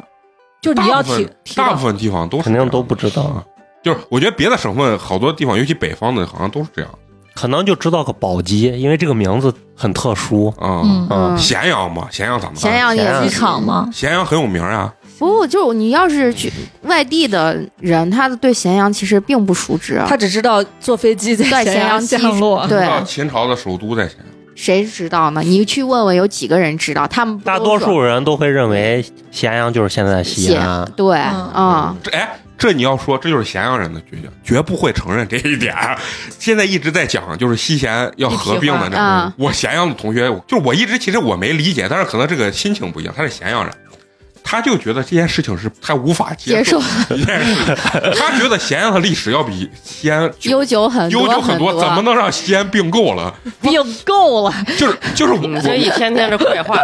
Speaker 5: 就你要
Speaker 1: 大部
Speaker 5: 提
Speaker 1: 分
Speaker 5: 提
Speaker 1: 大
Speaker 5: 到
Speaker 1: 部分地方都是
Speaker 6: 肯定
Speaker 1: 这样
Speaker 6: 都不知道
Speaker 1: 啊。就是我觉得别的省份好多地方，尤其北方的，好像都是这样
Speaker 6: 可能就知道个宝鸡，因为这个名字很特殊。
Speaker 1: 啊。
Speaker 5: 嗯
Speaker 6: 嗯
Speaker 4: 嗯，
Speaker 1: 咸阳嘛，咸阳咋么办？
Speaker 4: 咸阳也
Speaker 6: 咸阳
Speaker 5: 机场嘛，
Speaker 1: 咸阳很有名啊。
Speaker 4: 不，就是你要是去外地的人，他对咸阳其实并不熟
Speaker 1: 嗯
Speaker 4: 知。啊
Speaker 5: 他只知道坐飞机在
Speaker 4: 在咸阳
Speaker 5: 阳
Speaker 4: 机
Speaker 5: 降落。
Speaker 4: 对
Speaker 1: 啊，秦朝的首都在咸阳。
Speaker 4: 谁知道呢？你去问问，有几个人知道？他们不
Speaker 6: 大
Speaker 4: 都
Speaker 6: 多
Speaker 4: 说
Speaker 6: 数人都会认为咸阳就是现在的西
Speaker 4: 写
Speaker 6: 安。
Speaker 4: 对
Speaker 5: 嗯
Speaker 4: 啊，
Speaker 1: 这哎，这你要说，这就是咸阳人的倔强，绝不会承认这一点。现在一直在讲，就是西咸要合并的这
Speaker 5: 一
Speaker 4: 体
Speaker 1: 个
Speaker 4: 化啊。
Speaker 1: 我咸阳的同学，就是我一直其实我没理解，但是可能这个心情不一样。他是咸阳人，他就觉得这件事情是他无法
Speaker 4: 接
Speaker 1: 接
Speaker 4: 受
Speaker 1: 受的一件事情。他觉得咸阳的历史要比西安久
Speaker 4: 悠久很
Speaker 1: 悠久
Speaker 4: 很
Speaker 1: 很多，怎么能让西安并购了？
Speaker 7: 并购了，
Speaker 1: 就是就是我
Speaker 2: 你这一天天这鬼 话，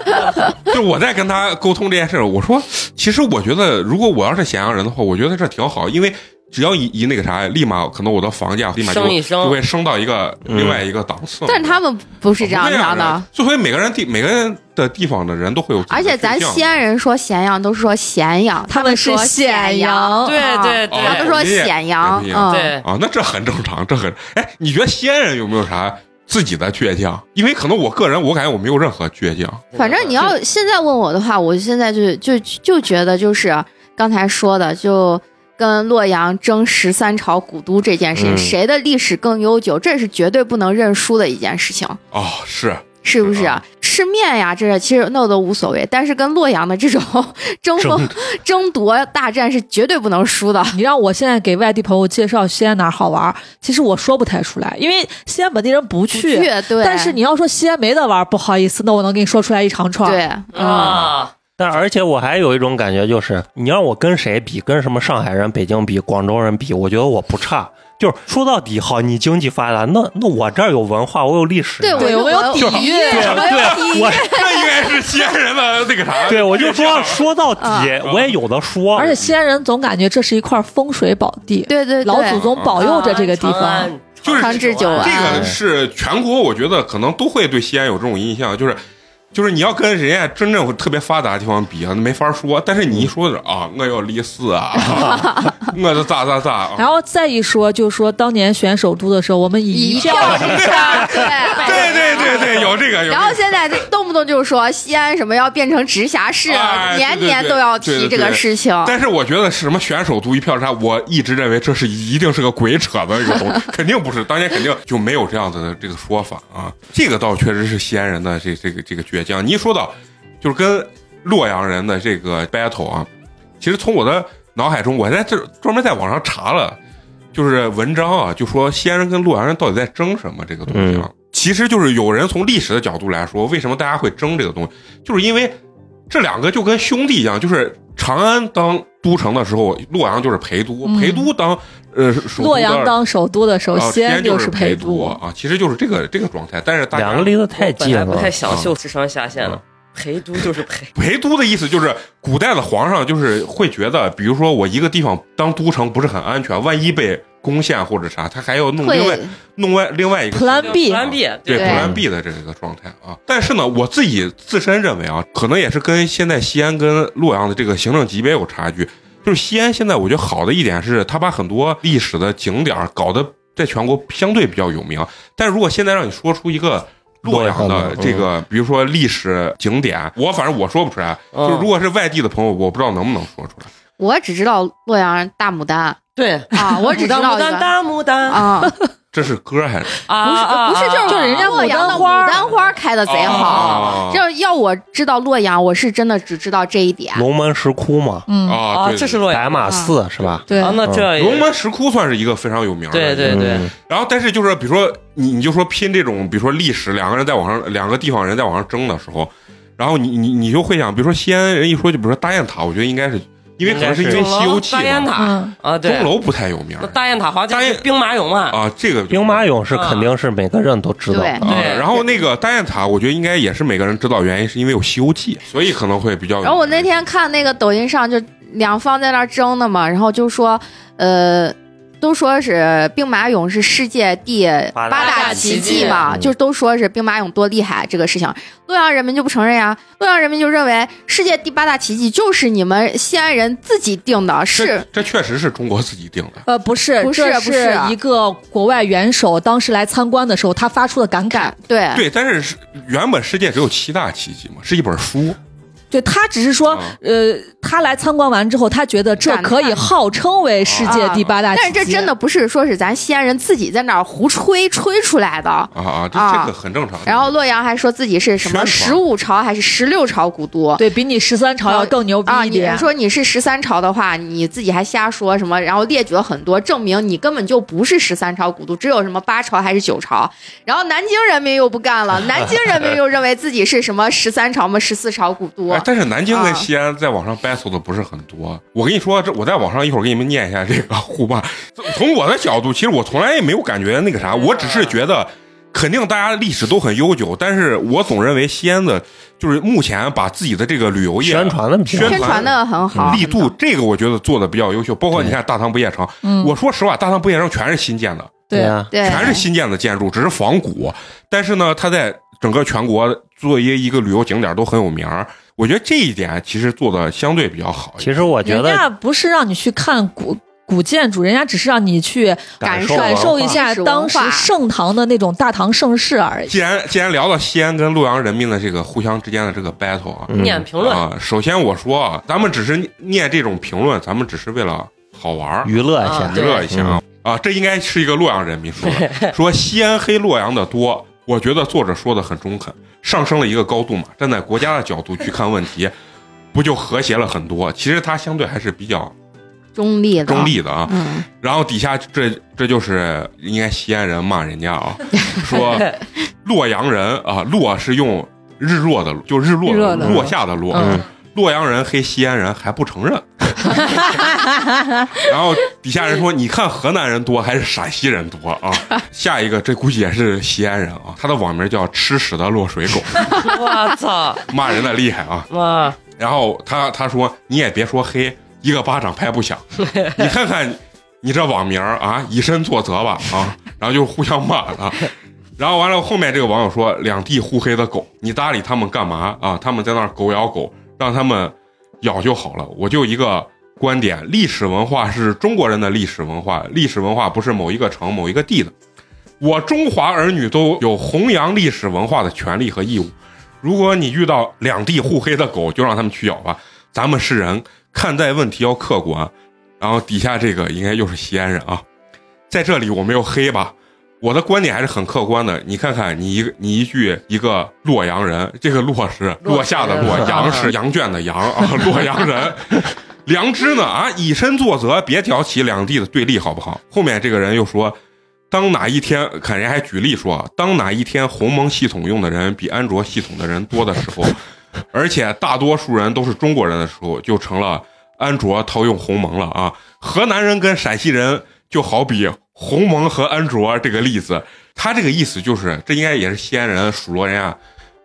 Speaker 1: 就是我在跟他沟通这件事儿，我说其实我觉得如果我要是咸阳人的话，我觉得这挺好，因为。只要一一那个啥，立马可能我的房价立马就
Speaker 2: 升一升
Speaker 1: 就会升到一个
Speaker 6: 嗯
Speaker 1: 另外一个档次嘛。
Speaker 4: 但是他们不是这样想的。，
Speaker 1: 就所以每个人地每个人的地方的人都会有自己的
Speaker 4: 而
Speaker 1: 倔强。
Speaker 4: 且咱西安人说咸阳都是说咸阳，
Speaker 5: 他们是
Speaker 4: 说
Speaker 5: 咸
Speaker 4: 阳，
Speaker 5: 阳，
Speaker 2: 对
Speaker 4: 啊
Speaker 2: 对对
Speaker 4: 他们说咸阳，
Speaker 1: 也不一样
Speaker 4: 嗯，
Speaker 2: 对，
Speaker 1: 啊，那这很正常，这很哎，你觉得西安人有没有啥自己的倔强？因为可能我个人，我感觉我没有任何倔强。
Speaker 4: 反正你要现在问我的话，我现在就就就觉得就是刚才说的，就跟洛阳争十三朝古都这件事情，
Speaker 6: 嗯
Speaker 4: 谁的历史更悠久，这是绝对不能认输的一件事情。
Speaker 1: 哦，是
Speaker 4: 是不
Speaker 1: 是
Speaker 4: 是
Speaker 1: 啊？
Speaker 4: 吃面呀，这其实那都无所谓，但是跟洛阳的这种 争锋争夺大战是绝对不能输的。
Speaker 5: 你让我现在给外地朋友介绍西安哪儿好玩儿，其实我说不太出来，因为西安本地人不
Speaker 4: 不
Speaker 5: 去。
Speaker 4: 对，
Speaker 5: 但是你要说西安没得玩儿，不好意思，那我能给你说出来一长串儿。嗯
Speaker 4: 对，
Speaker 1: 嗯
Speaker 2: 啊，
Speaker 6: 但而且我还有一种感觉，就是你让我跟谁比，跟什么上海人、北京比、广州人比，我觉得我不差。就是说到底，好，你经济发达，那那我这儿有文化，我有历史呀。
Speaker 4: 对
Speaker 5: 对
Speaker 4: 我
Speaker 5: 我有底蕴
Speaker 4: 对我有底蕴
Speaker 6: 我
Speaker 1: 这应该是西安人的那个啥。
Speaker 6: 对，我就
Speaker 5: 嗯
Speaker 6: 说说到底
Speaker 1: 啊，
Speaker 6: 我也有的说。
Speaker 5: 而且西安人总感觉这是一块风水宝地，
Speaker 4: 对对对，啊
Speaker 5: 老祖宗保佑着这个地
Speaker 2: 长
Speaker 5: 方。
Speaker 2: 安啊
Speaker 1: 就是
Speaker 4: 长治久安
Speaker 1: 这啊个是全国，我觉得可能都会对西安有这种印象，就是就是你要跟人家真正特别发达的地方比啊，那没法说。但是你一说的 啊，我要历史啊， 我就咋咋咋啊，
Speaker 5: 然后再一说，就说当年选首都的时候，我们以
Speaker 4: 一
Speaker 5: 一
Speaker 4: 票
Speaker 5: 票
Speaker 4: 之差， 对。
Speaker 1: 对对对对，有这个 有这
Speaker 4: 然后
Speaker 1: 个。
Speaker 4: 现在这动不动就是说西安什么要变成直辖市啊，
Speaker 1: 哎
Speaker 4: 年
Speaker 1: 对对
Speaker 4: 年
Speaker 1: 对
Speaker 4: 都要
Speaker 1: 对
Speaker 4: 提
Speaker 1: 对
Speaker 4: 这个
Speaker 1: 对
Speaker 4: 事情。
Speaker 1: 但是我觉得是什么选首都一票差，我一直认为这是一定是个鬼扯的一个东西，肯定不是，当年肯定就没有这样子的这个说法啊。这个倒确实是西安人的这这个这个倔强。你一说到就是跟洛阳人的这个 battle 啊，其实从我的脑海中，我还在这专门在网上查了，就是文章啊，就说西安人跟洛阳人到底在争什么这个东西啊。其实就是有人从历史的角度来说，为什么大家会争这个东西，就是因为这两个就跟兄弟一样，就是长安当都城的时候，洛阳就是陪都，
Speaker 5: 嗯
Speaker 1: 陪都当呃首都
Speaker 5: 洛阳
Speaker 1: 的
Speaker 5: 当首都的时候，
Speaker 1: 啊
Speaker 5: 西安
Speaker 1: 就是陪
Speaker 5: 陪都。
Speaker 1: 啊，其实就是这个这个状态。但是大家
Speaker 6: 两个离得太
Speaker 2: 我本
Speaker 6: 近
Speaker 2: 来
Speaker 6: 了
Speaker 2: 不，太想秀智商下限
Speaker 1: 嗯
Speaker 2: 了，陪都就是陪。
Speaker 1: 陪都的意思就是，古代的皇上就是会觉得，比如说我一个地方当都城不是很安全，万一被攻陷或者啥，他还要弄另外
Speaker 4: 会
Speaker 1: 弄外另外一个
Speaker 5: Plan B，
Speaker 2: 完毕，
Speaker 1: 对
Speaker 4: 对
Speaker 1: Plan B 的这个状态啊。但是呢，我自己自身认为啊，可能也是跟现在西安跟洛阳的这个行政级别有差距。就是西安现在我觉得好的一点是，它把很多历史的景点儿搞得在全国相对比较有名。但如果现在让你说出一个洛阳的这个，比如说历史景点，我反正我说不出来。
Speaker 2: 嗯
Speaker 1: 就是如果是外地的朋友，我不知道能不能说出来。
Speaker 4: 我只知道洛阳人大牡丹
Speaker 2: 对，
Speaker 4: 啊，我只知道
Speaker 2: 牡
Speaker 4: 一
Speaker 2: 丹
Speaker 4: 个
Speaker 2: 大牡丹
Speaker 4: 啊，
Speaker 1: 这是歌还是
Speaker 2: 啊，
Speaker 4: 不是就是
Speaker 5: 就是人家
Speaker 4: 洛阳的牡
Speaker 5: 牡丹花
Speaker 4: 丹花开的贼好。
Speaker 1: 啊
Speaker 4: 就是要我知道洛阳，我是真的只知道这一点。
Speaker 6: 龙门石窟嘛，
Speaker 5: 嗯，
Speaker 1: 啊，
Speaker 2: 啊，
Speaker 1: 对嗯
Speaker 2: 这是洛阳
Speaker 6: 白马寺是吧？
Speaker 5: 对，
Speaker 2: 啊，那这
Speaker 1: 龙门石窟算是一个非常有名的。
Speaker 2: 对对对
Speaker 6: 嗯，
Speaker 1: 然后，但是就是比如说你你就说拼这种，比如说历史，两个人在网上两个地方人在网上争的时候，然后你你你就会想，比如说西安人一说，就比如说大雁塔，我觉得应该是因为可能是因为《西游记
Speaker 2: 大》雁
Speaker 1: 嘛，
Speaker 2: 塔
Speaker 5: 嗯，
Speaker 2: 啊，对
Speaker 1: 钟，楼不太有名
Speaker 2: 那大雁塔好像就是兵马俑嘛，
Speaker 1: 啊，这个就
Speaker 6: 兵马俑是肯定是每个人都知道
Speaker 4: 对
Speaker 6: 的。
Speaker 1: 啊。
Speaker 2: 对
Speaker 1: 然后那个大雁塔，我觉得应该也是每个人知道，原因是因为有《西游记》，所以可能会比较有名。
Speaker 4: 然后我那天看那个抖音上就两方在那儿争呢嘛，然后就说，呃，都说是兵马俑是世界第八
Speaker 6: 八大
Speaker 4: 大奇迹嘛，
Speaker 6: 嗯
Speaker 4: 就都说是兵马俑多厉害这个事情。洛阳人民就不承认呀，洛阳人民就认为世界第八大奇迹就是你们西安人自己定的，
Speaker 1: 这
Speaker 4: 是
Speaker 1: 这确实是中国自己定的。
Speaker 5: 呃，不是，
Speaker 4: 不是
Speaker 5: 这
Speaker 4: 不是啊
Speaker 5: 一个国外元首当时来参观的时候，他发出的感慨。
Speaker 4: 对
Speaker 1: 对，但是是原本世界只有七大奇迹嘛，是一本书。
Speaker 5: 对他只是说，
Speaker 1: 啊
Speaker 5: 呃，他来参观完之后，他觉得这
Speaker 4: 感叹
Speaker 5: 可以号称为世界第八大奇
Speaker 4: 但
Speaker 5: 迹、
Speaker 4: 是这真的不是说是咱西安人自己在那儿胡吹吹出来的。
Speaker 1: 啊啊，这
Speaker 4: 啊
Speaker 1: 这个很正常。
Speaker 4: 然后洛阳还说自己是什么
Speaker 1: 宣
Speaker 4: 十
Speaker 1: 传
Speaker 4: 五朝还是十六朝古都，
Speaker 5: 对比你十三朝要更牛逼
Speaker 4: 啊，
Speaker 5: 哦一
Speaker 4: 你
Speaker 5: 点。
Speaker 4: 说你是十三朝的话，你自己还瞎说什么？然后列举了很多，证明你根本就不是十三朝古都，只有什么八朝还是九朝。然后南京人民又不干了，南京人民又认为自己是什么十三朝嘛、十四朝古都
Speaker 1: 哎，。但是南京
Speaker 4: 啊
Speaker 1: 跟西安在网上 battle 的不是很多。我跟你说，这我在网上一会儿给你们念一下这个互骂。 从我的角度，其实我从来也没有感觉那个啥，我只是觉得肯定大家历史都很悠久，但是我总认为西安的，就是目前把自己的这个旅游业
Speaker 6: 宣传的比较
Speaker 1: 宣
Speaker 4: 宣传啊的很好，
Speaker 1: 力度，这个我觉得做的比较优秀。包括你看大唐不夜城，
Speaker 5: 嗯，
Speaker 1: 我说实话，大唐不夜城全是新建的，
Speaker 5: 对
Speaker 6: 啊，
Speaker 4: 对，
Speaker 1: 全是新建的建筑，只是仿古。但是呢，它在整个全国作为一个旅游景点都很有名儿。我觉得这一点其实做的相对比较好一点。
Speaker 6: 其实我觉
Speaker 5: 人
Speaker 6: 得
Speaker 5: 家不是让你去看古古建筑，人家只是让你去
Speaker 4: 感
Speaker 6: 受啊
Speaker 5: 感
Speaker 6: 文
Speaker 5: 受一
Speaker 6: 化
Speaker 5: 下
Speaker 4: 历史文
Speaker 5: 当时
Speaker 4: 化
Speaker 5: 盛唐的那种大唐盛世而已。
Speaker 1: 既然既然聊到西安跟洛阳人民的这个互相之间的这个 battle 啊，
Speaker 6: 嗯
Speaker 2: 念评论
Speaker 1: 啊，首先我说啊，咱们只是念这种评论，咱们只是为了好玩儿、
Speaker 6: 娱乐一
Speaker 2: 啊
Speaker 5: 嗯
Speaker 6: 下
Speaker 1: 娱
Speaker 2: 对，
Speaker 1: 乐一下啊。啊，这应该是一个洛阳人民说的，说西安黑洛阳的多，我觉得作者说的很中肯，上升了一个高度嘛，站在国家的角度去看问题，不就和谐了很多？其实它相对还是比较
Speaker 4: 中立的，
Speaker 1: 中， 立的啊。
Speaker 4: 嗯，
Speaker 1: 然后底下这这就是应该西安人骂人家 啊，说洛阳人啊，洛是用日落的，就日落
Speaker 5: 日落的
Speaker 1: 落下的落，
Speaker 6: 嗯
Speaker 1: 洛阳人黑西安人还不承 认。然后底下人说：“你看河南人多还是陕西人多啊？”下一个这估计也是西安人啊，他的网名叫“吃屎的落水狗
Speaker 2: 我操，”，
Speaker 1: 骂人的厉害啊。
Speaker 2: 哇，
Speaker 1: 然后他他说：“你也别说黑，一个巴掌拍不响。你看看你这网名儿啊，以身作则吧啊。”然后就互相骂了。然后完了，后面这个网友说：“两地互黑的狗，你搭理他们干嘛啊？他们在那儿狗咬狗，让他们咬就好了。”我就一个观点：历史文化是中国人的历史文化，历史文化不是某一个城、某一个地的。我中华儿女都有弘扬历史文化的权利和义务。如果你遇到两地互黑的狗，就让他们去咬吧。咱们是人，看待问题要客观。然后底下这个应该又是西安人啊，在这里我没有黑吧，我的观点还是很客观的。你看看你一个你一句一个洛阳人，这个洛是落下的
Speaker 2: 落
Speaker 1: 洛，
Speaker 2: 下
Speaker 1: 阳是羊圈的羊啊， 洛阳人。良知呢啊，以身作则，别挑起两地的对立，好不好？后面这个人又说，当哪一天，看人家还举例说，当哪一天鸿蒙系统用的人比安卓系统的人多的时候，而且大多数人都是中国人的时候，就成了安卓套用鸿蒙了啊。河南人跟陕西人就好比鸿蒙和安卓这个例子，他这个意思就是，这应该也是西安人数落人家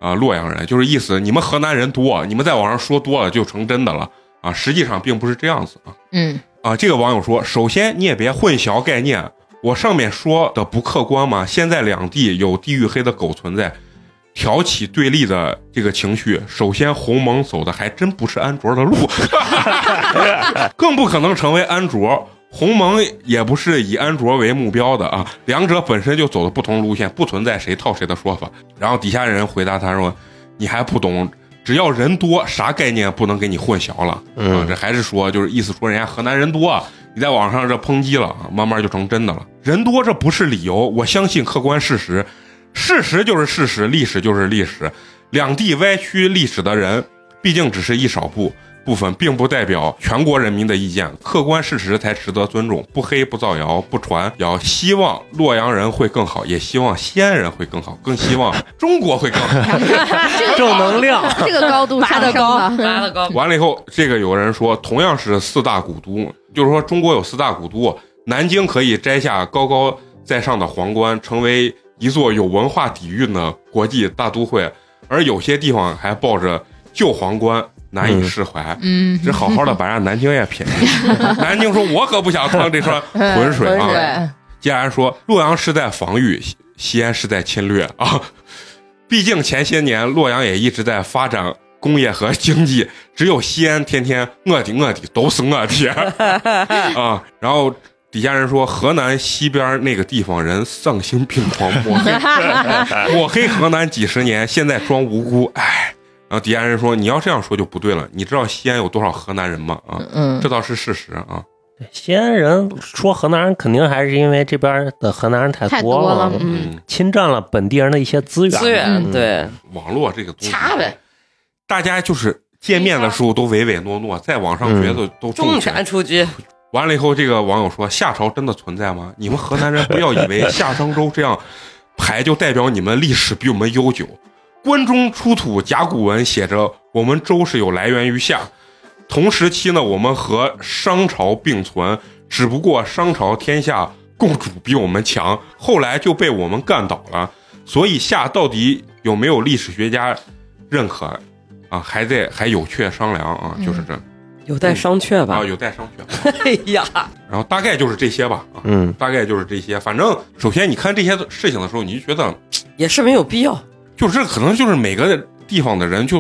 Speaker 1: 啊洛阳人，就是意思你们河南人多，你们在网上说多了就成真的了啊，实际上并不是这样子啊。
Speaker 7: 嗯
Speaker 1: 啊，这个网友说，首先你也别混淆概念，啊我上面说的不客观嘛。现在两地有地域黑的狗存在，挑起对立的这个情绪，首先鸿蒙走的还真不是安卓的路， 更不可能成为安卓。鸿蒙也不是以安卓为目标的啊，两者本身就走的不同路线，不存在谁套谁的说法。然后底下人回答他说：“你还不懂，只要人多，啥概念不能给你混淆了？”
Speaker 6: 嗯
Speaker 1: 啊，这还是说就是意思说人家河南人多啊，你在网上这抨击了啊，慢慢就成真的了。人多这不是理由，我相信客观事实，事实就是事实，历史就是历史。两地歪曲历史的人，毕竟只是一少部部分，并不代表全国人民的意见。客观事实才值得尊重，不黑不造谣不传谣。希望洛阳人会更好，也希望西安人会更好，更希望中国会更好。
Speaker 6: 正能量，
Speaker 4: 这个高度上升了，
Speaker 2: 拉的高，
Speaker 1: 完了以后，这个有人说，同样是四大古都，就是说中国有四大古都，南京可以摘下高高在上的皇冠，成为一座有文化底蕴的国际大都会，而有些地方还抱着旧皇冠难以释怀。
Speaker 7: 嗯，
Speaker 1: 只好好的把人家南京也撇 下。南京说：“我可不想趟这船 浑水啊！”既然说洛阳是在防御，西西安是在侵略 啊。毕竟前些年洛阳也一直在发展工业和经济，只有西安天天我的我的都是我的 啊。然后底下人说河南西边那个地方人丧心病狂抹 黑， 抹黑河南几十年，现在装无辜，哎。然后底下人说你要这样说就不对了，你知道西安有多少河南人吗？啊，
Speaker 7: 嗯
Speaker 1: 这倒是事实啊。
Speaker 6: 西安人说河南人，肯定还是因为这边的河南人太
Speaker 4: 太
Speaker 6: 多
Speaker 4: 多了，嗯，
Speaker 1: 嗯，
Speaker 6: 侵占了本地人的一些资源。
Speaker 2: 资源
Speaker 7: 嗯
Speaker 2: 对，
Speaker 1: 网络这个东西，
Speaker 2: 掐呗，
Speaker 1: 大家就是见面的时候都唯唯诺诺，在网上觉得都
Speaker 2: 重
Speaker 1: 重
Speaker 2: 拳。出击，
Speaker 1: 完了以后，这个网友说：“夏朝真的存在吗？ 你们河南人不要以为夏商周这样排就代表你们历史比我们悠久。关中出土甲骨文写着我们周是有来源于夏，同时期呢，我们和商朝并存，只不过商朝天下共主比我们强，后来就被我们干倒了。所以夏到底有没有历史学家认可啊？还得还有确商量啊，就是这
Speaker 2: 有待商榷吧
Speaker 1: 啊，。有待商榷。
Speaker 2: 哎呀，
Speaker 1: 然后大概就是这些吧，啊，
Speaker 6: 嗯，
Speaker 1: 大概就是这些。反正首先你看这些事情的时候，你就觉得，
Speaker 2: 也是没有必要
Speaker 1: 就是这可能就是每个地方的人就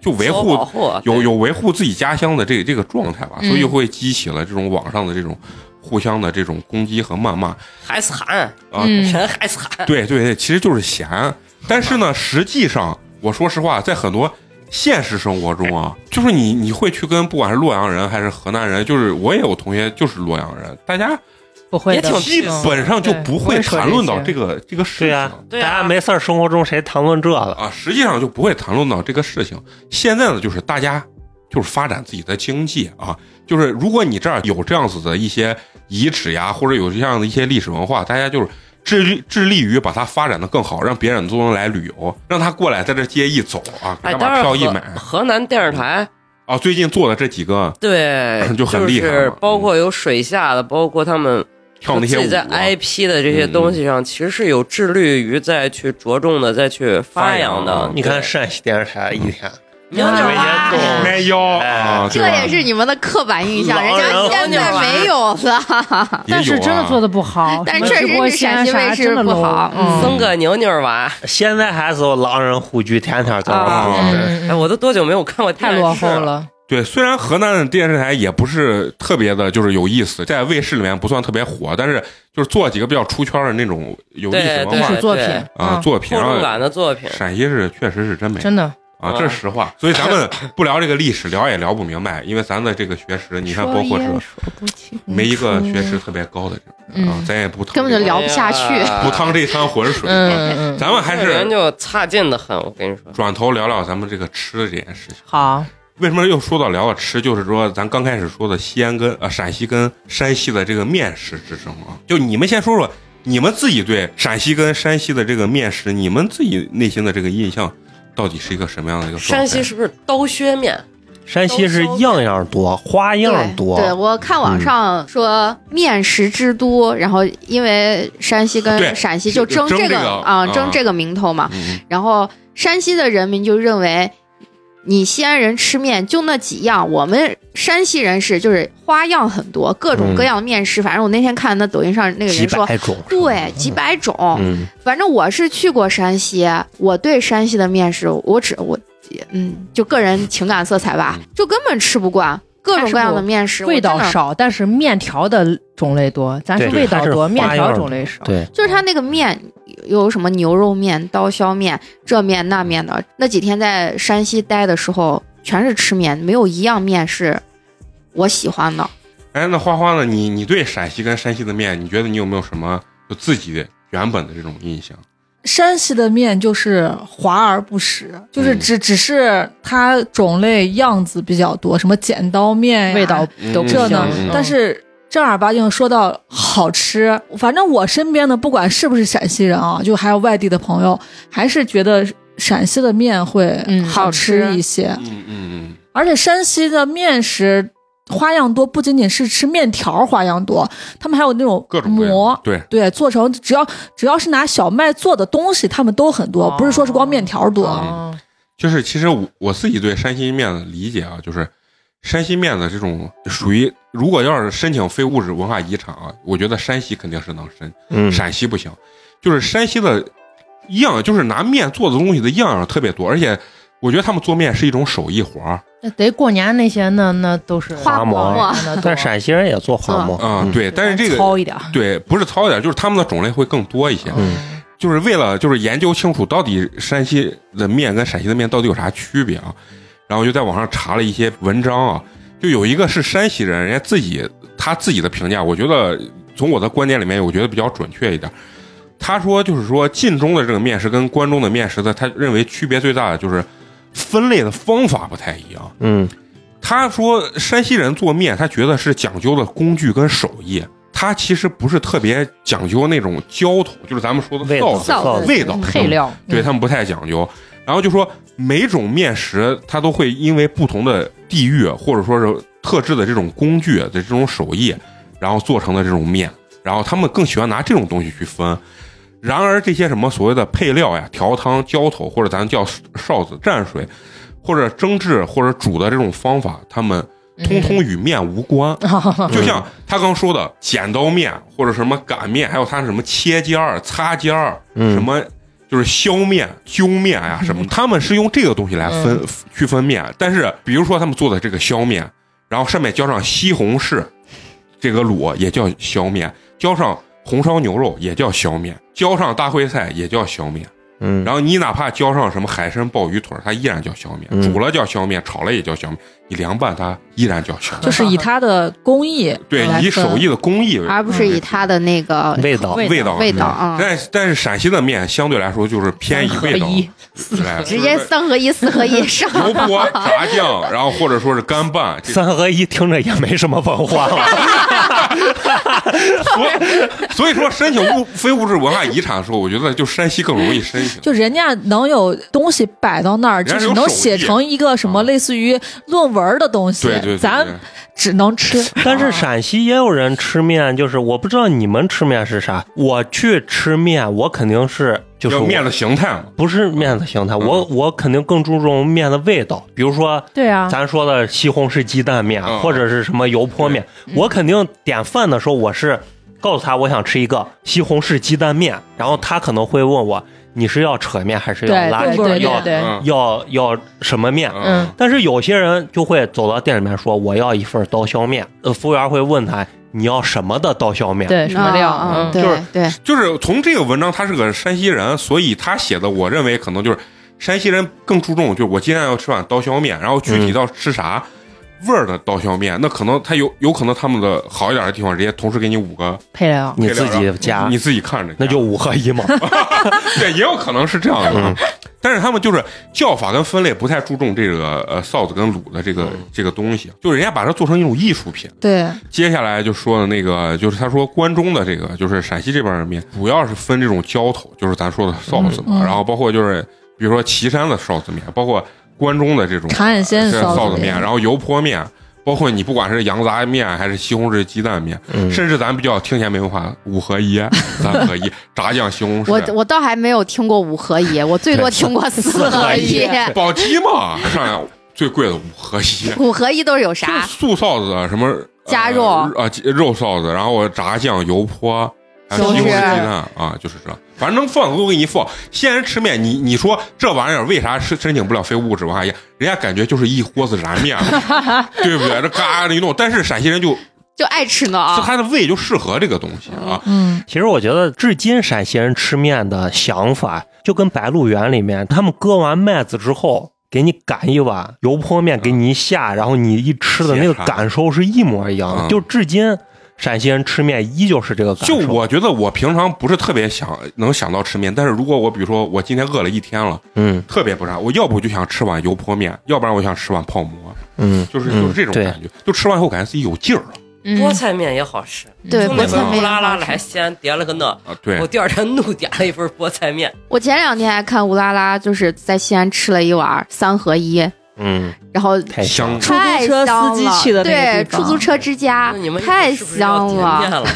Speaker 1: 就维
Speaker 2: 自我保
Speaker 1: 护
Speaker 2: 护啊
Speaker 1: 有有维护自己家乡的这这个状态吧，
Speaker 7: 嗯
Speaker 1: 所以会激起了这种网上的这种互相的这种攻击和谩骂
Speaker 2: 还惨，
Speaker 1: 啊。
Speaker 7: 嗯
Speaker 2: 人还惨，
Speaker 1: 对对对，其实就是闲。但是呢，实际上我说实话，在很多现实生活中啊，就是你你会去跟不管是洛阳人还是河南人，就是我也有同学就是洛阳人，大家
Speaker 3: 不会
Speaker 2: 也
Speaker 3: 的
Speaker 2: 挺
Speaker 1: 基本上就不会谈论到这个这个事
Speaker 6: 对
Speaker 1: 情
Speaker 6: 呀、
Speaker 2: 对
Speaker 6: 大
Speaker 2: 啊
Speaker 6: 家没事儿生活中谁谈论这个？
Speaker 1: 啊，实际上就不会谈论到这个事情。现在呢，就是大家就是发展自己的经济啊，就是如果你这儿有这样子的一些遗址呀，或者有这样的一些历史文化，大家就是致力致力于把它发展的更好，让别人都能来旅游，让他过来在这街一走啊，给
Speaker 2: 哎，
Speaker 1: 他
Speaker 2: 当
Speaker 1: 把
Speaker 2: 然
Speaker 1: 票一
Speaker 2: 河
Speaker 1: 买
Speaker 2: 河南电视台
Speaker 1: 啊。最近做的这几个
Speaker 2: 对
Speaker 1: ，就很厉害嘛嗯
Speaker 2: 是包括有水下的，包括他们
Speaker 1: 跳那些
Speaker 2: 自
Speaker 1: 舞
Speaker 2: 己在
Speaker 1: 啊，嗯
Speaker 2: IP 的这些东西上，其实是有致力于再去着重的再去发扬
Speaker 1: 发
Speaker 2: 的
Speaker 1: 扬。啊
Speaker 6: 你看陕西电视台一天
Speaker 2: 有点
Speaker 6: 没
Speaker 2: 儿
Speaker 6: 人动
Speaker 1: 迈腰
Speaker 2: 哎
Speaker 1: 啊，
Speaker 4: 这
Speaker 1: 对吧
Speaker 4: 也是你们的刻板印象，人
Speaker 6: 老人
Speaker 4: 家现在没有了。
Speaker 1: 也
Speaker 7: 但
Speaker 1: 有
Speaker 7: 是
Speaker 1: 啊
Speaker 7: 真的做的不好，
Speaker 4: 但
Speaker 7: 什么
Speaker 4: 确实
Speaker 7: 直播
Speaker 4: 是
Speaker 7: 间
Speaker 4: 陕西
Speaker 7: 啥
Speaker 4: 卫视
Speaker 7: 真的
Speaker 4: 不
Speaker 7: low
Speaker 4: 好
Speaker 7: 嗯
Speaker 2: 生个牛牛娃，
Speaker 6: 现在还是有狼人虎踞，天天在
Speaker 4: 啊
Speaker 6: 那
Speaker 1: 啊，对
Speaker 2: 哎，我都多久没有看过
Speaker 7: 太
Speaker 2: 电视
Speaker 7: 落后了。
Speaker 1: 对，虽然河南的电视台也不是特别的，就是有意思，在卫视里面不算特别火，但是就是做几个比较出圈的那种有历史
Speaker 2: 对
Speaker 1: 文
Speaker 2: 对
Speaker 1: 化
Speaker 7: 是
Speaker 1: 的
Speaker 7: 作品
Speaker 2: 对
Speaker 1: 啊
Speaker 7: 啊
Speaker 1: 作品。
Speaker 2: 厚重
Speaker 1: 然后
Speaker 2: 感的作品。
Speaker 1: 陕西是确实是真没
Speaker 7: 真的，
Speaker 1: 啊，这是实话。所以咱 们不聊这个历史，聊也聊不明白，因为咱的这个学识，你看包括是没一个学识特别高的人啊
Speaker 7: 嗯，
Speaker 1: 咱也不趟
Speaker 4: 根本就
Speaker 1: 这个
Speaker 4: 聊不下去
Speaker 1: 不趟这滩浑水。啊
Speaker 7: 嗯嗯，
Speaker 1: 咱们还
Speaker 2: 这人
Speaker 1: 是
Speaker 2: 就差劲的很，我跟你说。
Speaker 1: 转头聊聊咱们这个吃的这件事情。
Speaker 7: 好，
Speaker 1: 为什么又说到聊到吃？就是说，咱刚开始说的西安跟呃陕西跟山西的这个面食之争啊，就你们先说说你们自己对陕西跟山西的这个面食，你们自己内心的这个印象到底是一个什么样的一个状态？
Speaker 2: 山西是不是刀削面？
Speaker 6: 山西是样样多，花样多。
Speaker 4: 对，我看网上说面食之都，然后因为山西
Speaker 1: 对
Speaker 4: 跟陕西就争
Speaker 1: 争这
Speaker 4: 个
Speaker 1: 个
Speaker 4: 啊
Speaker 1: 啊
Speaker 4: 争这个名头嘛，
Speaker 1: 嗯，
Speaker 4: 然后山西的人民就认为。你西安人吃面就那几样，我们山西人是就是花样很多，各种各样的面食。反正我那天看那抖音上那个
Speaker 6: 嗯几
Speaker 4: 人说，哦
Speaker 6: 百种，
Speaker 4: 对，几百种。
Speaker 6: 嗯，
Speaker 4: 反正我是去过山西，我对山西的面食，我只我嗯，就个人情感色彩吧
Speaker 1: 嗯，
Speaker 4: 就根本吃不惯各种各样的面食，
Speaker 7: 味
Speaker 4: 我
Speaker 7: 道
Speaker 4: 真的。
Speaker 7: 少，但是面条的种类多，咱是
Speaker 6: 对
Speaker 7: 味道
Speaker 6: 它是花
Speaker 7: 多，面条
Speaker 6: 样
Speaker 7: 种类少。
Speaker 6: 对，
Speaker 4: 就是他那个面有什么牛肉面、刀削面、这面那面的。那几天在山西待的时候，全是吃面，没有一样面是我喜欢的。
Speaker 1: 哎，那花花呢？你你对陕西跟山西的面，你觉得你有没有什么就自己原本的这种印象？
Speaker 5: 山西的面就是华而不实，就是
Speaker 1: 嗯
Speaker 5: 只、只是它种类样子比较多，什么剪刀面呀
Speaker 7: 味道都
Speaker 1: 嗯
Speaker 7: 不
Speaker 5: 这
Speaker 7: 香
Speaker 5: 呢
Speaker 1: 嗯。
Speaker 5: 但是正儿八经说到好吃，反正我身边的不管是不是陕西人啊，就还有外地的朋友，还是觉得陕西的面会
Speaker 7: 嗯
Speaker 5: 好吃
Speaker 7: 好吃
Speaker 5: 一些。
Speaker 1: 嗯嗯
Speaker 5: 而且山西的面食花样多，不仅仅是吃面条花样多，他们还有那种
Speaker 1: 各种各样
Speaker 5: 馍，
Speaker 1: 对，
Speaker 5: 对，做成只要只要是拿小麦做的东西，他们都很多，
Speaker 7: 哦
Speaker 5: 不是说是光面条多。
Speaker 1: 嗯就是其实我我自己对山西面的理解啊，就是山西面的这种属于，如果要是申请非物质文化遗产啊，我觉得山西肯定是能申，
Speaker 6: 嗯，
Speaker 1: 陕西不行。就是山西的样，就是拿面做的东西的样样特别多，而且我觉得他们做面是一种手艺活儿
Speaker 7: 那得过年那些，那那都是
Speaker 4: 花馍
Speaker 7: 花馍那
Speaker 6: 但
Speaker 7: 多
Speaker 6: 陕西人也做花馍
Speaker 1: 啊、
Speaker 6: 嗯
Speaker 1: 对。但是这个
Speaker 7: 啊糙一点儿，
Speaker 1: 对不是糙一点，就是他们的种类会更多一些。
Speaker 6: 嗯，
Speaker 1: 就是为了就是研究清楚到底山西的面跟陕西的面到底有啥区别啊，然后我就在网上查了一些文章啊，就有一个是山西人，人家自己他自己的评价，我觉得从我的观点里面，我觉得比较准确一点。他说就是说晋中的这个面食跟关中的面食的，他认为区别最大的就是分类的方法不太一样。
Speaker 6: 嗯，
Speaker 1: 他说山西人做面，他觉得是讲究的工具跟手艺，他其实不是特别讲究那种浇头，就是咱们说的
Speaker 6: 味
Speaker 1: 道
Speaker 6: 道
Speaker 1: 子
Speaker 4: 臊
Speaker 1: 哦味道
Speaker 7: 配料，
Speaker 1: 嗯对他们不太讲究。然后就说每种面食，它都会因为不同的地域或者说是特制的这种工具的这种手艺，然后做成的这种面，然后他们更喜欢拿这种东西去分。然而这些什么所谓的配料呀、调汤、浇头或者咱叫臊子、蘸水，或者蒸制或者煮的这种方法，他们
Speaker 3: 嗯
Speaker 1: 通通与面无关。 就像他刚说的剪刀面或者什么擀面，还有他什么切尖儿、擦尖儿，
Speaker 6: 嗯
Speaker 1: 什么就是削面、揪面呀、什么，他们是用这个东西来分、区分面。但是比如说他们做的这个削面，然后上面浇上西红柿，这个卤也叫削面，浇上红烧牛肉也叫削面，浇上大烩菜也叫削面。
Speaker 6: 嗯，
Speaker 1: 然后你哪怕浇上什么海参、鲍鱼腿儿，它依然叫小面，
Speaker 6: 嗯
Speaker 1: 煮了叫小面，炒了也叫小面，你凉拌它依然叫小面。
Speaker 5: 就是以它的工艺
Speaker 1: 对
Speaker 5: 来，
Speaker 1: 以
Speaker 5: 分
Speaker 1: 手艺的工艺为嗯
Speaker 4: 而不是以它的那个
Speaker 6: 味道
Speaker 1: 味道嗯
Speaker 4: 味道啊，
Speaker 1: 但但是陕西的面相对来说就是偏以味道来，
Speaker 4: 直接
Speaker 1: 就是
Speaker 4: 三合一、四合 一上。
Speaker 1: 油泼炸酱，然后或者说是干拌，这
Speaker 6: 三合一听着也没什么文化了。
Speaker 1: 所以所以说申请物非物质文化遗产的时候，我觉得就山西更容易申请。
Speaker 5: 就人家能有东西摆到那儿，
Speaker 1: 人家
Speaker 5: 就是
Speaker 1: 有
Speaker 5: 能
Speaker 1: 手
Speaker 5: 写
Speaker 1: 艺
Speaker 5: 成一个什么
Speaker 1: 啊
Speaker 5: 类似于论文的东西，
Speaker 1: 对对，对
Speaker 5: 咱
Speaker 1: 对
Speaker 5: 只能吃。
Speaker 6: 但是陕西也有人吃面，就是我不知道你们吃面是啥。我去吃面，我肯定是就是
Speaker 1: 要
Speaker 6: 我
Speaker 1: 面的形态嘛，
Speaker 6: 不是面的形态，
Speaker 1: 嗯
Speaker 6: 我我肯定更注重面的味道。比如说
Speaker 7: 对啊，
Speaker 6: 咱说的西红柿鸡蛋面，
Speaker 1: 嗯
Speaker 6: 或者是什么油泼面，我肯定点饭的时候我是告诉他我想吃一个西红柿鸡蛋面，然后他可能会问我你是要扯面还是要
Speaker 5: 对
Speaker 6: 拉面
Speaker 5: 对对
Speaker 6: 要
Speaker 5: 对对，
Speaker 1: 嗯
Speaker 6: 要要什么面？
Speaker 1: 嗯，
Speaker 6: 但是有些人就会走到店里面说我要一份刀削面，呃，服务员会问他你要什么的刀削面？
Speaker 7: 对什么料
Speaker 3: 嗯
Speaker 4: 啊啊
Speaker 7: 啊？
Speaker 4: 对
Speaker 1: 就是
Speaker 4: 对，
Speaker 1: 就是从这个文章，他是个山西人，所以他写的，我认为可能就是山西人更注重，就是我今天要吃碗刀削面，然后具体到吃啥。味儿的刀削面，那可能他有有可能他们的好一点的地方，人家同时给你五个
Speaker 7: 配料
Speaker 6: 你
Speaker 1: 配料
Speaker 6: 自己加
Speaker 1: 你，自己看着，
Speaker 6: 那就五合一嘛。
Speaker 1: 对，也有可能是这样的。
Speaker 6: 嗯
Speaker 1: 但是他们就是叫法跟分类不太注重这个呃臊子跟卤的这个、
Speaker 6: 嗯
Speaker 1: 这个东西，就是人家把它做成一种艺术品。
Speaker 5: 对，
Speaker 1: 接下来就说的那个，就是他说关中的这个，就是陕西这边的面，主要是分这种浇头，就是咱说的臊子嘛，
Speaker 5: 嗯嗯
Speaker 1: 然后包括就是比如说岐山的臊子面，包括关中的这种
Speaker 5: 长安县
Speaker 1: 这
Speaker 5: 臊
Speaker 1: 臊
Speaker 5: 子
Speaker 1: 子面，
Speaker 5: 面，
Speaker 1: 然后油泼面。包括你不管是羊杂面还是西红柿鸡蛋面，
Speaker 6: 嗯
Speaker 1: 甚至咱比较听起来没文化，五合 一、三合一、炸酱西红
Speaker 4: 我
Speaker 1: 柿，
Speaker 4: 我倒还没有听过五合一，我最多
Speaker 6: 对
Speaker 4: 听过四合一。
Speaker 1: 宝鸡嘛，上海最贵的五合一，
Speaker 4: 五合一都是有
Speaker 1: 就
Speaker 4: 啥？
Speaker 1: 素臊子啊什么
Speaker 4: 加肉
Speaker 1: 啊、呃鸡肉臊子，然后炸酱油泼，还有
Speaker 4: 西
Speaker 1: 西
Speaker 4: 红
Speaker 1: 红柿鸡
Speaker 4: 柿
Speaker 1: 蛋啊，就是这，反正能放的都给你放。现人吃面，你你说这玩意儿为啥申申请不了非物质文化遗？人家感觉就是一锅子燃面， 对不对？这嘎的一弄，但是陕西人就
Speaker 4: 就爱吃呢
Speaker 1: 就
Speaker 4: 啊！
Speaker 1: 他的胃就适合这个东西啊。
Speaker 5: 嗯，
Speaker 6: 其实我觉得，至今陕西人吃面的想法，就跟《白鹿原》里面他们割完麦子之后，给你擀一碗油泼面，给你一下，然后你一吃的那个
Speaker 1: 解馋
Speaker 6: 感受是一模一样的。
Speaker 1: 嗯
Speaker 6: 就至今，陕西人吃面依旧是这个感
Speaker 1: 就
Speaker 6: 受。
Speaker 1: 我觉得我平常不是特别想能想到吃面，但是如果我比如说我今天饿了一天了，
Speaker 6: 嗯
Speaker 1: 特别不啥，我要不就想吃碗油泼面，要不然我想吃碗泡馍，
Speaker 6: 嗯，
Speaker 1: 就是就是这种
Speaker 6: 对
Speaker 1: 感觉，就吃完以后感觉自己有劲儿了
Speaker 4: 嗯
Speaker 2: 菠菜面也好吃，
Speaker 4: 对
Speaker 2: 就
Speaker 4: 菠
Speaker 2: 那
Speaker 4: 菜
Speaker 2: 次
Speaker 4: 面
Speaker 2: 呼啦啦
Speaker 4: 也好吃
Speaker 2: 来西安点了个那，
Speaker 1: 啊。对
Speaker 2: 我，第二天怒点了一份菠菜面，
Speaker 4: 我前两天还看乌拉拉，就是在西安吃了一碗三合一，
Speaker 6: 嗯，
Speaker 4: 然后
Speaker 6: 太香
Speaker 1: 香。
Speaker 6: 了
Speaker 5: 出租车司机去的那
Speaker 4: 对
Speaker 5: 个地
Speaker 4: 出
Speaker 5: 方
Speaker 4: 租车之家
Speaker 2: 那你们
Speaker 4: 啊太
Speaker 2: 是不是要
Speaker 4: 香
Speaker 2: 点面
Speaker 4: 了。
Speaker 2: 了。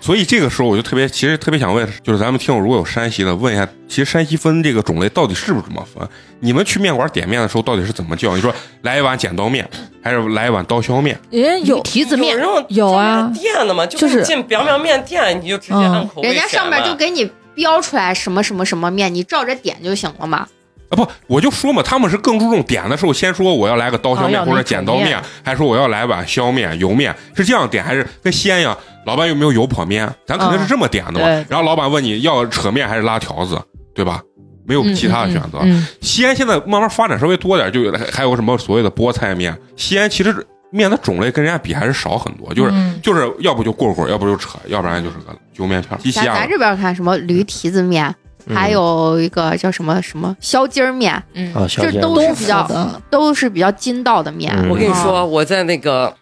Speaker 1: 所以这个时候我就特别，其实特别想问，就是咱们听友如果有山西的，问一下，其实山西分这个种类到底是不是这么分？你们去面馆点面的时候到底是怎么叫？你说来一碗剪刀面，还是来一碗刀削面？
Speaker 5: 人有
Speaker 7: 提子
Speaker 2: 有
Speaker 7: 面
Speaker 2: 那种
Speaker 5: 有啊
Speaker 2: 店的嘛，就
Speaker 5: 就是
Speaker 2: 是进表表面店，你就直接按口味
Speaker 4: 嗯人家上面就
Speaker 2: 给
Speaker 4: 给你标出来什么什么什么面，你照着点就行了嘛。
Speaker 1: 啊不，我就说嘛，他们是更注重点的时候，先说我要来个刀削面
Speaker 7: 哦要
Speaker 1: 或者
Speaker 7: 那
Speaker 1: 剪
Speaker 7: 种
Speaker 1: 刀面
Speaker 7: 面，
Speaker 1: 还说我要来碗削面、油面，是这样点还是跟西安一样？老板有没有油泼面？啊咱肯定是这么点的嘛。
Speaker 7: 嗯对
Speaker 1: 然后老板问你要扯面还是拉条子，对吧？没有其他的选择。
Speaker 7: 嗯，
Speaker 1: 西安现在慢慢发展稍微多点，就有还有什么所谓的菠菜面。西安其实面的种类跟人家比还是少很多，就是、
Speaker 7: 嗯
Speaker 1: 就是要不就棍棍，要不就扯，要不然就是个揪面片儿。啊西
Speaker 4: 咱
Speaker 1: 安
Speaker 4: 咱这边看什么驴蹄子面，
Speaker 6: 嗯
Speaker 4: 还有一个叫什么什么削筋儿面，
Speaker 7: 嗯
Speaker 6: 啊，小
Speaker 4: 这
Speaker 6: 姐，
Speaker 4: 都
Speaker 5: 东
Speaker 4: 是比
Speaker 5: 府
Speaker 4: 较
Speaker 5: 的，
Speaker 4: 都是比较筋道的面。
Speaker 6: 嗯
Speaker 2: 我跟你说，我在那个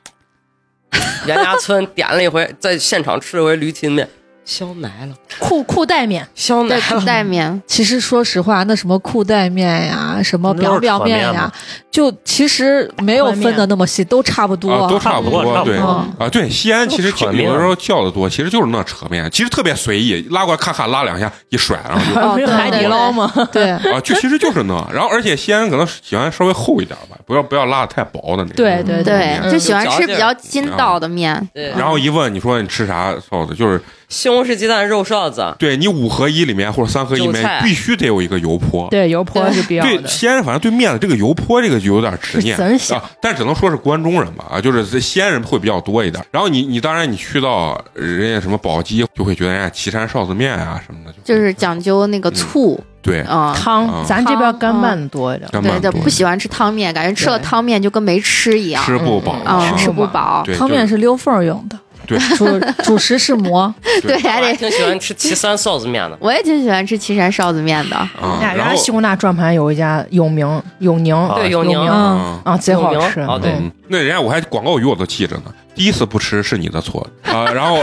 Speaker 2: 袁家村点了一回，在现场吃了一回驴蹄面，香奶了，
Speaker 7: 裤裤带面，
Speaker 2: 香奶
Speaker 4: 对
Speaker 2: 了。
Speaker 4: 哦带面，
Speaker 5: 其实说实话，那什么裤带面呀，什么表表面
Speaker 6: 都是扯面
Speaker 5: 呀
Speaker 6: 嘛，
Speaker 5: 就其实没有分的那么细，都差不 多，
Speaker 1: 啊，都差不
Speaker 6: 差不多
Speaker 1: 对
Speaker 6: 差不
Speaker 5: 多
Speaker 1: 啊，对，西安其实
Speaker 6: 都扯
Speaker 1: 有
Speaker 6: 面
Speaker 1: 的时候叫的多，其实就是那扯面，其实特别随意，拉过来咔咔拉两下一甩，然后
Speaker 4: 哦
Speaker 7: 不是
Speaker 4: 对
Speaker 7: 海底
Speaker 4: 对
Speaker 7: 捞 吗？
Speaker 5: 啊对。
Speaker 1: 就啊，就其实就是那，然后而且西安可能喜欢稍微厚一点吧，不要不要拉的太薄的那种。
Speaker 7: 对对
Speaker 4: 对，
Speaker 7: 嗯
Speaker 4: 就喜欢吃比较筋道的面。
Speaker 2: 对，
Speaker 1: 嗯然后一问你说你吃啥臊子，就是
Speaker 2: 西红柿鸡蛋肉臊子，
Speaker 1: 对你五合一里面或者三合一里
Speaker 2: 韭
Speaker 1: 面
Speaker 2: 菜
Speaker 1: 必须得有一个油泼，
Speaker 7: 对，油泼是必要
Speaker 1: 对
Speaker 7: 的。
Speaker 1: 西安，反正对面的这个油泼这个就有点 执念
Speaker 7: 是真香
Speaker 1: 啊，但只能说是关中人吧啊，就是这西安人会比较多一点。然后你你当然你去到人家什么宝鸡，就会觉得人家岐山臊子面啊什么的，
Speaker 4: 就是讲究那个醋，
Speaker 1: 对，
Speaker 4: 嗯，
Speaker 1: 啊
Speaker 3: 汤，咱这边
Speaker 4: 汤
Speaker 7: 嗯
Speaker 3: 干拌的多一点。
Speaker 1: 干
Speaker 4: 对
Speaker 1: 拌
Speaker 4: 对，
Speaker 1: 多
Speaker 4: 不喜欢吃汤面，感觉吃了
Speaker 3: 对
Speaker 4: 汤面就跟没吃一样，
Speaker 1: 吃不饱
Speaker 4: 嗯，
Speaker 1: 吃
Speaker 4: 吃
Speaker 3: 不
Speaker 4: 不饱，
Speaker 1: 对
Speaker 5: 汤
Speaker 1: 就
Speaker 5: 面是溜缝儿用的，
Speaker 1: 对
Speaker 5: 主主食 是馍，
Speaker 4: 对，还
Speaker 2: 我还
Speaker 4: 得。。
Speaker 2: 挺喜欢吃岐山臊子面的
Speaker 4: 我也挺喜欢吃岐山臊子面的，
Speaker 1: 啊，
Speaker 3: 哎，人
Speaker 1: 然
Speaker 3: 家
Speaker 1: 后
Speaker 3: 西工大转盘有一家永宁永宁
Speaker 6: 啊
Speaker 2: 对，有
Speaker 3: 有
Speaker 2: 宁
Speaker 3: 名
Speaker 2: 啊
Speaker 5: 嗯，
Speaker 1: 啊。
Speaker 3: 啊，贼好吃。
Speaker 2: 哦对
Speaker 1: 嗯，那人家我还广告语我都记着呢。第一次不吃是你的错啊、然后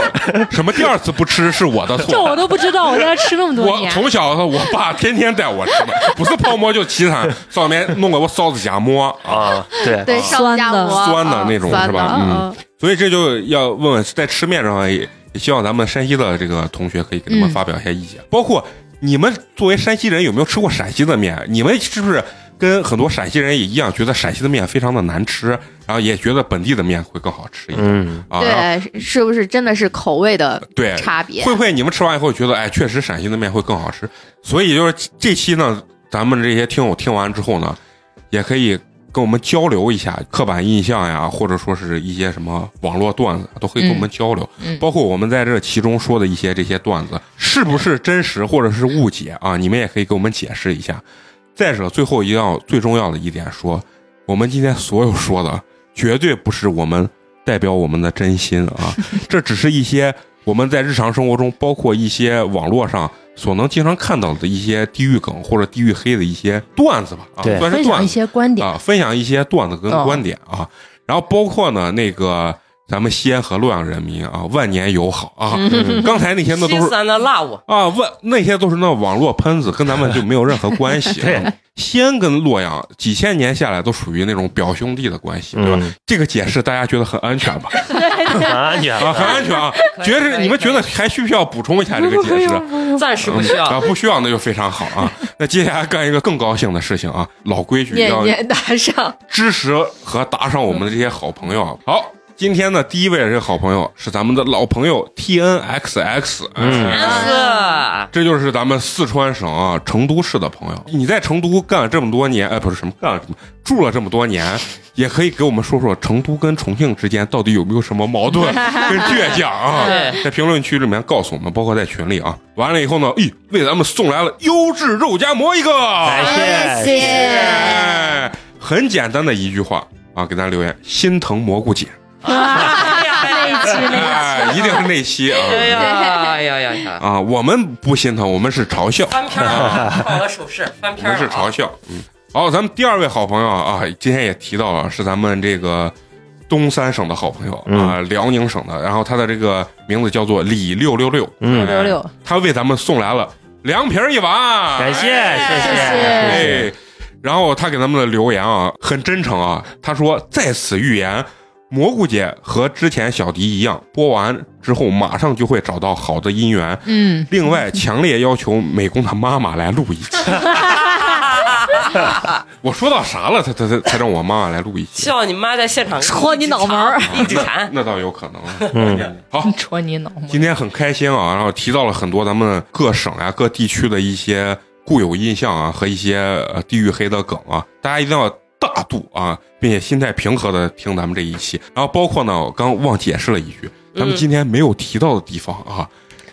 Speaker 1: 什么第二次不吃是我 的
Speaker 7: 这我
Speaker 1: 错。
Speaker 7: 都不知道，我在这吃那么多
Speaker 1: 我
Speaker 7: 年，
Speaker 1: 从小我爸天天带我吃嘛，不是泡馍就岐山臊子面，弄个我臊子夹馍啊。
Speaker 6: 啊，对，
Speaker 4: 对，上家馍
Speaker 1: 酸的
Speaker 4: 啊
Speaker 1: 那种
Speaker 4: 酸
Speaker 1: 是
Speaker 4: 的
Speaker 1: 吧
Speaker 4: 嗯，
Speaker 1: 所以这就要问问，在吃面上也也希望咱们山西的这个同学可以给他们
Speaker 4: 嗯
Speaker 1: 发表一下意见，包括你们作为山西人有没有吃过陕西的面？啊你们是不是跟很多陕西人也一样，觉得陕西的面非常的难吃，然后也觉得本地的面会更好吃一点、
Speaker 6: 嗯，
Speaker 1: 啊？然后
Speaker 4: 对，是是不是真的是口味的
Speaker 1: 对，
Speaker 4: 差别？
Speaker 1: 会不会你们吃完以后觉得，哎，确实陕西的面会更好吃？所以就是这期呢，咱们这些听友听完之后呢，也可以跟我们交流一下刻板印象呀，或者说是一些什么网络段子，都可以跟我们交流。
Speaker 3: 嗯嗯
Speaker 1: 包括我们在这其中说的一些这些段子，是不是真实或者是误解啊？你们也可以给我们解释一下。再者，最后一定要最重要的一点说，我们今天所有说的绝对不是我们代表我们的真心 啊，这只是一些我们在日常生活中，包括一些网络上所能经常看到的一些地域梗或者地域黑的一些段子吧，啊，
Speaker 6: 对
Speaker 1: 算是
Speaker 3: 分享
Speaker 1: 段
Speaker 3: 一
Speaker 1: 子
Speaker 3: 些哦观点，
Speaker 1: 啊，分享一些段子跟观点啊，然后包括呢那个咱们西安和洛阳人民啊，万年友好啊，
Speaker 3: 嗯
Speaker 1: 刚才那些那都
Speaker 2: 西
Speaker 1: 是
Speaker 2: 三的 love，
Speaker 1: 啊，问那些都是那网络喷子，跟咱们就没有任何关 系。
Speaker 6: 对，
Speaker 1: 西安跟洛阳几千年下来都属于那种表兄弟的关系，对吧？
Speaker 6: 嗯，
Speaker 1: 这个解释大家觉得很安全吧？
Speaker 6: 很 安全。
Speaker 1: 啊，很安全啊。
Speaker 2: 可以
Speaker 1: 觉
Speaker 2: 可
Speaker 1: 得
Speaker 2: 以
Speaker 1: 你们觉
Speaker 2: 可
Speaker 1: 得
Speaker 2: 以
Speaker 1: 还需不需要补充一下这个解释？
Speaker 2: 暂时不需
Speaker 1: 嗯
Speaker 2: 要。
Speaker 1: 啊，不需要那就非常好啊。那接下来干一个更高兴的事情啊，老规矩
Speaker 5: 年
Speaker 1: 要
Speaker 5: 年打赏。
Speaker 1: 支持和打赏我们的这些好朋友啊。好。今天呢，第一位的这个好朋友是咱们的老朋友 T N X X，哎
Speaker 6: 嗯
Speaker 4: 嗯
Speaker 2: 是，
Speaker 1: 这就是咱们四川省啊成都市的朋友。你在成都干了这么多年，哎，不是什么干了这么住了这么多年，也可以给我们说说成都跟重庆之间到底有没有什么矛盾跟倔强啊？
Speaker 2: 对
Speaker 1: 在评论区里面告诉我们，包括在群里啊。完了以后呢，咦，为咱们送来了优质肉夹馍一个，
Speaker 2: 哦
Speaker 6: 感
Speaker 4: 谢
Speaker 6: 谢，
Speaker 1: 哎很简单的一句话啊，给咱留言，心疼蘑菇姐，
Speaker 2: 哎呀哎呀
Speaker 1: 哎，一定是那期啊。
Speaker 2: 哎呀哎呀呀呀！
Speaker 1: 啊，我们不心疼，我们是嘲笑。
Speaker 2: 翻篇儿啊了，放我手势，翻篇
Speaker 1: 不
Speaker 2: 儿了
Speaker 1: 是
Speaker 2: 啊
Speaker 1: 嘲笑。嗯，好，咱们第二位好朋友啊，今天也提到了，是咱们这个东三省的好朋友
Speaker 6: 嗯
Speaker 1: 啊，辽宁省的。然后他的这个名字叫做李六六六，
Speaker 6: 嗯
Speaker 1: 哎
Speaker 5: 666，
Speaker 1: 他为咱们送来了凉皮儿一碗，
Speaker 6: 感谢，
Speaker 1: 哎。
Speaker 6: 谢谢。
Speaker 1: 哎然后他给咱们的留言啊，很真诚啊，他说在此预言。蘑菇姐和之前小迪一样，播完之后马上就会找到好的姻缘。
Speaker 3: 嗯，
Speaker 1: 另外，强烈要求美工他妈妈来录一期。我说到啥了？他他他才让我妈妈来录一期
Speaker 2: 希，望你妈在现场
Speaker 5: 戳你脑门儿
Speaker 2: 一直馋。
Speaker 1: 那倒有可能。啊
Speaker 6: 嗯
Speaker 1: 好，
Speaker 3: 戳你脑门。
Speaker 1: 今天很开心啊，然后提到了很多咱们各省啊、各地区的一些固有印象啊和一些呃地域黑的梗啊，大家一定要大度啊，并且心态平和的听咱们这一期。然后包括呢，我刚忘解释了一句，咱们今天没有提到的地方
Speaker 6: 嗯
Speaker 1: 啊，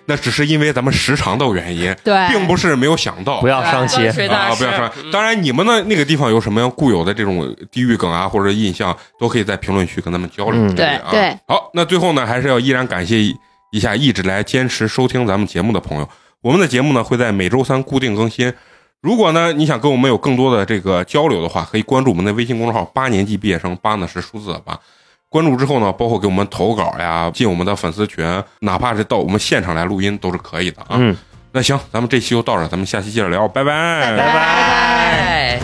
Speaker 1: 那只是因为咱们时长的原因，
Speaker 5: 对
Speaker 1: 并不是没有想到
Speaker 6: 不。要嗯伤
Speaker 2: 端
Speaker 6: 心，
Speaker 2: 水大
Speaker 1: 啊，
Speaker 2: 师，
Speaker 1: 不要说。当然，你们的那个地方有什么样固有的这种地域梗啊，或者印象，都可以在评论区跟他们交流。
Speaker 6: 嗯
Speaker 1: 不啊、
Speaker 4: 对对。
Speaker 1: 好，那最后呢，还是要依然感谢一下一直来坚持收听咱们节目的朋友。我们的节目呢会在每周三固定更新。如果呢你想跟我们有更多的这个交流的话，可以关注我们的微信公众号“八年级毕业生”，八呢是数字的八。关注之后呢，包括给我们投稿呀，进我们的粉丝群，哪怕是到我们现场来录音都是可以的啊。
Speaker 6: 嗯。
Speaker 1: 那行，咱们这期就到这儿，咱们下期接着聊，拜拜
Speaker 2: 拜拜。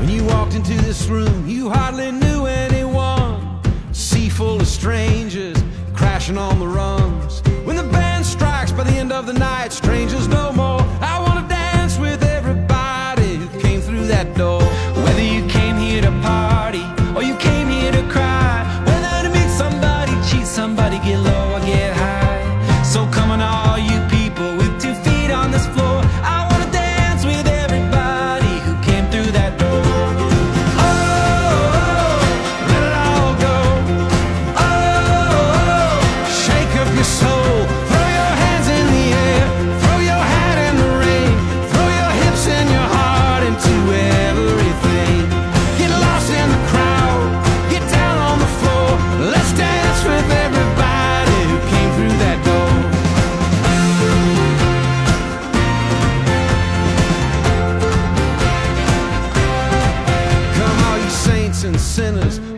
Speaker 8: When you walked into this room, you hardly knew anyone. Sea full of strangers crashing on the rungs. When the band strikes by the end of the night, strangers no more. I want to dance with everybody who came through that door. Whether you came here to party or you came here to cry, whether to meet somebody, cheat somebody, get low or get high. So come on, all you people with two feet on this floor. I want to dance with everybody who came through that door. Oh, oh, oh.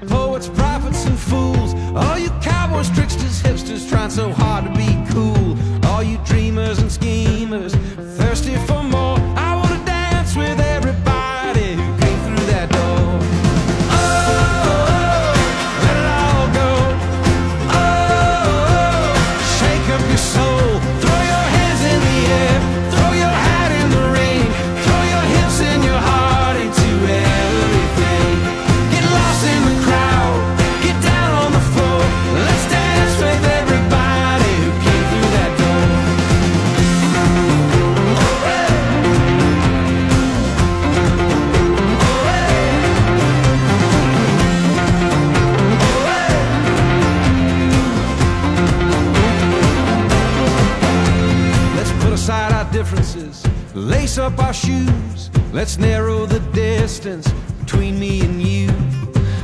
Speaker 8: cowards, prophets, and fools. All you cowboys, tricksters, hipsters, trying so hard to be cool. All you dreamers and schemers, thirsty for more. I wanna dance with everybody who came through that door. Oh, let it all go. Oh, Shake up your soul. Throw your hands in the air. Throw your hat in the ring. Throw your hips and your heart into everything. Get lost in the crowd. Get down on the floor. Let's dance with everybody who came through that door. Let's put aside our differences, lace up our shoes. Let's narrow the distance between me and you.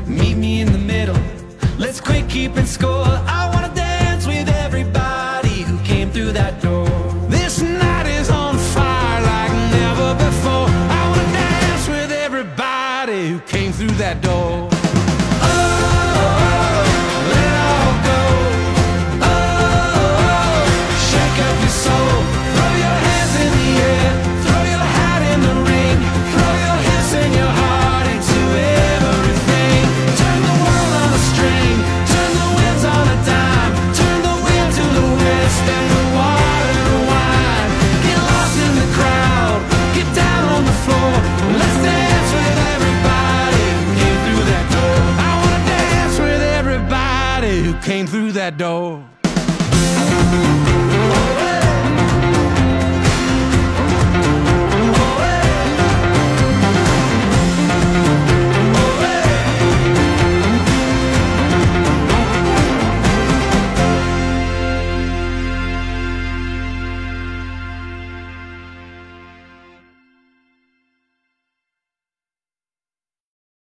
Speaker 8: Meet me in the middle. Let's quit keeping score. I wanna dance with everybody who came through that door. This night is on fire like never before. I wanna dance with everybody who came through that door. Oh, let it all go. Oh, Shake up your soul, throw your hands in the air, throw your hat in the ring, throw your hips and your heart into everything. Turn the world on a string, turn the winds on a dime, turn the wind to the west and the water to wine. Get lost in the crowd, get down on the floor, let's dance with everybody who came through that door. I wanna dance with everybody who came through that door.